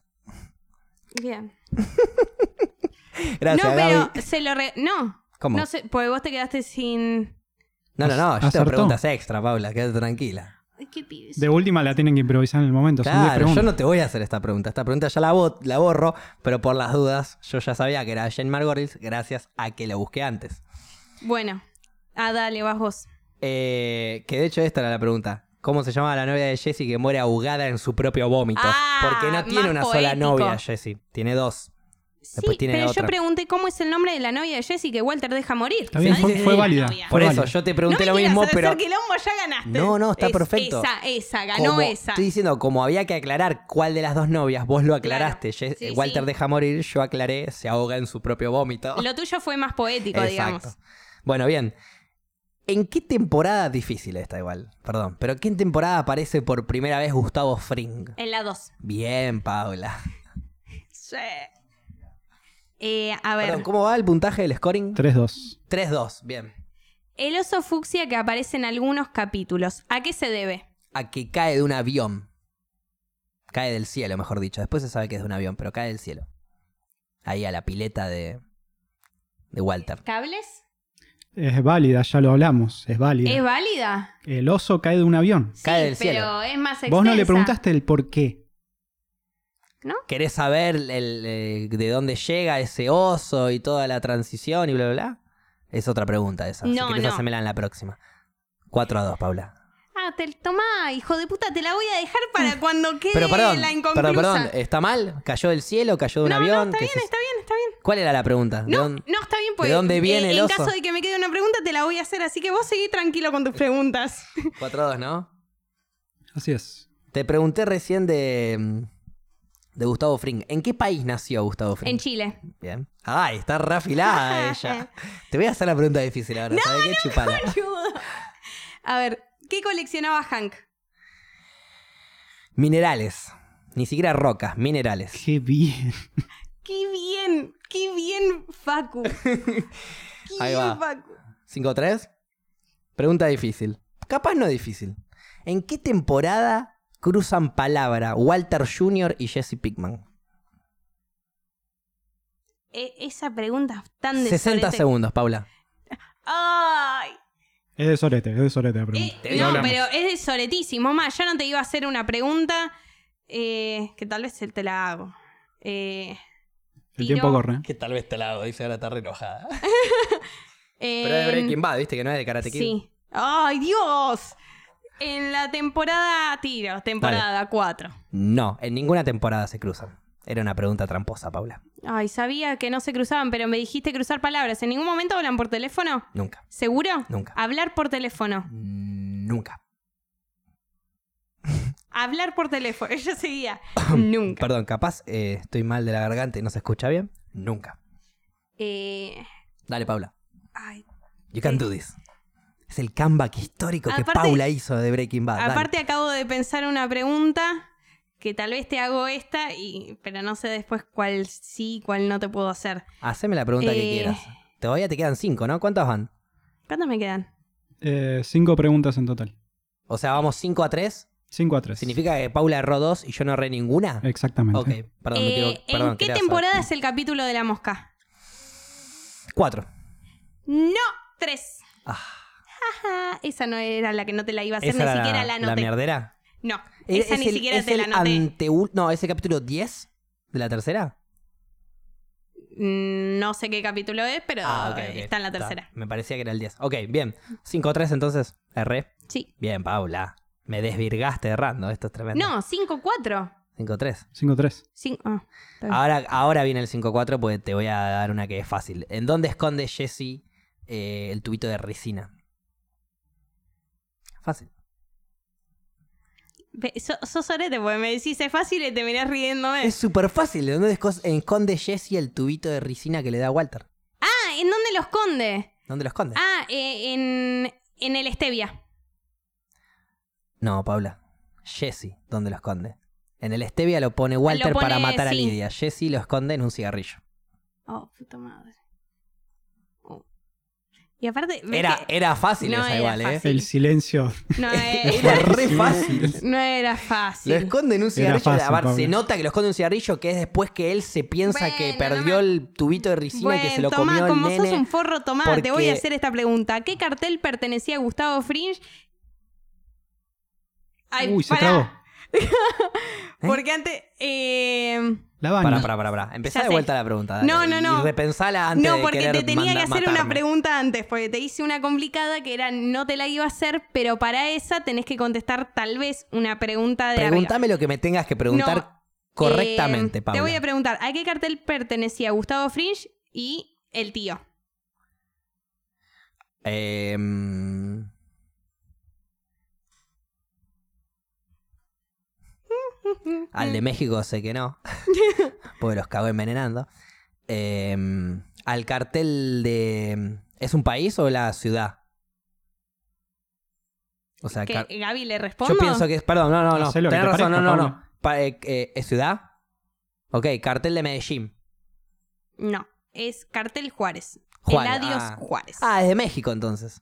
[SPEAKER 2] Bien.
[SPEAKER 1] Gracias,
[SPEAKER 2] no, pero
[SPEAKER 1] Gaby.
[SPEAKER 2] se lo re... No,
[SPEAKER 1] ¿Cómo?
[SPEAKER 2] no sé, porque vos te quedaste sin...
[SPEAKER 1] No, no, no. Yo tengo
[SPEAKER 3] Acertó.
[SPEAKER 1] preguntas extra, Paula. Quédate tranquila.
[SPEAKER 2] Ay, ¿Qué pibes?
[SPEAKER 3] De última la tienen que improvisar en el momento. son 10
[SPEAKER 1] Claro, yo
[SPEAKER 3] preguntas.
[SPEAKER 1] no te voy a hacer esta pregunta. Esta pregunta ya la, bo- la borro, pero por las dudas, yo ya sabía que era Jane Margolis gracias a que la busqué antes.
[SPEAKER 2] Bueno, ah, dale, vas vos.
[SPEAKER 1] Eh, que de hecho esta era la pregunta. ¿Cómo se llama la novia de Jesse que muere ahogada en su propio vómito?
[SPEAKER 2] Ah,
[SPEAKER 1] Porque no tiene
[SPEAKER 2] más
[SPEAKER 1] una sola
[SPEAKER 2] poético.
[SPEAKER 1] novia, Jesse. Tiene dos. Después
[SPEAKER 2] sí,
[SPEAKER 1] tiene
[SPEAKER 2] pero
[SPEAKER 1] otra.
[SPEAKER 2] yo pregunté cómo es el nombre de la novia de Jesse que Walter deja morir.
[SPEAKER 3] Está bien,
[SPEAKER 2] Nadie
[SPEAKER 3] fue-
[SPEAKER 2] te
[SPEAKER 3] fue
[SPEAKER 2] dijo la
[SPEAKER 3] válida.
[SPEAKER 2] novia.
[SPEAKER 1] Por
[SPEAKER 3] Vale.
[SPEAKER 1] eso, yo te
[SPEAKER 2] No
[SPEAKER 1] pregunté
[SPEAKER 2] me
[SPEAKER 1] lo
[SPEAKER 2] quieras
[SPEAKER 1] mismo,
[SPEAKER 2] hacer
[SPEAKER 1] pero.
[SPEAKER 2] hacer quilombo, ya ganaste.
[SPEAKER 1] No, no, está perfecto.
[SPEAKER 2] Esa, esa, ganó
[SPEAKER 1] como
[SPEAKER 2] esa.
[SPEAKER 1] Estoy diciendo, como había que aclarar cuál de las dos novias, vos lo aclaraste.
[SPEAKER 2] Claro.
[SPEAKER 1] Jess-
[SPEAKER 2] Sí,
[SPEAKER 1] Walter
[SPEAKER 2] sí.
[SPEAKER 1] deja morir, yo aclaré, se ahoga en su propio vómito.
[SPEAKER 2] Lo tuyo fue más poético, digamos.
[SPEAKER 1] Exacto. Bueno, bien. ¿En qué temporada difícil está igual? Perdón, pero ¿qué temporada aparece por primera vez Gustavo Fring?
[SPEAKER 2] En la 2.
[SPEAKER 1] Bien, Paula.
[SPEAKER 2] Eh, a ver,
[SPEAKER 1] Perdón, ¿cómo va el puntaje del scoring?
[SPEAKER 3] 3-2.
[SPEAKER 1] 3-2, bien.
[SPEAKER 2] el oso fucsia que aparece en algunos capítulos, ¿a qué se debe?
[SPEAKER 1] A que cae de un avión. Cae del cielo, mejor dicho. Después se sabe que es de un avión, pero cae del cielo. Ahí a la pileta de, de Walter.
[SPEAKER 2] ¿Cables?
[SPEAKER 3] Es válida, ya lo hablamos. Es válida.
[SPEAKER 2] ¿Es válida?
[SPEAKER 3] el oso cae de un avión.
[SPEAKER 1] Cae
[SPEAKER 2] sí,
[SPEAKER 1] del
[SPEAKER 2] pero
[SPEAKER 1] cielo.
[SPEAKER 2] es más extensa.
[SPEAKER 3] Vos no le preguntaste el por qué.
[SPEAKER 1] ¿Querés saber el, eh, de dónde llega ese oso y toda la transición y bla, bla, bla? Es otra pregunta esa. si
[SPEAKER 2] No,
[SPEAKER 1] querés
[SPEAKER 2] no.
[SPEAKER 1] hacémela en la próxima. 4 a 2, Paula.
[SPEAKER 2] Ah, te tomá, hijo de puta, te la voy a dejar para cuando quede
[SPEAKER 1] Pero perdón,
[SPEAKER 2] la inconclusa.
[SPEAKER 1] perdón, perdón, ¿está mal? ¿Cayó del cielo? ¿Cayó de un
[SPEAKER 2] No, no,
[SPEAKER 1] avión?
[SPEAKER 2] está
[SPEAKER 1] ¿Qué
[SPEAKER 2] bien,
[SPEAKER 1] se-
[SPEAKER 2] está bien, está bien.
[SPEAKER 1] ¿Cuál era la pregunta? ¿De
[SPEAKER 2] No,
[SPEAKER 1] dónde-
[SPEAKER 2] no, está bien, porque
[SPEAKER 1] dónde
[SPEAKER 2] eh,
[SPEAKER 1] viene el
[SPEAKER 2] en
[SPEAKER 1] oso?
[SPEAKER 2] caso de que me quede una pregunta, te la voy a hacer, así que vos seguí tranquilo con tus preguntas.
[SPEAKER 1] 4 a 2, ¿no?
[SPEAKER 3] Así es.
[SPEAKER 1] Te pregunté recién de, mm, de Gustavo Fring. ¿En qué país nació Gustavo Fring?
[SPEAKER 2] en Chile.
[SPEAKER 1] Bien. Ay, está rafilada ella. Te voy a hacer la pregunta difícil ahora. ¿Sabes qué? Chupala.
[SPEAKER 2] Ayuda. A ver, ¿qué coleccionaba Hank?
[SPEAKER 1] Minerales. Ni siquiera rocas, minerales.
[SPEAKER 3] Qué bien.
[SPEAKER 2] ¡Qué bien! ¡Qué bien, Facu! ¡Qué
[SPEAKER 1] Ahí
[SPEAKER 2] bien,
[SPEAKER 1] va.
[SPEAKER 2] Facu!
[SPEAKER 1] 5-3. Pregunta difícil. Capaz no difícil. ¿En qué temporada cruzan palabra Walter Jr. y Jesse Pickman?
[SPEAKER 2] E- esa pregunta es tan de
[SPEAKER 1] 60
[SPEAKER 2] sorete.
[SPEAKER 1] segundos, Paula.
[SPEAKER 2] ¡Ay!
[SPEAKER 3] Es de sorete, es de sorete la pregunta.
[SPEAKER 2] Eh,
[SPEAKER 1] Te digo,
[SPEAKER 2] no,
[SPEAKER 1] hablamos.
[SPEAKER 2] pero es de soletísimo. Más, ya no te iba a hacer una pregunta eh, que tal vez se te la hago. Eh,
[SPEAKER 3] el
[SPEAKER 2] tiró-
[SPEAKER 3] tiempo corre. ¿eh?
[SPEAKER 1] Que tal vez te la hago, dice ahora está enojada.
[SPEAKER 2] eh,
[SPEAKER 1] Pero es de Breaking Bad, viste que no es de Karate Kid.
[SPEAKER 2] Sí. ¡Ay, em, Dios! En la temporada tiro, temporada 4.
[SPEAKER 1] No, en ninguna temporada se cruzan. Era una pregunta tramposa, Paula.
[SPEAKER 2] Ay, sabía que no se cruzaban, pero me dijiste cruzar palabras. ¿En ningún momento hablan por teléfono?
[SPEAKER 1] Nunca,
[SPEAKER 2] ¿Seguro?
[SPEAKER 1] Nunca.
[SPEAKER 2] Hablar por teléfono.
[SPEAKER 1] nunca.
[SPEAKER 2] Hablar por teléfono. Ella seguía. Nunca.
[SPEAKER 1] Perdón, capaz eh, estoy mal de la garganta y no se escucha bien. Nunca.
[SPEAKER 2] Eh,
[SPEAKER 1] Dale, Paula.
[SPEAKER 2] ay,
[SPEAKER 1] You can do this. Es el comeback histórico que
[SPEAKER 2] Aparte-
[SPEAKER 1] Paula hizo de Breaking Bad. Ah, Dale.
[SPEAKER 2] Aparte acabo de pensar una pregunta que tal vez te hago esta, y, pero no sé después cuál sí, cuál no te puedo hacer.
[SPEAKER 1] Haceme la pregunta que
[SPEAKER 2] Eh.
[SPEAKER 1] quieras. Todavía te quedan cinco, ¿no? ¿Cuántas van?
[SPEAKER 2] ¿Cuántas me quedan?
[SPEAKER 3] Eh, cinco preguntas en total.
[SPEAKER 1] O sea, vamos 5 a 3.
[SPEAKER 3] 5 a 3.
[SPEAKER 1] ¿Significa que Paula erró dos y yo no erré ninguna?
[SPEAKER 3] Exactamente.
[SPEAKER 1] Ok, perdón, me
[SPEAKER 2] Eh,
[SPEAKER 1] equivoqué. Perdón,
[SPEAKER 2] ¿En qué temporada es el capítulo de la mosca?
[SPEAKER 1] 4.
[SPEAKER 2] No, tres.
[SPEAKER 1] Ah.
[SPEAKER 2] Ajá, esa no era la que no te la iba a hacer,
[SPEAKER 1] ¿Esa
[SPEAKER 2] ni
[SPEAKER 1] era
[SPEAKER 2] siquiera la
[SPEAKER 1] la
[SPEAKER 2] anoté.
[SPEAKER 1] mierdera?
[SPEAKER 2] no,
[SPEAKER 1] Eh,
[SPEAKER 2] esa
[SPEAKER 1] es
[SPEAKER 2] ni
[SPEAKER 1] el-
[SPEAKER 2] siquiera
[SPEAKER 1] es
[SPEAKER 2] te la
[SPEAKER 1] el
[SPEAKER 2] anoté.
[SPEAKER 1] anteú- No, ¿es el capítulo 10 de la tercera?
[SPEAKER 2] Mm, No sé qué capítulo es, pero
[SPEAKER 1] Ah, ok, ok.
[SPEAKER 2] está en la tercera.
[SPEAKER 1] me parecía que era el 10. Ok, bien. 5 a 3 entonces. Erré.
[SPEAKER 2] Sí.
[SPEAKER 1] Bien, Paula. Me desvirgaste errando. Esto es tremendo.
[SPEAKER 2] No, 5-4.
[SPEAKER 1] 5 a 3.
[SPEAKER 3] 5 a 3.
[SPEAKER 2] Cin- ah, está bien.
[SPEAKER 1] Ahora, ahora viene el 5-4 porque te voy a dar una que es fácil. ¿En dónde esconde Jesse eh, el tubito de resina? Fácil.
[SPEAKER 2] Ve, so- sos orete porque me decís es fácil y te mirás riéndome.
[SPEAKER 1] Es súper fácil. ¿En dónde esco- esconde Jesse el tubito de resina que le da Walter?
[SPEAKER 2] Ah, ¿en dónde lo esconde?
[SPEAKER 1] ¿Dónde lo esconde?
[SPEAKER 2] Ah, eh, en, en el stevia.
[SPEAKER 1] No, Paula. Jesse, ¿dónde lo esconde? En el stevia lo pone Walter
[SPEAKER 2] pone,
[SPEAKER 1] para matar a
[SPEAKER 2] sí.
[SPEAKER 1] Lidia. Jesse lo esconde en un cigarrillo.
[SPEAKER 2] Oh, puta madre. Oh. Y aparte... ¿ves
[SPEAKER 1] Era,
[SPEAKER 2] que-
[SPEAKER 1] era fácil
[SPEAKER 2] No
[SPEAKER 1] esa
[SPEAKER 2] era
[SPEAKER 1] igual, ¿eh?
[SPEAKER 2] fácil. Sí.
[SPEAKER 3] El silencio.
[SPEAKER 2] no,
[SPEAKER 1] Era
[SPEAKER 2] era,
[SPEAKER 1] re fácil.
[SPEAKER 2] no era
[SPEAKER 1] Lo
[SPEAKER 2] fácil.
[SPEAKER 1] esconde en un cigarrillo.
[SPEAKER 3] fácil,
[SPEAKER 1] A ver,
[SPEAKER 3] Pablo.
[SPEAKER 1] se nota que lo esconde en un cigarrillo que es después que él se piensa
[SPEAKER 2] Bueno,
[SPEAKER 1] que
[SPEAKER 2] no
[SPEAKER 1] perdió
[SPEAKER 2] me-
[SPEAKER 1] el tubito de ricina que se lo
[SPEAKER 2] tomá,
[SPEAKER 1] comió el
[SPEAKER 2] como
[SPEAKER 1] nene.
[SPEAKER 2] sos un forro, tomá, te
[SPEAKER 1] porque-
[SPEAKER 2] voy a hacer esta pregunta. ¿Qué cartel pertenecía a Gustavo Fringe? Ay,
[SPEAKER 3] Uy, se
[SPEAKER 2] pará,
[SPEAKER 3] trabó.
[SPEAKER 1] ¿Eh?
[SPEAKER 2] Porque antes... eh,
[SPEAKER 3] La baña.
[SPEAKER 1] Pará, pará, pará, pará. Empezá
[SPEAKER 2] Ya
[SPEAKER 1] de
[SPEAKER 2] sé.
[SPEAKER 1] vuelta la pregunta. dale,
[SPEAKER 2] No, no,
[SPEAKER 1] y-
[SPEAKER 2] no.
[SPEAKER 1] Y repensala antes
[SPEAKER 2] no,
[SPEAKER 1] de
[SPEAKER 2] porque
[SPEAKER 1] querer
[SPEAKER 2] te tenía que
[SPEAKER 1] manda-
[SPEAKER 2] hacer una
[SPEAKER 1] matarme.
[SPEAKER 2] pregunta antes, porque te hice una complicada que era no te la iba a hacer, pero para esa tenés que contestar tal vez una pregunta de arriba.
[SPEAKER 1] Preguntame lo que me tengas que preguntar
[SPEAKER 2] No,
[SPEAKER 1] correctamente,
[SPEAKER 2] Eh,
[SPEAKER 1] Pablo.
[SPEAKER 2] Te voy a preguntar, ¿a qué cartel pertenecía Gustavo Fringe y el tío?
[SPEAKER 1] Eh, al
[SPEAKER 2] Mm,
[SPEAKER 1] de México sé que no. porque los cago envenenando. Em, al cartel de. ¿Es un país o la ciudad? O sea,
[SPEAKER 2] Que
[SPEAKER 1] car-
[SPEAKER 2] Gaby le respondo.
[SPEAKER 1] Yo pienso que es. Perdón, no, no, no.
[SPEAKER 3] Hacé lo que
[SPEAKER 1] Tenés
[SPEAKER 3] te
[SPEAKER 1] razón,
[SPEAKER 3] parezca,
[SPEAKER 1] no, no, no.
[SPEAKER 3] Paula.
[SPEAKER 1] Pa- eh, eh, ¿Es ciudad? Ok, cartel de Medellín.
[SPEAKER 2] No, es cartel Juárez.
[SPEAKER 1] Juárez,
[SPEAKER 2] Eladios
[SPEAKER 1] ah.
[SPEAKER 2] Juárez.
[SPEAKER 1] Ah, es de México entonces.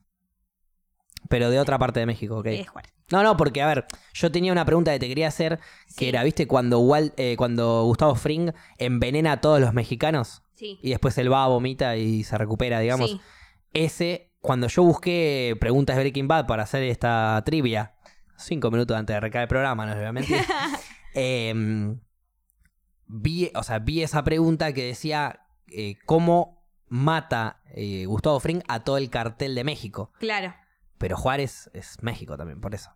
[SPEAKER 1] Pero de otra parte de México, ok.
[SPEAKER 2] Es Juárez.
[SPEAKER 1] No, no, porque a ver, yo tenía una pregunta que te quería hacer, que
[SPEAKER 2] Sí,
[SPEAKER 1] era, ¿viste cuando, Wal- eh, cuando Gustavo Fring envenena a todos los mexicanos?
[SPEAKER 2] sí,
[SPEAKER 1] Y después él va, vomita y se recupera, digamos.
[SPEAKER 2] sí.
[SPEAKER 1] Ese, cuando yo busqué preguntas de Breaking Bad para hacer esta trivia, cinco minutos antes de arrancar el programa, no les voy a mentir, em, vi, o sea, vi esa pregunta que decía eh, cómo mata eh, Gustavo Fring a todo el cartel de México.
[SPEAKER 2] Claro.
[SPEAKER 1] Pero Juárez es México también, por eso.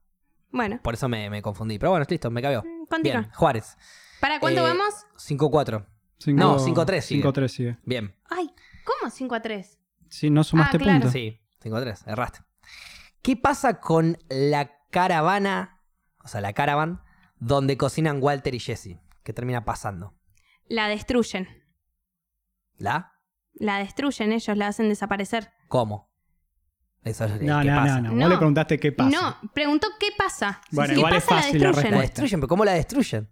[SPEAKER 2] Bueno,
[SPEAKER 1] Por eso me, me confundí. Pero bueno, listo, me cabió.
[SPEAKER 2] mm, continúa.
[SPEAKER 1] Bien, Juárez.
[SPEAKER 2] ¿Para cuánto
[SPEAKER 1] Eh,
[SPEAKER 2] vamos?
[SPEAKER 1] 5-4.
[SPEAKER 3] Cinco-
[SPEAKER 1] No, cinco a tres sigue.
[SPEAKER 3] cinco a tres sigue.
[SPEAKER 1] Bien.
[SPEAKER 2] Ay, ¿cómo 5 a 3?
[SPEAKER 3] Sí, no sumaste
[SPEAKER 2] Ah, claro.
[SPEAKER 3] puntos.
[SPEAKER 1] Sí, 5-3. Erraste. ¿Qué pasa con la caravana? O sea, la caravan donde cocinan Walter y Jesse. ¿Qué termina pasando?
[SPEAKER 2] La destruyen.
[SPEAKER 1] ¿La?
[SPEAKER 2] La destruyen ellos, la hacen desaparecer.
[SPEAKER 1] ¿Cómo? Eso es
[SPEAKER 3] No,
[SPEAKER 1] el que
[SPEAKER 3] no,
[SPEAKER 1] pasa.
[SPEAKER 3] no, no.
[SPEAKER 2] No.
[SPEAKER 3] Vos le preguntaste qué pasa.
[SPEAKER 2] No, preguntó qué pasa.
[SPEAKER 3] Bueno,
[SPEAKER 2] si
[SPEAKER 3] igual es
[SPEAKER 2] pasa,
[SPEAKER 3] fácil la
[SPEAKER 2] la destruyen.
[SPEAKER 1] La
[SPEAKER 3] respuesta.
[SPEAKER 1] destruyen, pero ¿cómo la destruyen?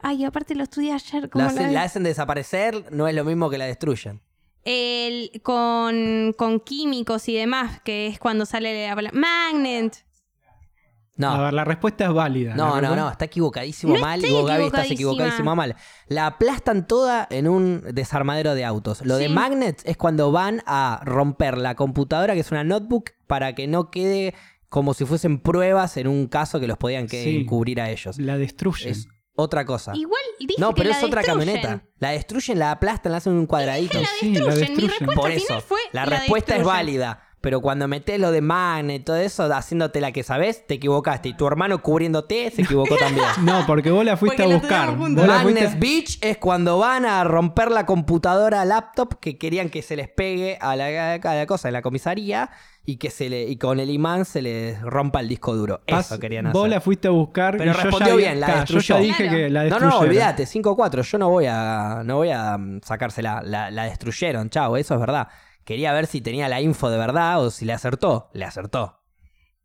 [SPEAKER 2] Ay, aparte lo estudié ayer. ¿cómo
[SPEAKER 1] La
[SPEAKER 2] lo
[SPEAKER 1] hacen,
[SPEAKER 2] ves?
[SPEAKER 1] la hacen desaparecer, no es lo mismo que la destruyen.
[SPEAKER 2] El- con, con químicos y demás, que es cuando sale la palabra- Magnet.
[SPEAKER 3] A
[SPEAKER 1] No,
[SPEAKER 3] ver, la respuesta es válida.
[SPEAKER 1] no,
[SPEAKER 3] La
[SPEAKER 1] no,
[SPEAKER 3] respuesta-
[SPEAKER 1] no, está equivocadísimo
[SPEAKER 2] No
[SPEAKER 1] mal y
[SPEAKER 2] estoy
[SPEAKER 1] vos, Gaby, estás
[SPEAKER 2] equivocadísima.
[SPEAKER 1] equivocadísima mal. La aplastan toda en un desarmadero de autos. Lo de
[SPEAKER 2] Sí.
[SPEAKER 1] Magnet es cuando van a romper la computadora, que es una notebook, para que no quede como si fuesen pruebas en un caso que los podían que-
[SPEAKER 3] Sí.
[SPEAKER 1] encubrir a ellos.
[SPEAKER 3] La destruyen.
[SPEAKER 1] Es otra cosa.
[SPEAKER 2] Igual dije
[SPEAKER 1] Ah. No,
[SPEAKER 2] que
[SPEAKER 1] pero
[SPEAKER 2] la
[SPEAKER 1] es otra
[SPEAKER 2] destruyen.
[SPEAKER 1] camioneta. La destruyen, la aplastan, la hacen en un cuadradito.
[SPEAKER 2] La
[SPEAKER 3] Sí, la
[SPEAKER 2] destruyen. Mi
[SPEAKER 3] destruyen.
[SPEAKER 2] respuesta
[SPEAKER 1] Por eso,
[SPEAKER 2] final fue
[SPEAKER 1] la
[SPEAKER 2] la
[SPEAKER 1] respuesta es
[SPEAKER 2] destruyen.
[SPEAKER 1] válida. Pero cuando metés lo de man y todo eso, haciéndote la que sabes, te equivocaste. Y tu hermano cubriéndote se equivocó también.
[SPEAKER 3] No, porque vos la fuiste
[SPEAKER 2] Porque
[SPEAKER 3] a
[SPEAKER 2] lo
[SPEAKER 3] buscar.
[SPEAKER 2] tenemos
[SPEAKER 3] Vos
[SPEAKER 2] juntos.
[SPEAKER 3] la fuiste-
[SPEAKER 1] Magnet Beach es cuando van a romper la computadora laptop que querían que se les pegue a la, a la cosa, en la comisaría, y que se le, y con el imán se les rompa el disco duro.
[SPEAKER 3] Pas-
[SPEAKER 1] Eso querían hacer.
[SPEAKER 3] Vos la fuiste a buscar.
[SPEAKER 1] Pero
[SPEAKER 3] y yo
[SPEAKER 1] respondió
[SPEAKER 3] ya,
[SPEAKER 1] bien, la
[SPEAKER 3] Claro, Yo ya
[SPEAKER 1] destruyó.
[SPEAKER 3] dije
[SPEAKER 2] Claro.
[SPEAKER 3] que la
[SPEAKER 1] No,
[SPEAKER 3] destruyó.
[SPEAKER 1] no, olvídate, 5-4, yo no voy a no voy a mm, sacársela, la, la destruyeron, chao, eso es verdad. Quería ver si tenía la info de verdad o si le acertó, le acertó.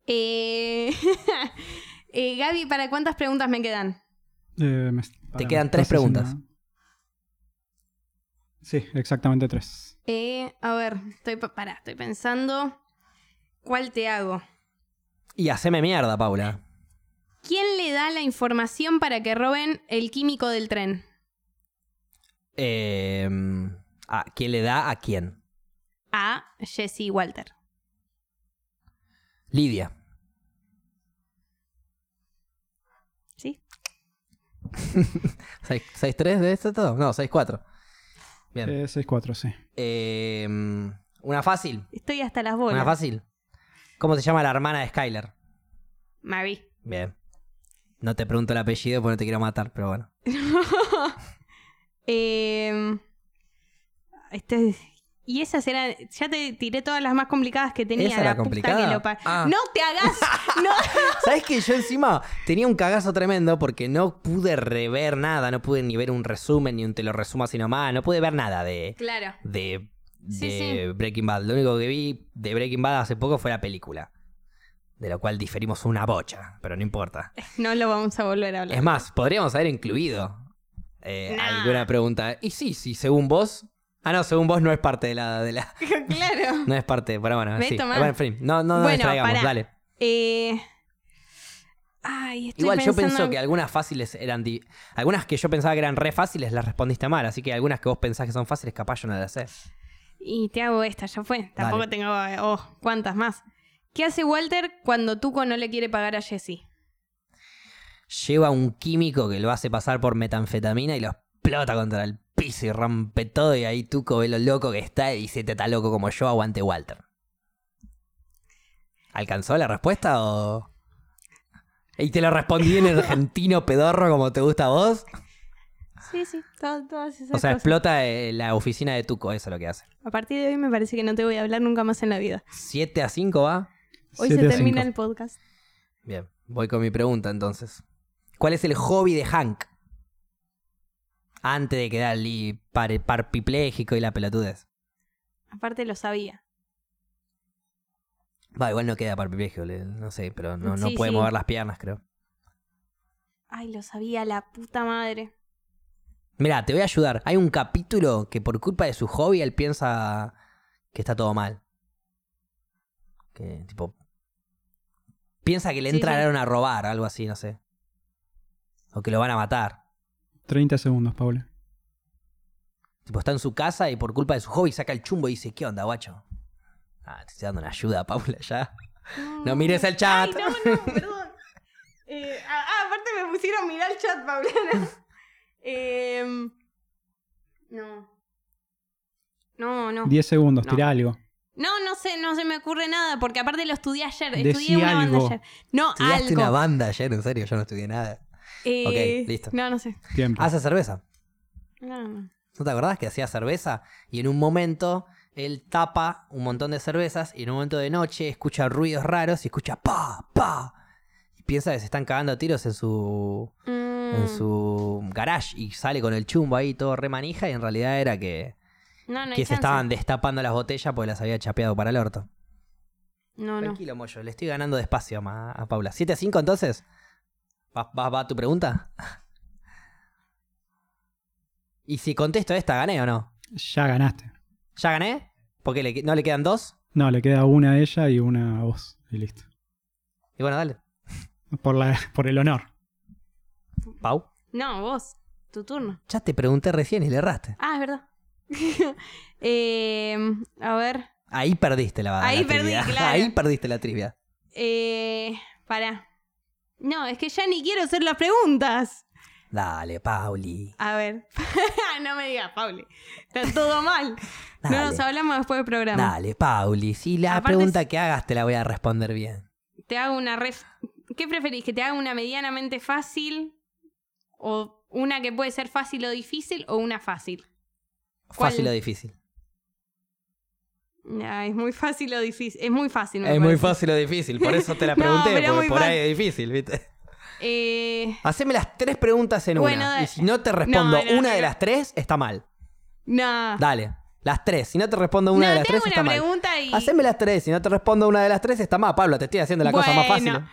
[SPEAKER 2] Eh, eh, Gaby, ¿para cuántas preguntas me quedan?
[SPEAKER 3] Eh,
[SPEAKER 1] Te quedan tres preguntas.
[SPEAKER 3] Sí, exactamente tres.
[SPEAKER 2] Eh, a ver, estoy, pa- pará, estoy pensando. ¿Cuál te hago?
[SPEAKER 1] Y haceme mierda, Paula.
[SPEAKER 2] ¿Quién le da la información para que roben el químico del tren?
[SPEAKER 1] Eh, ¿A quién le da a quién?
[SPEAKER 2] A Jesse Walter.
[SPEAKER 1] Lidia.
[SPEAKER 2] ¿Sí?
[SPEAKER 1] 6-3 de esto todo? No, 6-4. Bien.
[SPEAKER 3] Eh, seis, cuatro, sí.
[SPEAKER 1] Eh, una fácil.
[SPEAKER 2] Estoy hasta las
[SPEAKER 1] Una
[SPEAKER 2] bolas.
[SPEAKER 1] fácil. ¿Cómo se llama la hermana de Skyler?
[SPEAKER 2] Mary.
[SPEAKER 1] Bien. No te pregunto el apellido porque no te quiero matar, pero bueno.
[SPEAKER 2] Eh, este, y esas eran. Ya te tiré todas las más complicadas que tenía.
[SPEAKER 1] ¿Esa era
[SPEAKER 2] la puta
[SPEAKER 1] complicada?
[SPEAKER 2] que lo pa-
[SPEAKER 1] Ah.
[SPEAKER 2] ¡No te hagas! ¡No!
[SPEAKER 1] ¿Sabes que yo encima tenía un cagazo tremendo porque no pude rever nada, no pude ni ver un resumen, ni un te lo resuma sino más, no pude ver nada de,
[SPEAKER 2] claro.
[SPEAKER 1] de,
[SPEAKER 2] Sí,
[SPEAKER 1] de Breaking Bad. Lo único que vi de Breaking Bad hace poco fue la película, de la cual diferimos una bocha, pero no importa.
[SPEAKER 2] No lo vamos a volver a hablar.
[SPEAKER 1] Es más, podríamos haber incluido eh,
[SPEAKER 2] Nah.
[SPEAKER 1] alguna pregunta. Y sí, sí, según vos. Ah, no, según vos no es parte de la. De la
[SPEAKER 2] claro.
[SPEAKER 1] no es parte, pero bueno,
[SPEAKER 2] Ve,
[SPEAKER 1] sí.
[SPEAKER 2] tomá.
[SPEAKER 1] Bueno, en fin, no, no, no
[SPEAKER 2] Bueno,
[SPEAKER 1] distraigamos,
[SPEAKER 2] pará.
[SPEAKER 1] dale.
[SPEAKER 2] Eh, ay, estoy
[SPEAKER 1] Igual yo
[SPEAKER 2] pensando
[SPEAKER 1] pienso
[SPEAKER 2] en-
[SPEAKER 1] que algunas fáciles eran. di- Algunas que yo pensaba que eran re fáciles las respondiste mal, así que algunas que vos pensás que son fáciles, capaz yo no las sé.
[SPEAKER 2] Y te hago esta, ya fue. Tampoco
[SPEAKER 1] Dale.
[SPEAKER 2] tengo. eh, Oh, ¿cuántas más? ¿Qué hace Walter cuando Tuco no le quiere pagar a Jesse?
[SPEAKER 1] Lleva un químico que lo hace pasar por metanfetamina y lo explota contra el piso y rompe todo, y ahí Tuco ve lo loco que está y dice: Te está loco como yo, aguante Walter. ¿Alcanzó la respuesta o.? Y te lo respondí en argentino pedorro como te gusta a vos.
[SPEAKER 2] Sí, sí, to- todas esas
[SPEAKER 1] O sea,
[SPEAKER 2] cosas.
[SPEAKER 1] explota eh, la oficina de Tuco, eso es lo que hace.
[SPEAKER 2] A partir de hoy me parece que no te voy a hablar nunca más en la vida.
[SPEAKER 1] 7 a 5 va.
[SPEAKER 2] Hoy
[SPEAKER 3] Siete
[SPEAKER 2] se
[SPEAKER 3] a
[SPEAKER 2] termina
[SPEAKER 3] cinco.
[SPEAKER 2] el podcast.
[SPEAKER 1] Bien, voy con mi pregunta entonces. ¿Cuál es el hobby de Hank? Antes de quedar li- par- parpipléjico y la pelotudez.
[SPEAKER 2] Aparte lo sabía.
[SPEAKER 1] Va, igual no queda parpipléjico, le- no sé, pero no, no
[SPEAKER 2] Sí,
[SPEAKER 1] puede
[SPEAKER 2] sí.
[SPEAKER 1] mover las piernas, creo.
[SPEAKER 2] Ay, lo sabía, la puta madre.
[SPEAKER 1] Mira, te voy a ayudar. Hay un capítulo que por culpa de su hobby él piensa que está todo mal. Que tipo piensa que le
[SPEAKER 2] Sí,
[SPEAKER 1] entraron a robar, algo así, no sé. O que lo van a matar.
[SPEAKER 3] 30 segundos, Paula.
[SPEAKER 1] Tipo, está en su casa y por culpa de su hobby saca el chumbo y dice, ¿qué onda, guacho? Ah, te estoy dando una ayuda, Paula, ya. No mires el chat.
[SPEAKER 2] Ay, no, no, perdón. Eh, ah, ah, aparte me pusieron mirar el chat, Paulana. Em, no. No, no.
[SPEAKER 3] 10 segundos,
[SPEAKER 2] No.
[SPEAKER 3] tira algo.
[SPEAKER 2] No, no sé, no se me ocurre nada, porque aparte lo estudié ayer.
[SPEAKER 3] Decí
[SPEAKER 2] Estudié una
[SPEAKER 3] algo.
[SPEAKER 2] banda ayer. No,
[SPEAKER 1] Estudiaste una
[SPEAKER 2] algo.
[SPEAKER 1] banda ayer, en serio, yo no estudié nada.
[SPEAKER 2] Eh,
[SPEAKER 1] Ok, listo.
[SPEAKER 2] No, no sé.
[SPEAKER 3] Tiempo.
[SPEAKER 1] Hace cerveza.
[SPEAKER 2] No, no.
[SPEAKER 1] ¿No te acordás que hacía cerveza? Y en un momento él tapa un montón de cervezas y en un momento de noche escucha ruidos raros y escucha pa, pa. Y piensa que se están cagando a tiros en su, en
[SPEAKER 2] Mm,
[SPEAKER 1] su garage y sale con el chumbo ahí todo re manija y en realidad era que,
[SPEAKER 2] Mm, no, no hay
[SPEAKER 1] que se
[SPEAKER 2] chance.
[SPEAKER 1] estaban destapando las botellas porque las había chapeado para el orto.
[SPEAKER 2] No, no.
[SPEAKER 1] Tranquilo, Moyo, le estoy ganando despacio a, a Paula. ¿7 a 5 entonces? ¿Va, va, va tu pregunta? ¿Y si contesto esta, gané o no?
[SPEAKER 3] Ya ganaste.
[SPEAKER 1] ¿Ya gané? ¿Por qué le que- no le quedan dos?
[SPEAKER 3] No, le queda una a ella y una a vos. Y listo.
[SPEAKER 1] Y bueno, dale.
[SPEAKER 3] Por, la, por el honor.
[SPEAKER 1] Pau.
[SPEAKER 2] No, vos. Tu turno.
[SPEAKER 1] Ya te pregunté recién y le erraste.
[SPEAKER 2] Ah, es verdad. Em, a ver.
[SPEAKER 1] Ahí perdiste la, la
[SPEAKER 2] Ahí perdí,
[SPEAKER 1] trivia.
[SPEAKER 2] claro.
[SPEAKER 1] Ahí perdiste la trivia.
[SPEAKER 2] Eh, pará. No, es que ya ni quiero hacer las preguntas.
[SPEAKER 1] Dale, Pauli.
[SPEAKER 2] A ver, no me digas, Pauli. Está todo mal. No nos
[SPEAKER 1] Dale.
[SPEAKER 2] hablamos después del programa.
[SPEAKER 1] Dale, Pauli. Si la
[SPEAKER 2] Aparte
[SPEAKER 1] pregunta que hagas te la voy a responder bien.
[SPEAKER 2] Te hago una ref... ¿Qué preferís? ¿Que te haga una medianamente fácil? ¿O una que puede ser fácil o difícil? ¿O una fácil? ¿Cuál?
[SPEAKER 1] Fácil o difícil.
[SPEAKER 2] Ah, es muy fácil o difícil. Es muy fácil. me
[SPEAKER 1] Es muy
[SPEAKER 2] parece.
[SPEAKER 1] fácil o difícil, por eso te la
[SPEAKER 2] No,
[SPEAKER 1] pregunté,
[SPEAKER 2] pero
[SPEAKER 1] porque
[SPEAKER 2] muy
[SPEAKER 1] por
[SPEAKER 2] fácil.
[SPEAKER 1] ahí es difícil, ¿viste?
[SPEAKER 2] Eh,
[SPEAKER 1] Haceme las tres preguntas en
[SPEAKER 2] Bueno,
[SPEAKER 1] una.
[SPEAKER 2] dale.
[SPEAKER 1] Y si no te respondo
[SPEAKER 2] No, no,
[SPEAKER 1] una
[SPEAKER 2] no,
[SPEAKER 1] de
[SPEAKER 2] no.
[SPEAKER 1] las tres, está mal.
[SPEAKER 2] no.
[SPEAKER 1] Dale. Las tres. Si no te respondo una
[SPEAKER 2] no,
[SPEAKER 1] de las
[SPEAKER 2] te hago
[SPEAKER 1] tres, está
[SPEAKER 2] una
[SPEAKER 1] mal.
[SPEAKER 2] pregunta y...
[SPEAKER 1] Haceme las tres. Si no te respondo una de las tres, está mal. Pablo, te estoy haciendo la cosa más fácil.
[SPEAKER 2] Bueno.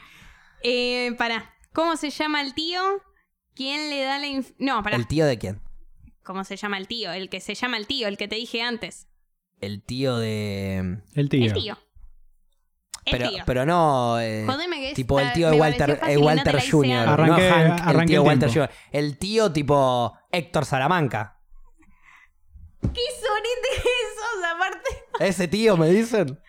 [SPEAKER 2] Eh, pará. ¿Cómo se llama el tío? ¿Quién le da la... inf- No, pará.
[SPEAKER 1] ¿El tío de quién?
[SPEAKER 2] ¿Cómo se llama el tío? El que se llama el tío, el que te dije antes.
[SPEAKER 1] El tío de.
[SPEAKER 3] El tío.
[SPEAKER 2] El tío. El
[SPEAKER 1] Pero,
[SPEAKER 2] tío.
[SPEAKER 1] pero no. eh,
[SPEAKER 2] Jodeme que
[SPEAKER 1] tipo el
[SPEAKER 2] esta
[SPEAKER 1] tío de
[SPEAKER 2] me
[SPEAKER 1] Walter,
[SPEAKER 2] pareció fácil
[SPEAKER 1] eh,
[SPEAKER 2] y no
[SPEAKER 1] Walter
[SPEAKER 2] te la hice
[SPEAKER 1] Jr.
[SPEAKER 2] antes.
[SPEAKER 1] no
[SPEAKER 3] Arranqué-
[SPEAKER 1] Hank, el
[SPEAKER 3] arranqué
[SPEAKER 1] tío
[SPEAKER 3] el
[SPEAKER 1] Walter
[SPEAKER 3] tiempo.
[SPEAKER 1] Jr. El tío tipo Héctor Salamanca. Ah.
[SPEAKER 2] ¡Qué sonete que sos, aparte!
[SPEAKER 1] Ese tío, me dicen.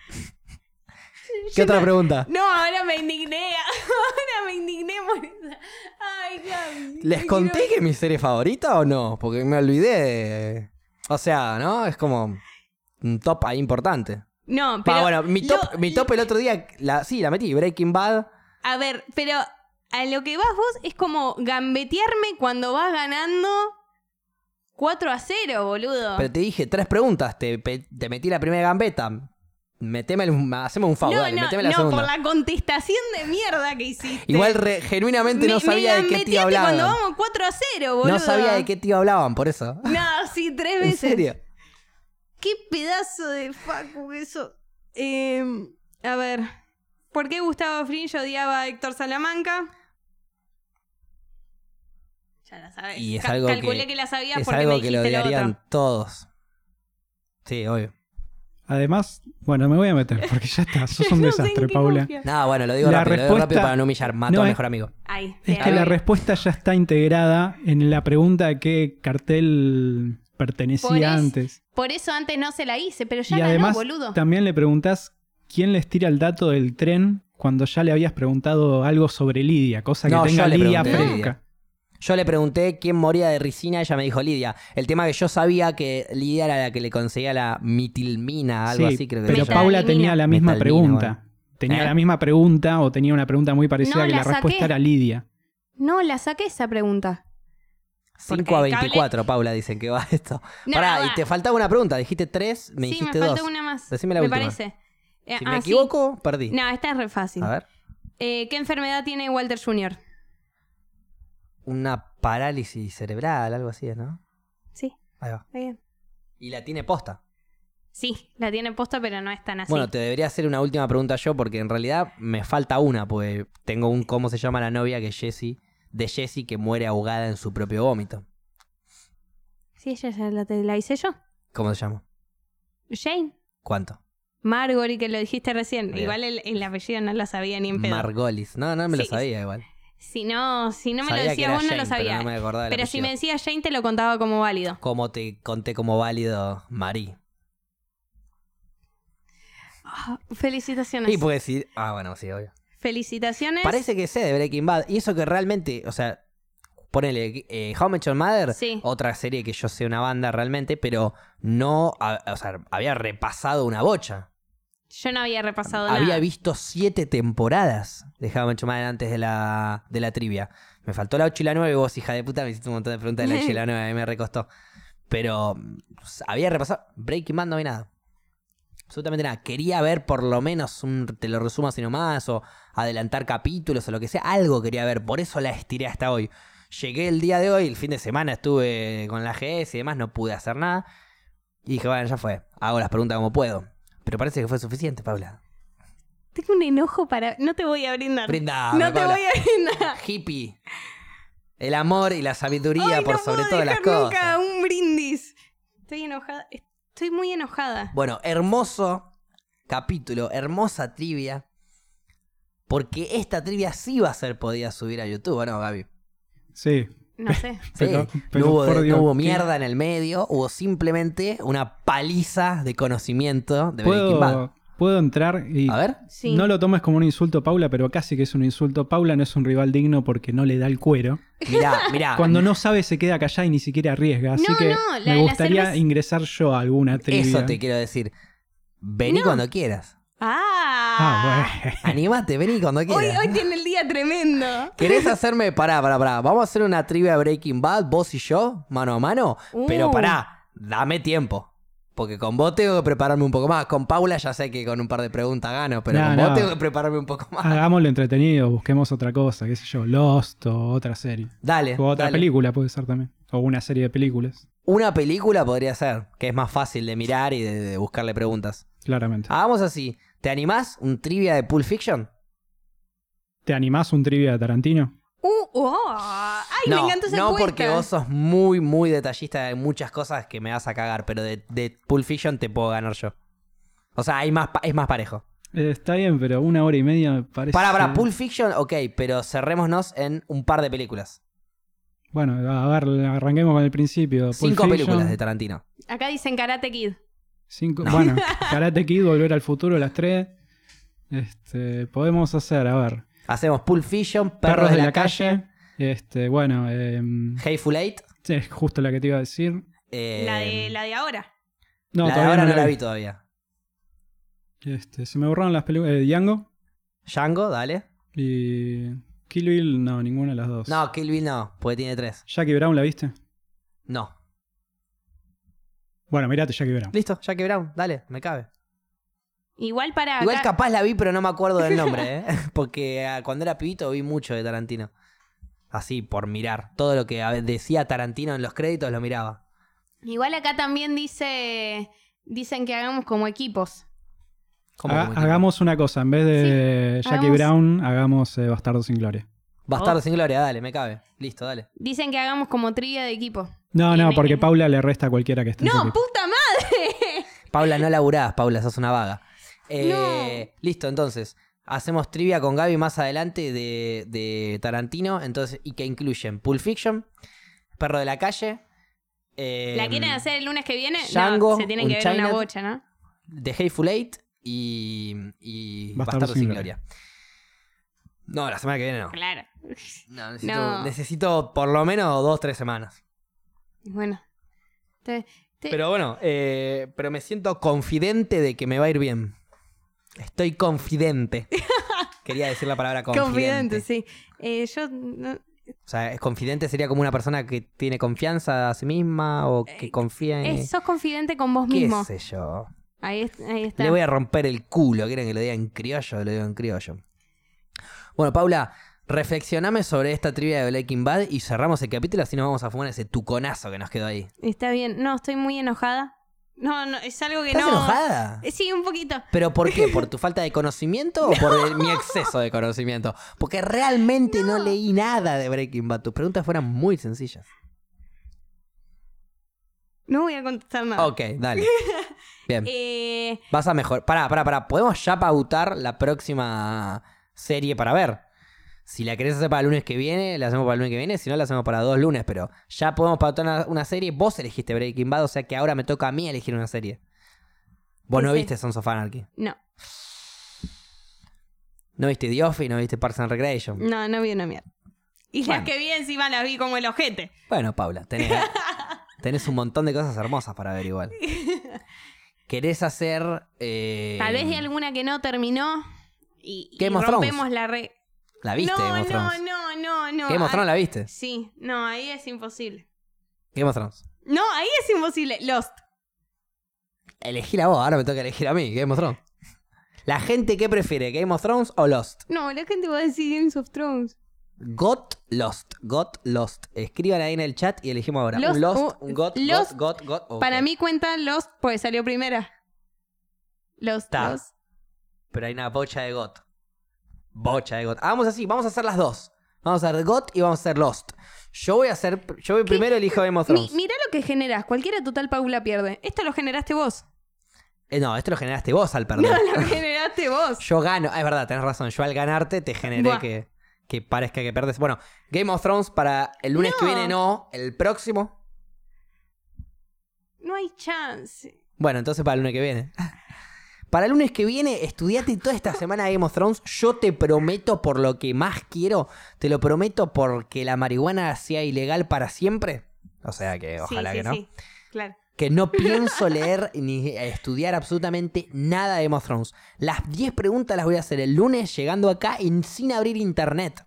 [SPEAKER 1] ¿Qué
[SPEAKER 2] Yo
[SPEAKER 1] otra
[SPEAKER 2] no-
[SPEAKER 1] pregunta?
[SPEAKER 2] No, ahora me indigné. Ahora me indigné por esa. Ay, Gaby.
[SPEAKER 1] ¿Les
[SPEAKER 2] Te
[SPEAKER 1] conté
[SPEAKER 2] quiero-
[SPEAKER 1] que es mi serie favorita o no? Porque me olvidé. O sea, ¿no? Es como un top ahí importante.
[SPEAKER 2] No,
[SPEAKER 1] Pa,
[SPEAKER 2] pero...
[SPEAKER 1] bueno, mi top,
[SPEAKER 2] lo-
[SPEAKER 1] mi top el otro día, la, sí, la metí, Breaking Bad.
[SPEAKER 2] A ver, pero a lo que vas vos es como gambetearme cuando vas ganando 4 a 0, boludo.
[SPEAKER 1] Pero te dije tres preguntas, te, pe- te metí la primera gambeta. Meteme el- haceme un favor,
[SPEAKER 2] no,
[SPEAKER 1] dale,
[SPEAKER 2] no,
[SPEAKER 1] meteme la
[SPEAKER 2] no,
[SPEAKER 1] segunda.
[SPEAKER 2] por la contestación de mierda que hiciste.
[SPEAKER 1] Igual re- genuinamente no
[SPEAKER 2] Me-
[SPEAKER 1] sabía
[SPEAKER 2] me
[SPEAKER 1] de qué tío
[SPEAKER 2] gambeteaste cuando
[SPEAKER 1] hablaban.
[SPEAKER 2] vamos 4 a 0, boludo.
[SPEAKER 1] No sabía de qué tío hablaban, por eso.
[SPEAKER 2] No, sí, tres
[SPEAKER 1] ¿En
[SPEAKER 2] veces.
[SPEAKER 1] serio?
[SPEAKER 2] Qué pedazo de Facu eso. Eh, a ver. ¿Por qué Gustavo Fringe odiaba a Héctor Salamanca? Ya la sabes.
[SPEAKER 1] Y es
[SPEAKER 2] Ca-
[SPEAKER 1] algo que-
[SPEAKER 2] Calculé que, la sabías
[SPEAKER 1] Es
[SPEAKER 2] porque me
[SPEAKER 1] algo que
[SPEAKER 2] dijiste
[SPEAKER 1] lo
[SPEAKER 2] lo,
[SPEAKER 1] odiarían
[SPEAKER 2] otro.
[SPEAKER 1] todos. Sí, obvio.
[SPEAKER 3] Además, bueno, me voy a meter porque ya está. Sos un
[SPEAKER 2] No sé en
[SPEAKER 3] desastre,
[SPEAKER 2] qué
[SPEAKER 3] Paula.
[SPEAKER 2] confiar.
[SPEAKER 1] Nada, bueno, lo digo
[SPEAKER 3] La
[SPEAKER 1] rápido, lo digo rápido
[SPEAKER 3] respuesta-
[SPEAKER 1] para no humillar. Mató
[SPEAKER 3] No,
[SPEAKER 1] al
[SPEAKER 3] es-
[SPEAKER 1] mejor amigo.
[SPEAKER 2] Ay, te
[SPEAKER 3] Es que la
[SPEAKER 2] amé.
[SPEAKER 3] respuesta ya está integrada en la pregunta a qué cartel pertenecía
[SPEAKER 2] Por eso-
[SPEAKER 3] antes.
[SPEAKER 2] Por eso antes no se la hice, pero ya
[SPEAKER 3] Y
[SPEAKER 2] ganó,
[SPEAKER 3] además,
[SPEAKER 2] boludo.
[SPEAKER 3] también le preguntás quién les tira el dato del tren cuando ya le habías preguntado algo sobre Lidia, cosa que
[SPEAKER 1] No, yo
[SPEAKER 3] tenga
[SPEAKER 1] le
[SPEAKER 3] Lidia
[SPEAKER 1] pregunté
[SPEAKER 2] de
[SPEAKER 3] fresca.
[SPEAKER 1] Yo le pregunté quién moría de ricina, ella me dijo Lidia. El tema que yo sabía que Lidia era la que le conseguía la mitilmina, algo
[SPEAKER 3] Sí,
[SPEAKER 1] así creo que
[SPEAKER 3] pero
[SPEAKER 1] era.
[SPEAKER 2] Metal-
[SPEAKER 3] Paula tenía la misma
[SPEAKER 1] Metalmina,
[SPEAKER 3] pregunta. Tenía
[SPEAKER 1] ¿Eh?
[SPEAKER 3] la misma pregunta o tenía una pregunta muy parecida
[SPEAKER 2] No,
[SPEAKER 3] que
[SPEAKER 2] la
[SPEAKER 3] la, respuesta
[SPEAKER 2] saqué.
[SPEAKER 3] era Lidia.
[SPEAKER 2] No, la saqué esa pregunta.
[SPEAKER 1] 5
[SPEAKER 2] porque
[SPEAKER 1] a
[SPEAKER 2] el cable-
[SPEAKER 1] 24, Paula, dicen que va esto.
[SPEAKER 2] No,
[SPEAKER 1] Pará,
[SPEAKER 2] va.
[SPEAKER 1] y te faltaba una pregunta, dijiste 3, me
[SPEAKER 2] sí, me
[SPEAKER 1] dijiste
[SPEAKER 2] falta
[SPEAKER 1] 2.
[SPEAKER 2] una más.
[SPEAKER 1] Decime la
[SPEAKER 2] me
[SPEAKER 1] última.
[SPEAKER 2] parece. Eh,
[SPEAKER 1] Si
[SPEAKER 2] ah,
[SPEAKER 1] me
[SPEAKER 2] sí.
[SPEAKER 1] equivoco, perdí.
[SPEAKER 2] No, esta es re fácil.
[SPEAKER 1] A ver,
[SPEAKER 2] Eh, ¿Qué enfermedad tiene Walter Jr.?
[SPEAKER 1] una parálisis cerebral, algo así, ¿no?
[SPEAKER 2] Sí,
[SPEAKER 1] Ahí va.
[SPEAKER 2] está bien.
[SPEAKER 1] Y la tiene posta.
[SPEAKER 2] Sí, la tiene posta, pero no es tan así.
[SPEAKER 1] Bueno, te debería hacer una última pregunta yo, porque en realidad me falta una, pues tengo un cómo se llama la novia que Jessie, de Jessie que muere ahogada en su propio vómito.
[SPEAKER 2] Sí, ella ya la, te la hice yo.
[SPEAKER 1] ¿Cómo se llama?
[SPEAKER 2] Jane.
[SPEAKER 1] ¿Cuánto?
[SPEAKER 2] Margory, que lo dijiste recién.
[SPEAKER 1] Bien.
[SPEAKER 2] Igual el, el apellido no lo sabía ni en pedo.
[SPEAKER 1] Margolis. No, no me lo
[SPEAKER 2] Sí,
[SPEAKER 1] sabía igual.
[SPEAKER 2] si, no, si no me
[SPEAKER 1] Sabía
[SPEAKER 2] lo
[SPEAKER 1] que
[SPEAKER 2] decías
[SPEAKER 1] era
[SPEAKER 2] vos, no lo
[SPEAKER 1] Jane,
[SPEAKER 2] sabía.
[SPEAKER 1] Pero, no me acordaba del
[SPEAKER 2] Pero si me
[SPEAKER 1] apellido.
[SPEAKER 2] decías Jane, te lo contaba como válido.
[SPEAKER 1] Como te conté como válido Marí.
[SPEAKER 2] Ah, felicitaciones.
[SPEAKER 1] Y puedes decir. Ah, bueno, sí, obvio.
[SPEAKER 2] felicitaciones.
[SPEAKER 1] Parece que sé de Breaking Bad. Y eso que realmente, o sea, ponele eh, How I Met Your Mother,
[SPEAKER 2] Sí.
[SPEAKER 1] otra serie que yo sé una banda realmente, pero no, a- o sea, había repasado una bocha.
[SPEAKER 2] Yo no había repasado
[SPEAKER 1] Había
[SPEAKER 2] nada.
[SPEAKER 1] visto siete temporadas de How I Met Your Mother antes de la, de la trivia. Me faltó la 8 y la 9, vos, hija de puta, me hiciste un montón de preguntas de la 8 y la 9, a mí me recostó. Pero mm, había repasado. Breaking Bad no vi nada. Absolutamente nada. Quería ver por lo menos un. Te lo resumo así nomás, o adelantar capítulos o lo que sea. Algo quería ver, por eso la estiré hasta hoy. Llegué el día de hoy, el fin de semana estuve con la GS y demás, no pude hacer nada. Y dije, bueno, ya fue. Hago las preguntas como puedo. Pero parece que fue suficiente, Paula.
[SPEAKER 2] Tengo un enojo para. No te voy a brindar.
[SPEAKER 1] Brindame,
[SPEAKER 2] no te
[SPEAKER 1] Paula.
[SPEAKER 2] voy a brindar.
[SPEAKER 1] Hippie. El amor y la sabiduría
[SPEAKER 2] Ay,
[SPEAKER 1] por
[SPEAKER 2] no
[SPEAKER 1] sobre
[SPEAKER 2] puedo
[SPEAKER 1] todas las
[SPEAKER 2] dejar
[SPEAKER 1] cosas.
[SPEAKER 2] nunca un brindis. Estoy enojada. Estoy muy enojada.
[SPEAKER 1] Bueno, hermoso capítulo, hermosa trivia. Porque esta trivia sí va a ser podida subir a YouTube, ¿o ¿no, Gaby?
[SPEAKER 3] Sí,
[SPEAKER 2] No sé.
[SPEAKER 1] Sí.
[SPEAKER 3] pero, pero
[SPEAKER 1] no hubo,
[SPEAKER 3] por
[SPEAKER 1] no
[SPEAKER 3] Dios,
[SPEAKER 1] hubo
[SPEAKER 3] ¿qué-
[SPEAKER 1] mierda en el medio, hubo simplemente una paliza de conocimiento de Breaking Bad.
[SPEAKER 3] ¿Puedo, Puedo entrar y
[SPEAKER 1] A ver.
[SPEAKER 2] Sí.
[SPEAKER 3] no lo tomes como un insulto, Paula, pero casi que es un insulto. Paula no es un rival digno porque no le da el cuero.
[SPEAKER 1] Mirá, mirá.
[SPEAKER 3] Cuando no sabe se queda callada y ni siquiera arriesga. Así
[SPEAKER 2] No,
[SPEAKER 3] que
[SPEAKER 2] no, la-
[SPEAKER 3] me
[SPEAKER 2] la
[SPEAKER 3] gustaría
[SPEAKER 2] cerveza-
[SPEAKER 3] ingresar yo a alguna trivia.
[SPEAKER 1] Eso te quiero decir. Vení
[SPEAKER 2] No.
[SPEAKER 1] cuando quieras.
[SPEAKER 2] Ah,
[SPEAKER 3] Ah, bueno.
[SPEAKER 1] Animate, vení cuando
[SPEAKER 2] hoy,
[SPEAKER 1] quieras.
[SPEAKER 2] hoy tiene el día tremendo.
[SPEAKER 1] ¿Querés hacerme? Pará, pará, pará. Vamos a hacer una trivia Breaking Bad, vos y yo, mano a mano.
[SPEAKER 2] Uh.
[SPEAKER 1] Pero pará, dame tiempo. Porque con vos tengo que prepararme un poco más. Con Paula ya sé que con un par de preguntas gano, pero
[SPEAKER 3] No,
[SPEAKER 1] con
[SPEAKER 3] no.
[SPEAKER 1] vos tengo que prepararme un poco
[SPEAKER 2] Ah,
[SPEAKER 1] más.
[SPEAKER 3] Hagámoslo entretenido, busquemos otra cosa, qué sé yo, Lost o otra serie.
[SPEAKER 1] Dale.
[SPEAKER 3] O otra
[SPEAKER 1] Eh, dale.
[SPEAKER 3] película puede ser también. O una serie de películas,
[SPEAKER 1] Una película podría ser, que es más fácil de mirar y de, de buscarle preguntas.
[SPEAKER 3] claramente.
[SPEAKER 1] Hagamos así. ¿Te animás? ¿Un trivia de Pulp Fiction?
[SPEAKER 3] ¿Te animás un trivia de Tarantino?
[SPEAKER 2] Uh, oh. Ay, me
[SPEAKER 1] no,
[SPEAKER 2] encanta esa
[SPEAKER 1] no
[SPEAKER 2] encuesta.
[SPEAKER 1] porque vos sos muy, muy detallista de muchas cosas que me vas a cagar, pero de, de Pulp Fiction te puedo ganar yo. O sea, hay más, pa- es más parejo.
[SPEAKER 3] Eh, está bien, pero una hora y media me parece.
[SPEAKER 1] Para, para, Pulp Fiction, ok, pero cerrémonos en un par de películas.
[SPEAKER 3] Bueno, a ver, arranquemos con el principio. Pulp
[SPEAKER 1] Cinco
[SPEAKER 3] Fiction,
[SPEAKER 1] películas de Tarantino.
[SPEAKER 2] Acá dicen Karate Kid.
[SPEAKER 3] cinco- Bueno, Karate Kid, Volver al Futuro, las tres. Este, podemos hacer, a ver.
[SPEAKER 1] Hacemos Pulp Fiction, Perros,
[SPEAKER 3] Perros de la, calle. Este, bueno, em,
[SPEAKER 1] Hateful Eight.
[SPEAKER 3] es justo la que te iba a decir.
[SPEAKER 1] eh,
[SPEAKER 2] La de, la de ahora.
[SPEAKER 1] la
[SPEAKER 3] No,
[SPEAKER 1] de
[SPEAKER 3] todavía
[SPEAKER 1] ahora no la
[SPEAKER 3] vi.
[SPEAKER 1] vi todavía.
[SPEAKER 3] Este, se me borraron las películas. Eh, Django
[SPEAKER 1] Django, dale.
[SPEAKER 3] y Kill Bill, no, ninguna de las dos.
[SPEAKER 1] No, Kill Bill no, porque tiene tres.
[SPEAKER 3] Jackie Brown, ¿la viste?
[SPEAKER 1] No.
[SPEAKER 3] Bueno, mirate Jackie Brown.
[SPEAKER 1] Listo, Jackie Brown, dale, me cabe.
[SPEAKER 2] Igual para.
[SPEAKER 1] Igual
[SPEAKER 2] acá-
[SPEAKER 1] capaz la vi, pero no me acuerdo del nombre, ¿eh? Porque ah, cuando era pibito vi mucho de Tarantino. Así, por mirar. Todo lo que a ver, decía Tarantino en los créditos lo miraba.
[SPEAKER 2] Igual acá también dice. Dicen que hagamos como equipos.
[SPEAKER 1] ¿Cómo
[SPEAKER 3] Haga-
[SPEAKER 1] que me-
[SPEAKER 3] hagamos una cosa, en vez de Jackie
[SPEAKER 2] hagamos-
[SPEAKER 3] Brown, hagamos eh, Bastardo sin Gloria.
[SPEAKER 1] Bastardo sin gloria, dale, me cabe. Listo, dale.
[SPEAKER 2] Dicen que hagamos como trivia de equipo.
[SPEAKER 3] No,
[SPEAKER 2] Y
[SPEAKER 3] no,
[SPEAKER 2] me-
[SPEAKER 3] porque Paula le resta a cualquiera que esté. en
[SPEAKER 2] ¡No,
[SPEAKER 3] su equipo.
[SPEAKER 2] puta madre!
[SPEAKER 1] Paula, no laburás, Paula, sos una vaga. Eh, Listo, entonces. Hacemos trivia con Gaby más adelante de, de Tarantino. Entonces, y que incluyen Pulp Fiction, Perro de la Calle. eh,
[SPEAKER 2] ¿La quieren hacer el lunes que viene? No,
[SPEAKER 1] Django,
[SPEAKER 2] se tienen que ver
[SPEAKER 1] Unchained.
[SPEAKER 2] una bocha, ¿no?
[SPEAKER 1] The Hateful Eight y, y
[SPEAKER 3] Bastardo
[SPEAKER 1] Bastardo,
[SPEAKER 3] sin
[SPEAKER 1] sin Gloria. No, la semana que viene no.
[SPEAKER 2] Claro.
[SPEAKER 1] No, necesito,
[SPEAKER 2] No.
[SPEAKER 1] necesito por lo menos dos, tres semanas.
[SPEAKER 2] Bueno. Te- te-
[SPEAKER 1] Pero bueno, eh, pero me siento confidente de que me va a ir bien. Estoy confidente. Quería decir la palabra confidente.
[SPEAKER 2] confidente, sí. Eh, yo. no-
[SPEAKER 1] O sea, confidente sería como una persona que tiene confianza a sí misma o que confía en...
[SPEAKER 2] eh, sos confidente con vos
[SPEAKER 1] ¿Qué
[SPEAKER 2] mismo.
[SPEAKER 1] sé yo?
[SPEAKER 2] Ahí, es- ahí está.
[SPEAKER 1] Le voy a romper el culo. ¿Quieren que lo diga en criollo? Lo digo en criollo. Bueno, Paula, reflexioname sobre esta trivia de Breaking Bad y cerramos el capítulo así nos vamos a fumar ese tuconazo que nos quedó ahí.
[SPEAKER 2] Está bien. No, estoy muy enojada. No, no, es algo que
[SPEAKER 1] ¿Estás
[SPEAKER 2] no.
[SPEAKER 1] enojada?
[SPEAKER 2] Eh, Sí, un poquito.
[SPEAKER 1] ¿Pero por qué? ¿Por tu falta de conocimiento o por el- mi exceso de conocimiento? Porque realmente no. leí nada de Breaking Bad. Tus preguntas fueron muy sencillas.
[SPEAKER 2] No voy a contestar nada.
[SPEAKER 1] Ok, dale. Bien.
[SPEAKER 2] Eh,
[SPEAKER 1] Vas a mejor. Pará, pará, pará. Podemos ya pautar la próxima serie para ver. Si la querés hacer para el lunes que viene, la hacemos para el lunes que viene. Si no, la hacemos para dos lunes. Pero ya podemos pautar una, una serie. Vos elegiste Breaking Bad, o sea que ahora me toca a mí elegir una serie. Vos
[SPEAKER 2] Sí,
[SPEAKER 1] no
[SPEAKER 2] sí.
[SPEAKER 1] viste Sons of Anarchy.
[SPEAKER 2] no,
[SPEAKER 1] No viste The Office, no viste Parks and Recreation.
[SPEAKER 2] no, no vi una mierda. Y
[SPEAKER 1] Bueno.
[SPEAKER 2] las que vi encima las vi como el ojete.
[SPEAKER 1] Bueno, Paula, tenés, tenés un montón de cosas hermosas para ver igual. ¿Querés hacer... eh,
[SPEAKER 2] Tal vez de alguna que no terminó y, y
[SPEAKER 1] Game of Thrones.
[SPEAKER 2] rompemos la red.
[SPEAKER 1] ¿La viste,
[SPEAKER 2] no,
[SPEAKER 1] Game of Thrones?
[SPEAKER 2] no, no, no, no.
[SPEAKER 1] Game of
[SPEAKER 2] Ah,
[SPEAKER 1] Thrones la viste.
[SPEAKER 2] Sí, no, ahí es imposible.
[SPEAKER 1] Game of Thrones.
[SPEAKER 2] No, ahí es imposible. Lost.
[SPEAKER 1] Elegí la vos, ahora me toca elegir a mí, Game of Thrones. La gente que prefiere, Game of Thrones o Lost.
[SPEAKER 2] No, la gente va a decir Games of Thrones.
[SPEAKER 1] Got Lost, Got Lost. Escriban ahí en el chat y elegimos ahora.
[SPEAKER 2] Lost,
[SPEAKER 1] un Lost,
[SPEAKER 2] uh,
[SPEAKER 1] un Got,
[SPEAKER 2] Lost,
[SPEAKER 1] Got, Got, Got. ok.
[SPEAKER 2] Para mí cuenta Lost porque salió primera. Lost.
[SPEAKER 1] Está.
[SPEAKER 2] Lost.
[SPEAKER 1] Pero hay una bocha de Got. Bocha de Got. Ah, Vamos así, vamos a hacer las dos. Vamos a hacer Got y vamos a hacer Lost. Yo voy a hacer, yo voy primero elijo Game of
[SPEAKER 2] Mi-
[SPEAKER 1] Thrones.
[SPEAKER 2] mirá lo que generas. Cualquiera total Paula pierde. Esto lo generaste vos.
[SPEAKER 1] Eh, no, esto lo generaste vos al perder.
[SPEAKER 2] No, lo generaste vos.
[SPEAKER 1] Yo gano. Ah, es verdad, tenés razón. Yo al ganarte te generé
[SPEAKER 2] Buah.
[SPEAKER 1] que, que parezca que perdes. Bueno, Game of Thrones para el lunes que
[SPEAKER 2] No.
[SPEAKER 1] viene no, el próximo.
[SPEAKER 2] No hay chance.
[SPEAKER 1] Eh, Bueno, entonces para el lunes que viene. Para el lunes que viene, estudiate toda esta semana Game of Thrones. Yo te prometo por lo que más quiero, te lo prometo porque la marihuana sea ilegal para siempre. O sea que ojalá
[SPEAKER 2] sí,
[SPEAKER 1] que
[SPEAKER 2] sí,
[SPEAKER 1] no.
[SPEAKER 2] sí, claro.
[SPEAKER 1] Que no pienso leer ni estudiar absolutamente nada de Game of Thrones. Las 10 preguntas las voy a hacer el lunes llegando acá y sin abrir internet.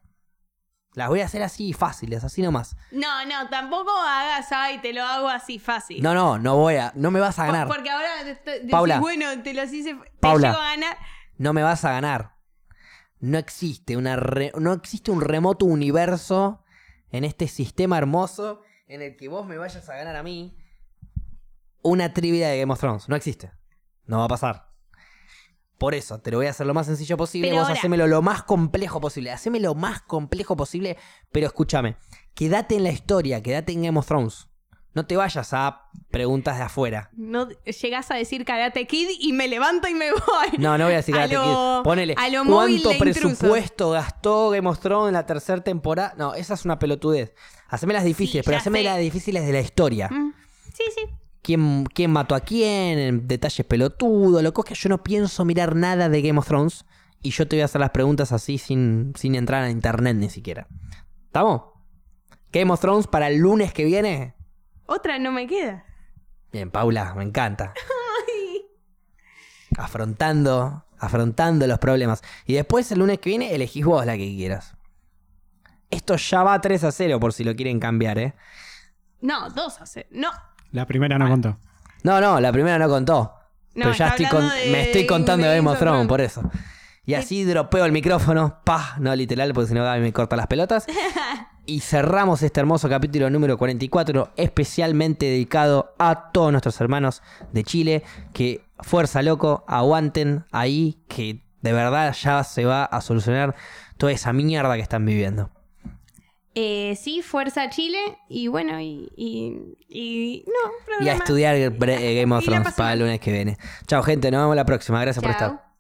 [SPEAKER 1] Las voy a hacer así fáciles, así nomás.
[SPEAKER 2] No, no, tampoco hagas, ay, te lo hago así fácil.
[SPEAKER 1] No, no, no voy a, no me vas a
[SPEAKER 2] Por-
[SPEAKER 1] ganar.
[SPEAKER 2] Porque ahora te- te- decís,
[SPEAKER 1] Paula.
[SPEAKER 2] bueno, te los hice, te
[SPEAKER 1] Paula.
[SPEAKER 2] llego a ganar.
[SPEAKER 1] no me vas a ganar. No existe, una re- no existe un remoto universo en este sistema hermoso en el que vos me vayas a ganar a mí una trivia de Game of Thrones. No existe. No va a pasar. Por eso, te lo voy a hacer lo más sencillo posible.
[SPEAKER 2] Pero
[SPEAKER 1] vos
[SPEAKER 2] ahora-
[SPEAKER 1] hacémelo lo más complejo posible. Haceme lo más complejo posible, pero escúchame. Quédate en la historia, quédate en Game of Thrones. No te vayas a preguntas de afuera.
[SPEAKER 2] No llegás a decir Karate Kid y me levanto y me voy.
[SPEAKER 1] No, no voy a decir
[SPEAKER 2] A
[SPEAKER 1] Karate Kid.
[SPEAKER 2] lo-
[SPEAKER 1] Ponele.
[SPEAKER 2] a lo móvil
[SPEAKER 1] ¿Cuánto
[SPEAKER 2] de
[SPEAKER 1] presupuesto gastó Game of Thrones en la tercera temporada? No, esa es una pelotudez. Haceme las difíciles,
[SPEAKER 2] Sí,
[SPEAKER 1] pero
[SPEAKER 2] ya
[SPEAKER 1] haceme
[SPEAKER 2] sé.
[SPEAKER 1] las difíciles de la historia.
[SPEAKER 2] Mm, Sí, sí.
[SPEAKER 1] ¿Quién, ¿Quién mató a quién? en Detalles pelotudos. Lo que es que yo no pienso mirar nada de Game of Thrones y yo te voy a hacer las preguntas así sin, sin entrar a internet ni siquiera. ¿Estamos? Game of Thrones para el lunes que viene.
[SPEAKER 2] Otra no me queda.
[SPEAKER 1] Bien, Paula, me encanta. Afrontando, afrontando los problemas. Y después el lunes que viene elegís vos la que quieras. Esto ya va 3 a 0 por si lo quieren cambiar, ¿eh?
[SPEAKER 2] No, dos hace. No.
[SPEAKER 3] La primera no contó.
[SPEAKER 1] No, no, la primera no contó.
[SPEAKER 2] No,
[SPEAKER 1] pero ya
[SPEAKER 2] está
[SPEAKER 1] estoy
[SPEAKER 2] hablando
[SPEAKER 1] con-
[SPEAKER 2] de-
[SPEAKER 1] me estoy contando de
[SPEAKER 2] de
[SPEAKER 1] Game of
[SPEAKER 2] Game of
[SPEAKER 1] Thrones,
[SPEAKER 2] Thrones.
[SPEAKER 1] por eso. Y así dropeo el micrófono, pa, no literal, porque si no Gaby me corta las pelotas. Y cerramos este hermoso capítulo número 44, especialmente dedicado a todos nuestros hermanos de Chile. Que fuerza, loco, aguanten ahí, que de verdad ya se va a solucionar toda esa mierda que están viviendo.
[SPEAKER 2] Eh, sí, Fuerza Chile. Y bueno, y. Y, y- no,
[SPEAKER 1] Y a
[SPEAKER 2] programa.
[SPEAKER 1] estudiar Bre- eh, Game of
[SPEAKER 2] Y la
[SPEAKER 1] Thrones para el
[SPEAKER 2] pasamos.
[SPEAKER 1] lunes que viene. Chao, gente, nos vemos la próxima. Gracias por
[SPEAKER 2] Chao.
[SPEAKER 1] estar.